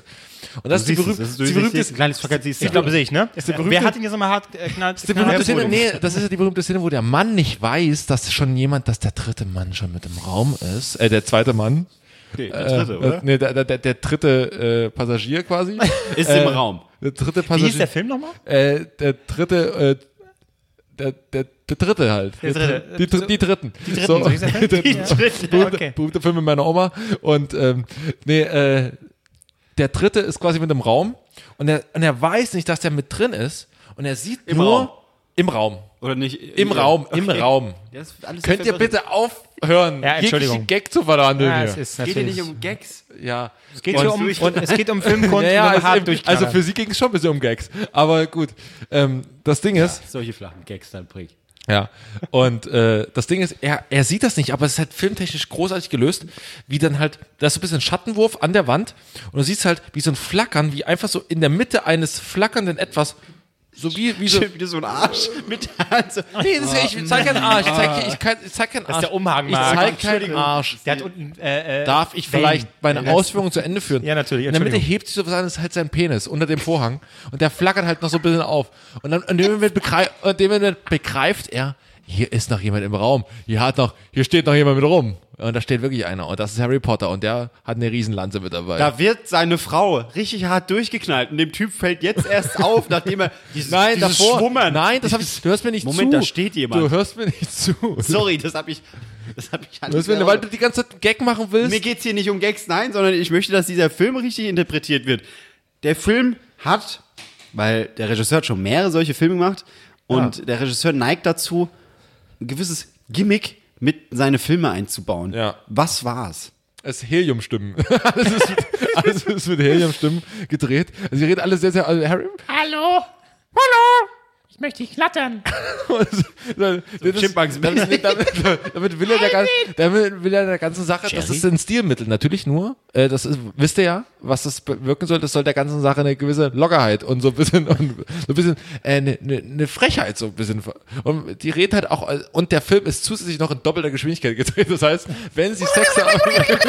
Und das ist die, siehst es, berühmte, das ist die berühmte durchsichtig. Kleines Verkehr, siehst du. Ich glaube, sehe ich, ne? berühmte- Wer hat ihn jetzt nochmal hart äh, knallt? Die berühmte Also Szene, nee, das ist ja die berühmte Szene, wo der Mann nicht weiß, dass schon jemand, dass der dritte Mann schon mit im Raum ist. Äh, der zweite Mann. Okay, der dritte, äh, oder? Nee, der, der, der, der dritte äh, Passagier quasi. Ist Äh, im Raum. Der dritte Wie hieß der Passagier. Film nochmal? Äh, der dritte, äh, der, der, der dritte halt. Der dritte. Die, Dr- die dritten. Die dritten. So, so hieß der Film? die Ja. berühmte, Okay. berühmte Film mit meiner Oma. Und ähm, nee, äh, der dritte ist quasi mit im Raum und er, und er weiß nicht, dass der mit drin ist und er sieht Im nur Raum. im Raum. Oder nicht? Im Raum, im Raum. Das ist alles Könnt ihr verwirrend. bitte aufhören, Ja, Entschuldigung. jeglichen Gag zu verhandeln Ja, es hier? ist Geht hier nicht natürlich. um Gags? Ja. Es Geht hier um, und es geht um Filmkunst und um naja, hart also, im, also durchknallen. für sie ging es schon ein bisschen um Gags. Aber gut, ähm, das Ding ist, Solche flachen Gags dann bringt. ja, und äh, das Ding ist, er, er sieht das nicht, aber es ist halt filmtechnisch großartig gelöst, wie dann halt, da ist so ein bisschen Schattenwurf an der Wand und du siehst halt, wie so ein Flackern, wie einfach so in der Mitte eines flackernden Etwas, so wie, wie so... Wieder so ein Arsch mit der Hand. so- Nee, das ist, ich zeig keinen Arsch, ich zeig, ich, kann- ich zeig keinen Arsch. Oh, ist der Umhang, Ich Marc. zeig keinen Arsch. Der hat unten, äh, äh, Darf ich Wellen. vielleicht meine Ausführungen zu Ende führen? Ja, natürlich, Und damit Entschuldigung. hebt sich so was an, ist halt sein Penis unter dem Vorhang. Und der flackert halt noch so ein bisschen auf. Und dann, in dem Moment, begreif, in dem Moment begreift er, hier ist noch jemand im Raum. Hier hat noch, hier steht noch jemand mit rum. Und da steht wirklich einer. Und das ist Harry Potter. Und der hat eine Riesenlanze mit dabei. Da wird seine Frau richtig hart durchgeknallt und dem Typ fällt jetzt erst auf, nachdem er dieses, nein, dieses davor. Schwummern. Nein, das hab ich, du hörst mir nicht Moment, zu. da steht jemand. Du hörst mir nicht zu. Du Sorry, das hab ich. Das hab ich alles hörst mir, nicht- weil du die ganze Zeit einen Gag machen willst. Mir geht's hier nicht um Gags, nein, sondern ich möchte, dass dieser Film richtig interpretiert wird. Der Film hat, weil der Regisseur hat schon mehrere solche Filme gemacht und der Regisseur neigt dazu, ein gewisses Gimmick mit seine Filme einzubauen. Ja. Was war's? es Heliumstimmen. alles, ist mit, alles ist mit Heliumstimmen gedreht. Also sie reden alle sehr, sehr. Also Harry. Hallo? Hallo? Ich möchte dich knattern. das, Also, das, Chipmunks. damit, damit, damit, will er der, gan- damit will er der ganzen Sache, das ist ein Stilmittel, natürlich nur. Äh, das ist, wisst ihr ja, was das bewirken soll, das soll der ganzen Sache eine gewisse Lockerheit und so ein bisschen, und so ein bisschen äh, eine, eine, eine Frechheit so ein bisschen. ver- Und die reden halt auch, und der Film ist zusätzlich noch in doppelter Geschwindigkeit gedreht. Das heißt, wenn sie Sex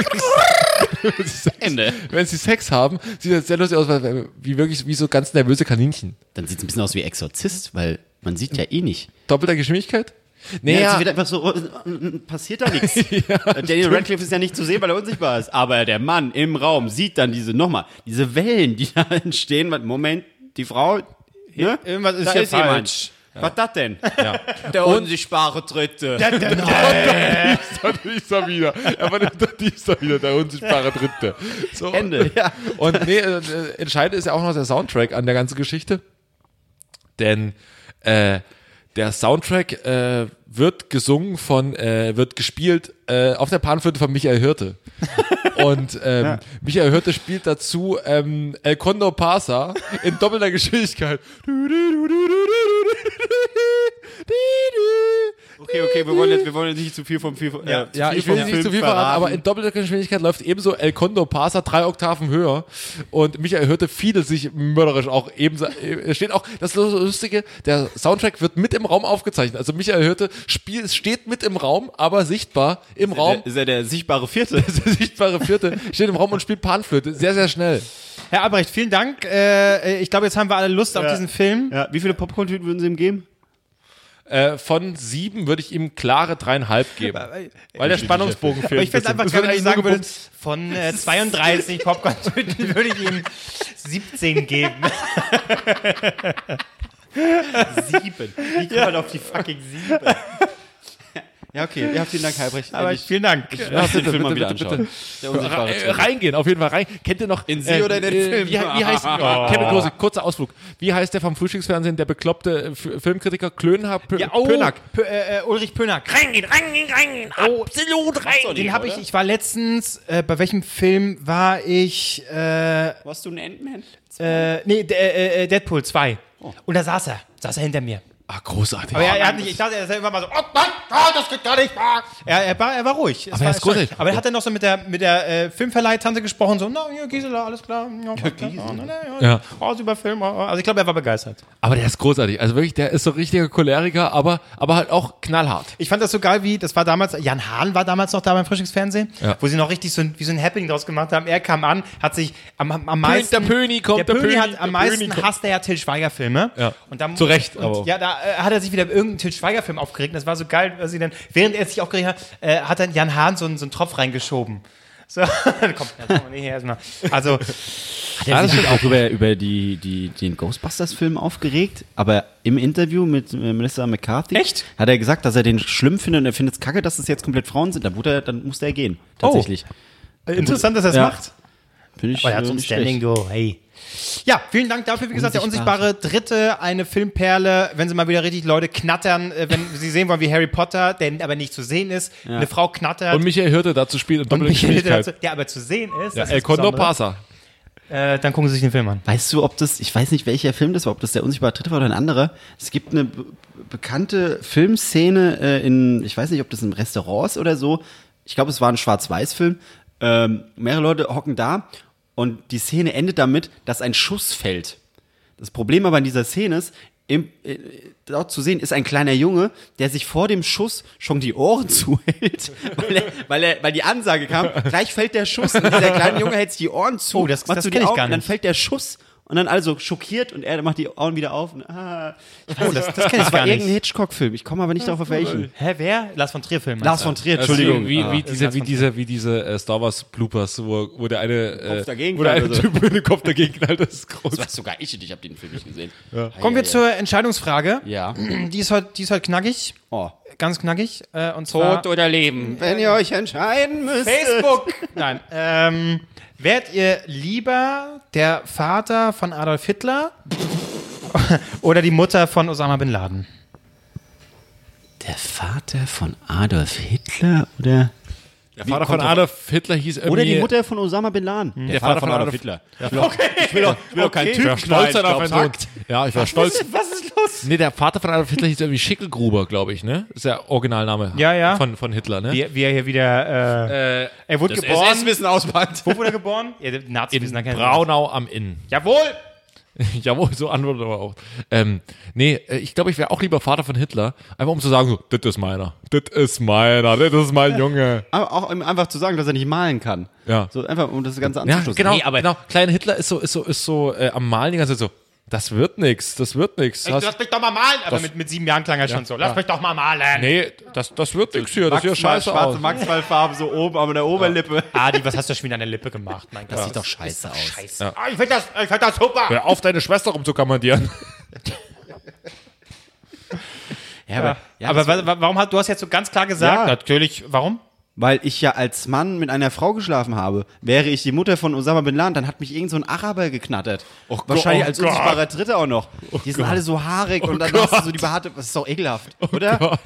haben, Ende. wenn sie Sex haben, sieht das sehr lustig aus, weil- wie wirklich wie so ganz nervöse Kaninchen. Dann sieht's ein bisschen aus wie Exorzist, weil man sieht ja eh nicht. Doppelter Geschwindigkeit? Ja, Naja, jetzt wird einfach so, äh, passiert da nichts. Äh, Daniel Radcliffe ist ja nicht zu sehen, weil er unsichtbar ist. Aber der Mann im Raum sieht dann diese, nochmal, diese Wellen, die da entstehen. weil- Moment, die Frau, ne? Irgendwas ist da hier ist jemand. falsch. Was das denn? Der unsichtbare Dritte. ist er wieder. Er war der, die ist er wieder, der unsichtbare Dritte. So. Ende. Ja. Und nee, äh, äh, entscheidend ist ja auch noch der Soundtrack an der ganzen Geschichte. Denn äh, der Soundtrack äh, wird gesungen von, äh, wird gespielt äh, auf der Panflöte von Michael Hirte. Und ähm, Michael Hirte spielt dazu ähm, El Condor Pasa in doppelter Geschwindigkeit. Okay, okay, wir wollen jetzt, wir wollen jetzt nicht zu viel vom viel, äh, zu ja, viel ich will vom nicht Film zu viel verraten, aber in doppelter Geschwindigkeit läuft ebenso El Condor Pasa drei Oktaven höher. Und Michael hörte viele sich mörderisch auch ebenso. äh, Steht auch, das Lustige, der Soundtrack wird mit im Raum aufgezeichnet. Also Michael hörte, Spiel es steht mit im Raum, aber sichtbar im Raum. Der, ist ja der sichtbare Vierte. Der sichtbare Vierte steht im Raum und spielt Panflöte. Sehr, sehr schnell. Herr Albrecht, vielen Dank. Äh, ich glaube, jetzt haben wir alle Lust auf Ja. diesen Film. Ja, wie viele Popcorn-Tüten würden Sie ihm geben? Äh, von sieben würde ich ihm klare dreieinhalb geben. Weil der Spannungsbogen fehlt. äh, Aber ich fände es einfach Es wird geil, wenn du eigentlich sagen nur würdest, von äh, 32 Popcorn-Tüten würde ich ihm 17 geben. Sieben. Wie kommt man auf die fucking sieben? ja, okay. Ja, vielen Dank, Herr Albrecht. Aber ich, vielen Dank. ja, den Film mal wieder bitte, anschauen. Der unsichtbare Re- Vierte. äh, Reingehen, auf jeden Fall rein. Kennt ihr noch äh, In Sie oder in den Film? Wie, wie heißt oh, Kevin Klose? Kurzer Ausflug. Wie heißt der vom Frühstücksfernsehen der bekloppte äh, F Filmkritiker Klönhaar Pö Ja, oh, Pönack? Pö, äh, äh, Ulrich Pönack. Reingehen, reingehen, reingehen. Absolut reingehen. Den habe ich, ich war letztens, äh, bei welchem Film war ich, äh, Warst du ein Endman? äh, nee, D- äh, äh, Deadpool 2. Und da saß er, saß er hinter mir. Ah, großartig. Aber er, er hat nicht, ich dachte, er ist immer mal so, oh mein Gott, das geht gar nicht. ah." Er, er, war, er war ruhig. Es Aber er war ist großartig. Aber er hat dann noch so mit der, mit der äh, Filmverleihtante gesprochen, so, na, ja, Gisela, alles klar. Ja, Gisela. Na, na, ja, Ja. Raus über Film. Also ich glaube, er war begeistert. Aber der ist großartig. Also wirklich, der ist so richtiger Choleriker, aber, aber halt auch knallhart. Ich fand das so geil, wie, das war damals, Jan Hahn war damals noch da beim Frühstücksfernsehen, Ja. wo sie noch richtig so ein, wie so ein Happening draus gemacht haben. Er kam an, hat sich am, am, am meisten. der Pöni kommt, der der Pöni Pöni, hat am der meisten Pöni kommt. hasst er ja Till Schweiger Filme. Ja. Und dann, Zu Recht, Und, aber auch. Ja, da äh, hat er sich wieder über irgendeinen Till Schweiger Film aufgeregt. Das war so geil, weil sie dann, während er sich aufgeregt hat, äh, hat dann Jan Hahn so einen, so einen Tropf reingeschoben. So, komm, jetzt kommen wir nicht her erstmal. Also, Hat er sich auch über, über die, die, den Ghostbusters-Film aufgeregt, aber im Interview mit äh, Melissa McCarthy Echt? hat er gesagt, dass er den schlimm findet und er findet es kacke, dass es jetzt komplett Frauen sind. Dann, wurde er, dann musste er gehen, tatsächlich. äh, interessant, dass er es Ja. macht. Finde ich Aber er Oh, hat äh, so ein nicht Standing schlecht. Go, hey. Ja, vielen Dank dafür. Wie gesagt, der unsichtbare Dritte, eine Filmperle, wenn sie mal wieder richtig Leute knattern, äh, wenn sie sehen wollen, wie Harry Potter, der aber nicht zu sehen ist, eine Frau knattert. Und Michael Hirte dazu spielt in doppelter Michael dazu, Geschwindigkeit. der aber zu sehen ist. Ja, das El ist Condor besonders. Pasa. Äh, dann gucken sie sich den Film an. Weißt du, ob das, ich weiß nicht, welcher Film das war, ob das der unsichtbare Dritte war oder ein anderer. Es gibt eine be bekannte Filmszene äh, in, ich weiß nicht, ob das in Restaurants oder so. Ich glaube, es war ein Schwarz-Weiß-Film. Ähm, mehrere Leute hocken da und die Szene endet damit, dass ein Schuss fällt. Das Problem aber in dieser Szene ist, im, äh, dort zu sehen ist ein kleiner Junge, der sich vor dem Schuss schon die Ohren zuhält, weil, er, weil, er, weil die Ansage kam, gleich fällt der Schuss und dieser kleine Junge hält sich die Ohren zu. Oh, das- macht das so die kenn ich Augen gar und Dann nicht. fällt der Schuss und dann also schockiert und er macht die Augen wieder auf. Und, ah, ich Oh, das, das kenne ich das war gar irgendein nicht. Hitchcock-Film, ich komme aber nicht drauf auf welchen. Hä, wer? Lars von Trier Film. meinst Lars von Trier, Also, Entschuldigung. Ah. Wie, wie diese, wie diese, wie diese äh, Star Wars Bloopers, wo, wo der eine, äh, Kopf dagegen wo der knallt eine oder so. Typ mit dem Kopf dagegen knallt. Das ist groß. weiß sogar ich, ich habe den Film nicht gesehen. du? Kommen wir zur Entscheidungsfrage. Ja. Die ist heute, die ist heute knackig, Oh. ganz knackig. Äh, und zwar oder Leben? Wenn ihr euch entscheiden müsst. Facebook. Nein. Ähm, wärt ihr lieber der Vater von Adolf Hitler oder die Mutter von Osama bin Laden? Der Vater von Adolf Hitler oder? Der Vater von Adolf Hitler hieß irgendwie. Oder die Mutter von Osama bin Laden. Hm. Der Vater von Adolf Hitler. Ich will auch, ich will auch, ich will auch keinen Ich war Typ stolz knallen, darauf, ich mein glaub, Sohn. Ja, ich war stolz. Was ist los? Nee, der Vater von Adolf Hitler hieß irgendwie Schickelgruber, glaube ich, ne? Ist der Originalname Ja, ja. Von, von Hitler, ne? Wie, wie er hier wieder. Äh, er wurde geboren. SS-Wissen auspackt. Wo wurde er geboren? Ja, der Nazi In wissen da keiner. Braunau am Inn. Jawohl! Jawohl, so antwortet er auch. Ähm, nee, äh, ich glaube, ich wäre auch lieber Vater von Hitler. Einfach um zu sagen, so, das ist meiner. Das ist meiner. Das ist mein Junge. Aber auch um einfach zu sagen, dass er nicht malen kann. Ja. So einfach, um das Ganze Ja, anzuschließen. genau, genau. Kleiner Hitler ist so, ist so, ist so äh, am Malen die ganze Zeit so, das wird nix, das wird nix. Ey, lass mich doch mal malen! Aber mit, mit sieben Jahren klang er schon so. Lass mich doch mal malen! nee, das, das wird nix hier, das sieht ja scheiße aus. schwarze Maxwellfarben so oben an der Oberlippe. Adi, was hast du schon wieder an der Lippe gemacht? Mein Gott. Das sieht doch Scheiße aus. scheiße aus. Ah, ich find das, ich find das super! Hör auf, deine Schwester rumzukommandieren. Ja, aber, ja, Aber das- wa wa- warum hat, du hast jetzt so ganz klar gesagt, Ja. natürlich, warum? weil ich ja als Mann mit einer Frau geschlafen habe, wäre ich die Mutter von Osama bin Laden, dann hat mich irgend so ein Araber geknattert. Wahrscheinlich Gott, oh als Gott. Oh unsichtbarer Dritter auch noch. die sind alle so haarig und dann hast du so die behaarte. Das ist doch ekelhaft, oder? Oh Gott.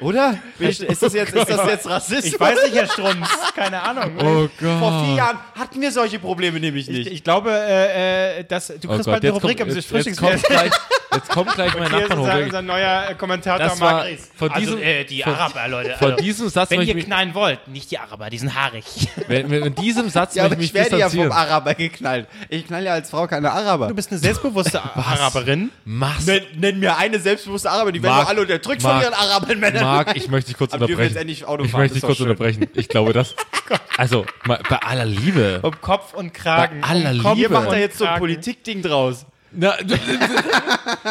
Oder? Bin ich, ist, das jetzt, ist das jetzt Rassismus? Ich weiß nicht, Herr Strunz. Keine Ahnung. Oh Gott. Vor vier Jahren hatten wir solche Probleme nämlich Ich, nicht. ich glaube, äh, äh, dass du kriegst Gott, bald eine jetzt Rubrik kommt- im jetzt- jetzt Frühstücksfernsehen. kommt gleich- Jetzt kommt gleich mein Hier ist Nachbarn hoch. unser, unser neuer äh, Kommentator Das war Marc Ries. vor diesem- äh, vor- vor diesem Satz Also, möchte Wenn ihr ich mich- knallen wollt, nicht die Araber, die sind haarig. Wenn, wenn, in diesem Satz Ja, möchte aber ich mich ich werde ja distanzieren. vom Araber geknallt. Ich knall ja als Frau keine Araber. Du bist eine selbstbewusste Araberin. Mach's. Nenn, nenn mir eine selbstbewusste Araber, die werden Marc, doch alle unterdrückt von Marc, ihren Arabern-Männern. Marc, ich möchte dich kurz Aber die dürfen unterbrechen. jetzt endlich Auto ich fahren, möchte das dich kurz ist doch schön. Oh unterbrechen. Ich glaube, das. Also, mal, bei aller Liebe. Um Kopf und Kragen. Bei aller um Kopf Liebe. und Macht da jetzt so ein Kragen. Politikding draus. Na,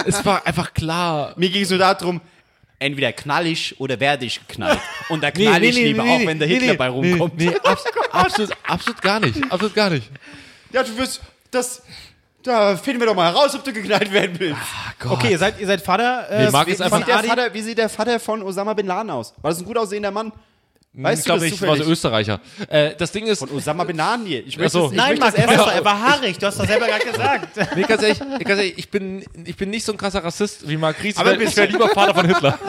es war einfach klar. Mir ging es nur darum, entweder knall ich oder werde ich geknallt. Und da knall ich lieber, auch wenn der Hitler bei rumkommt. Nee, abs absolut, absolut gar nicht. Absolut gar nicht. Ja, du wirst das. Da finden wir doch mal heraus, ob du geknallt werden willst. Gott. Okay, ihr seid, ihr seid Vater. Äh, Nee, Marc Wie ist einfach sieht, der Adi- Vater, wie sieht der Vater von Osama bin Laden aus? War das ein gut aussehender Mann? Weißt ich du glaube das nicht, war so zufällig? Österreicher. Äh, das Ding ist, Von Osama bin Laden hier. Ich Ach so. es- ich Nein, Marc, es er erst- war, er war haarig. Du hast das selber gerade gesagt. nee, ganz, ehrlich, ganz ehrlich, ich bin, ich bin nicht so ein krasser Rassist wie Marc Ries. Aber ich wär- ich wäre lieber Vater von Hitler.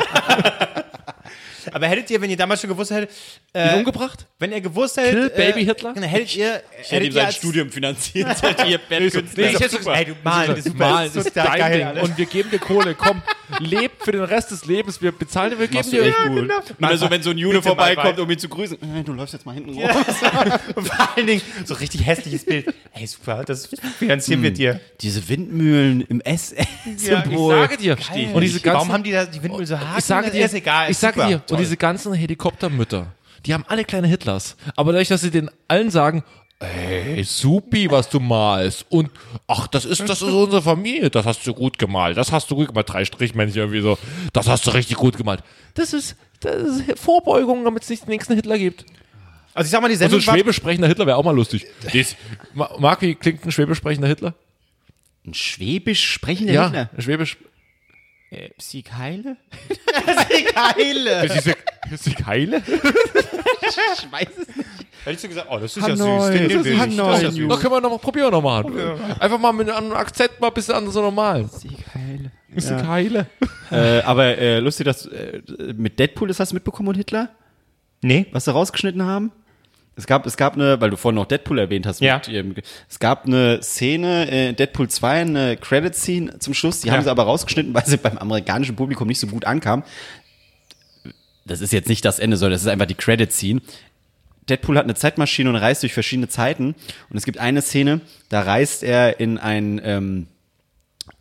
Aber hättet ihr, wenn ihr damals schon gewusst hättet, Ihn äh, umgebracht? wenn ihr gewusst hättet, Kill Baby äh, Hitler? dann hättet ihr, Ich hätte hättet ihm ihr sein als, Studium finanziert. hätte hier Nee, ich Bad hätte so gesagt, Ey, du malen, das ist super, Malen das ist ist total dein geil, Ding. alles. Und wir geben dir Kohle. Komm, leb für den Rest des Lebens. Wir bezahlen dir, wir geben dir. genau. gut. Also, wenn so ein Jude bye, vorbeikommt, bye. um ihn zu grüßen, äh, du läufst jetzt mal hinten rum. Und vor allen Dingen so richtig hässliches Bild. Ey, super, das finanzieren Hm. wir dir. Diese Windmühlen im S-Symbol. Ich sage dir. Und diese ganzen, Warum haben die da die Windmühle so hart? ich sage dir, ist egal. ich sage super. dir, und diese ganzen Helikoptermütter, die haben alle kleine Hitlers. Aber dadurch, dass sie den allen sagen, ey, supi, was du malst. Und ach, das ist, das ist unsere Familie. Das hast du gut gemalt. Das hast du gut gemalt. Drei Strichmännchen irgendwie so. Das hast du richtig gut gemalt. Das ist, das ist Vorbeugung, damit es nicht den nächsten Hitler gibt. Also ich sag mal, die Und so Sendung ein schwäbisch sprechender Hitler wäre auch mal lustig. Dies, Ma- Marc, wie klingt ein schwäbisch sprechender Hitler? Ein schwäbisch sprechender Ja, ein schwäbisch. Äh, Psycheile? war geile. Ist sie, ist sie geile? Ich weiß es nicht. Hättest du gesagt, oh, das ist ja Hanoi, süß. Den das nehmen wir ist nicht. Hanoi. Das ist ja Da können wir noch mal, probieren wir noch mal. Einfach mal mit einem Akzent mal ein bisschen anders so normal. Psycheile. Ist sie geile? Äh, aber äh, lustig, dass äh, mit Deadpool, das hast du mitbekommen und Hitler? Nee. was sie rausgeschnitten haben? Es gab, es gab eine, weil du vorhin noch Deadpool erwähnt hast. Ja. Mit ihrem, es gab eine Szene, äh, Deadpool 2, eine Credit-Scene zum Schluss. Die Ja. haben sie aber rausgeschnitten, weil sie beim amerikanischen Publikum nicht so gut ankam. Das ist jetzt nicht das Ende, sondern das ist einfach die Credit-Scene. Deadpool hat eine Zeitmaschine und reist durch verschiedene Zeiten. Und es gibt eine Szene, da reist er in ein ähm,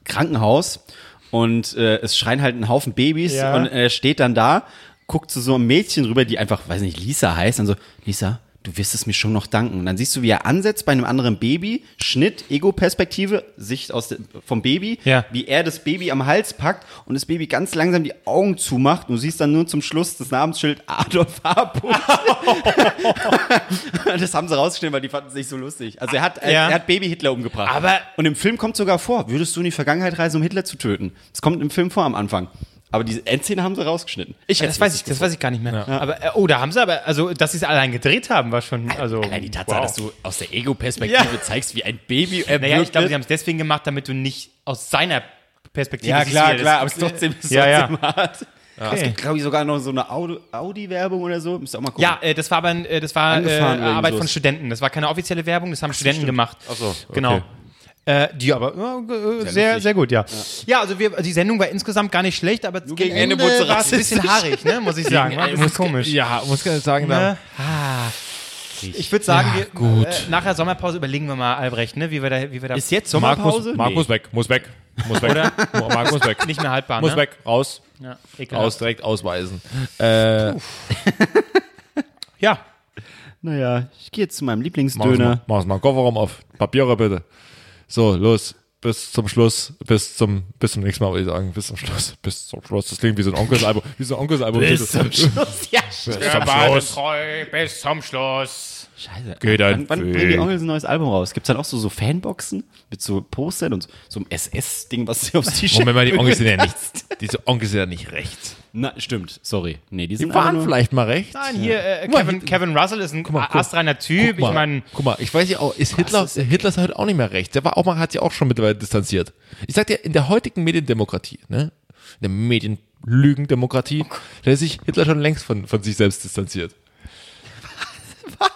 Krankenhaus und äh, es schreien halt einen Haufen Babys Ja. und er äh, steht dann da, guckt zu so einem Mädchen rüber, die einfach, weiß nicht, Lisa heißt, und so, Lisa, du wirst es mir schon noch danken. Und dann siehst du, wie er ansetzt bei einem anderen Baby, Schnitt, Ego-Perspektive, Sicht aus dem- vom Baby, Ja. wie er das Baby am Hals packt und das Baby ganz langsam die Augen zumacht und du siehst dann nur zum Schluss das Namensschild Adolf H. das haben sie rausgeschnitten, weil die fanden es nicht so lustig. Also er hat, Ja. er hat Baby-Hitler umgebracht. Aber- Und im Film kommt sogar vor, würdest du in die Vergangenheit reisen, um Hitler zu töten? Das kommt im Film vor am Anfang. Aber diese Endszene haben sie rausgeschnitten. Ich Das weiß ich, das weiß ich gar nicht mehr. Aber, äh, oh, da haben sie aber, also, dass sie es allein gedreht haben, war schon, also. Allein die Tatsache, wow. dass du aus der Ego-Perspektive Ja. zeigst, wie ein Naja, Baby ich erwürgt glaube, sie wird. haben es deswegen gemacht, damit du nicht aus seiner Perspektive Ja, siehst, wie klar, er das- klar, aber es ist trotzdem, es ist Ja, ja. trotzdem hart. Es gibt, glaube ich, sogar noch so eine Audi- Audi-Werbung oder so. Müsst ihr auch mal gucken. Ja, äh, das war aber ein, äh, das war äh, Angefahren oder Arbeit irgendwas. von Studenten. Das war keine offizielle Werbung, das haben Studenten gemacht. Ach so, genau. Äh, die aber äh, sehr, sehr, gut, ja. ja. also wir, die Sendung war insgesamt gar nicht schlecht, aber gegen Ende wurde sie war es ein bisschen haarig, ne, muss ich sagen. War ein bisschen komisch. Ja, genau. muss ich sagen, Ne? da. Ah. Ich würde sagen, wir, Äh, nach der Sommerpause überlegen wir mal, Albrecht, ne, wie wir da, wie wir da Ist jetzt Sommerpause? Marc muss weg, muss weg. Muss weg. Oder? Marc muss weg. nicht mehr haltbar. muss ne? weg, raus, Ja, raus, ekelhaft. direkt ausweisen. Äh, ja. Naja, ich gehe jetzt zu meinem mach's Lieblingsdöner. mal, mach's mal, Kofferraum auf, Papiere bitte. So, los, bis zum Schluss, bis zum, bis zum nächsten Mal, würde ich sagen, bis zum Schluss, bis zum Schluss. Das klingt wie so ein Onkelsalbum, wie so ein Onkelsalbum. Bis zum Schluss, ja. Bis zum Schluss. treu bis zum Schluss. Scheiße. Geht ein Wann, wann Weg. bringen die Onkels ein neues Album raus? Gibt's dann auch so, so Fanboxen mit so Postern und so, so einem SS-Ding, was sie aufs T-Shirt Moment mal, die Onkels sind ja bringen nicht, diese Onkels sind ja nicht rechts. kannst? Na, stimmt, sorry. Nee, die Die sind alle waren nur- vielleicht mal rechts. Nein, hier, äh, Guck mal, Kevin, hier- Kevin Russell ist ein mal, guck- astreiner Typ. Guck mal, Ich meine, guck mal, ich weiß ja auch, ist Hitler, Hitler ist heute auch nicht mehr rechts. Der war auch mal, hat sich auch schon mittlerweile distanziert. Ich sag dir, in der heutigen Mediendemokratie, ne, in der Oh Medienlügendemokratie, da hat sich Hitler schon längst von, von sich selbst distanziert. Was?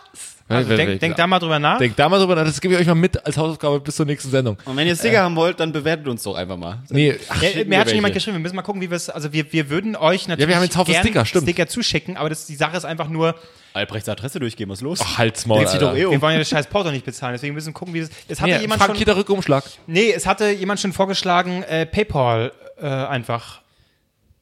Also denk- denk da mal drüber nach. Denkt da mal drüber nach. Das gebe ich euch mal mit als Hausaufgabe bis zur nächsten Sendung. Und wenn ihr Sticker haben wollt, dann bewertet uns doch einfach mal. Nee, Ja, mir hat schon jemand geschrieben, wir müssen mal gucken, wie wir es, also wir, wir würden euch natürlich haben jetzt Haufen gern Sticker, stimmt. Sticker zuschicken, aber das, die Sache ist einfach nur, Albrechts Adresse durchgehen, was ist los? Ach, halt's Maul, Denkt sich doch Alter. eh um. wir wollen ja das scheiß Porto nicht bezahlen, deswegen müssen wir gucken, wie das, es hatte Nee, jemand Frank schon, Kita Rückumschlag. nee, es hatte jemand schon vorgeschlagen, äh, Paypal, äh, einfach.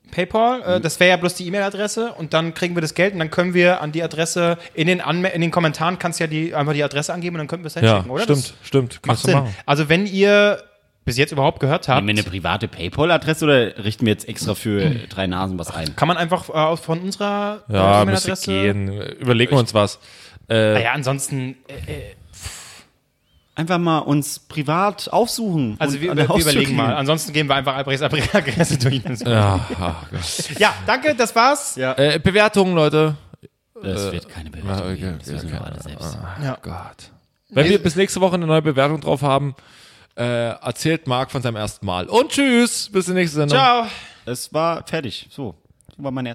Paypal, Hm. äh, das wäre ja bloß die E-Mail-Adresse und dann kriegen wir das Geld und dann können wir an die Adresse, in den, Anme in den Kommentaren kannst du ja die, einfach die Adresse angeben und dann könnten wir es Ja, hinschicken, oder? stimmt, stimmt. Das macht Sinn. Also wenn ihr bis jetzt überhaupt gehört habt, Haben wir eine private Paypal-Adresse oder richten wir jetzt extra für drei Nasen was ein? kann man einfach äh, aus- von unserer äh, Ja, müsste E-Mail-Adresse gehen. Überlegen wir uns was. Äh, Naja, ansonsten, äh, Einfach mal uns privat aufsuchen. also und wir, an der wir Haustür überlegen mal. klingeln. Ansonsten gehen wir einfach Albrechts Adresse durch. ja, ach Gott. Ja, danke, das war's. Äh, Bewertungen, Leute. Es wird keine Bewertung Ah, okay, geben. Das okay, Ah. wissen wir alle selbst. Gott. Wenn wir bis nächste Woche eine neue Bewertung drauf haben, äh, erzählt Marc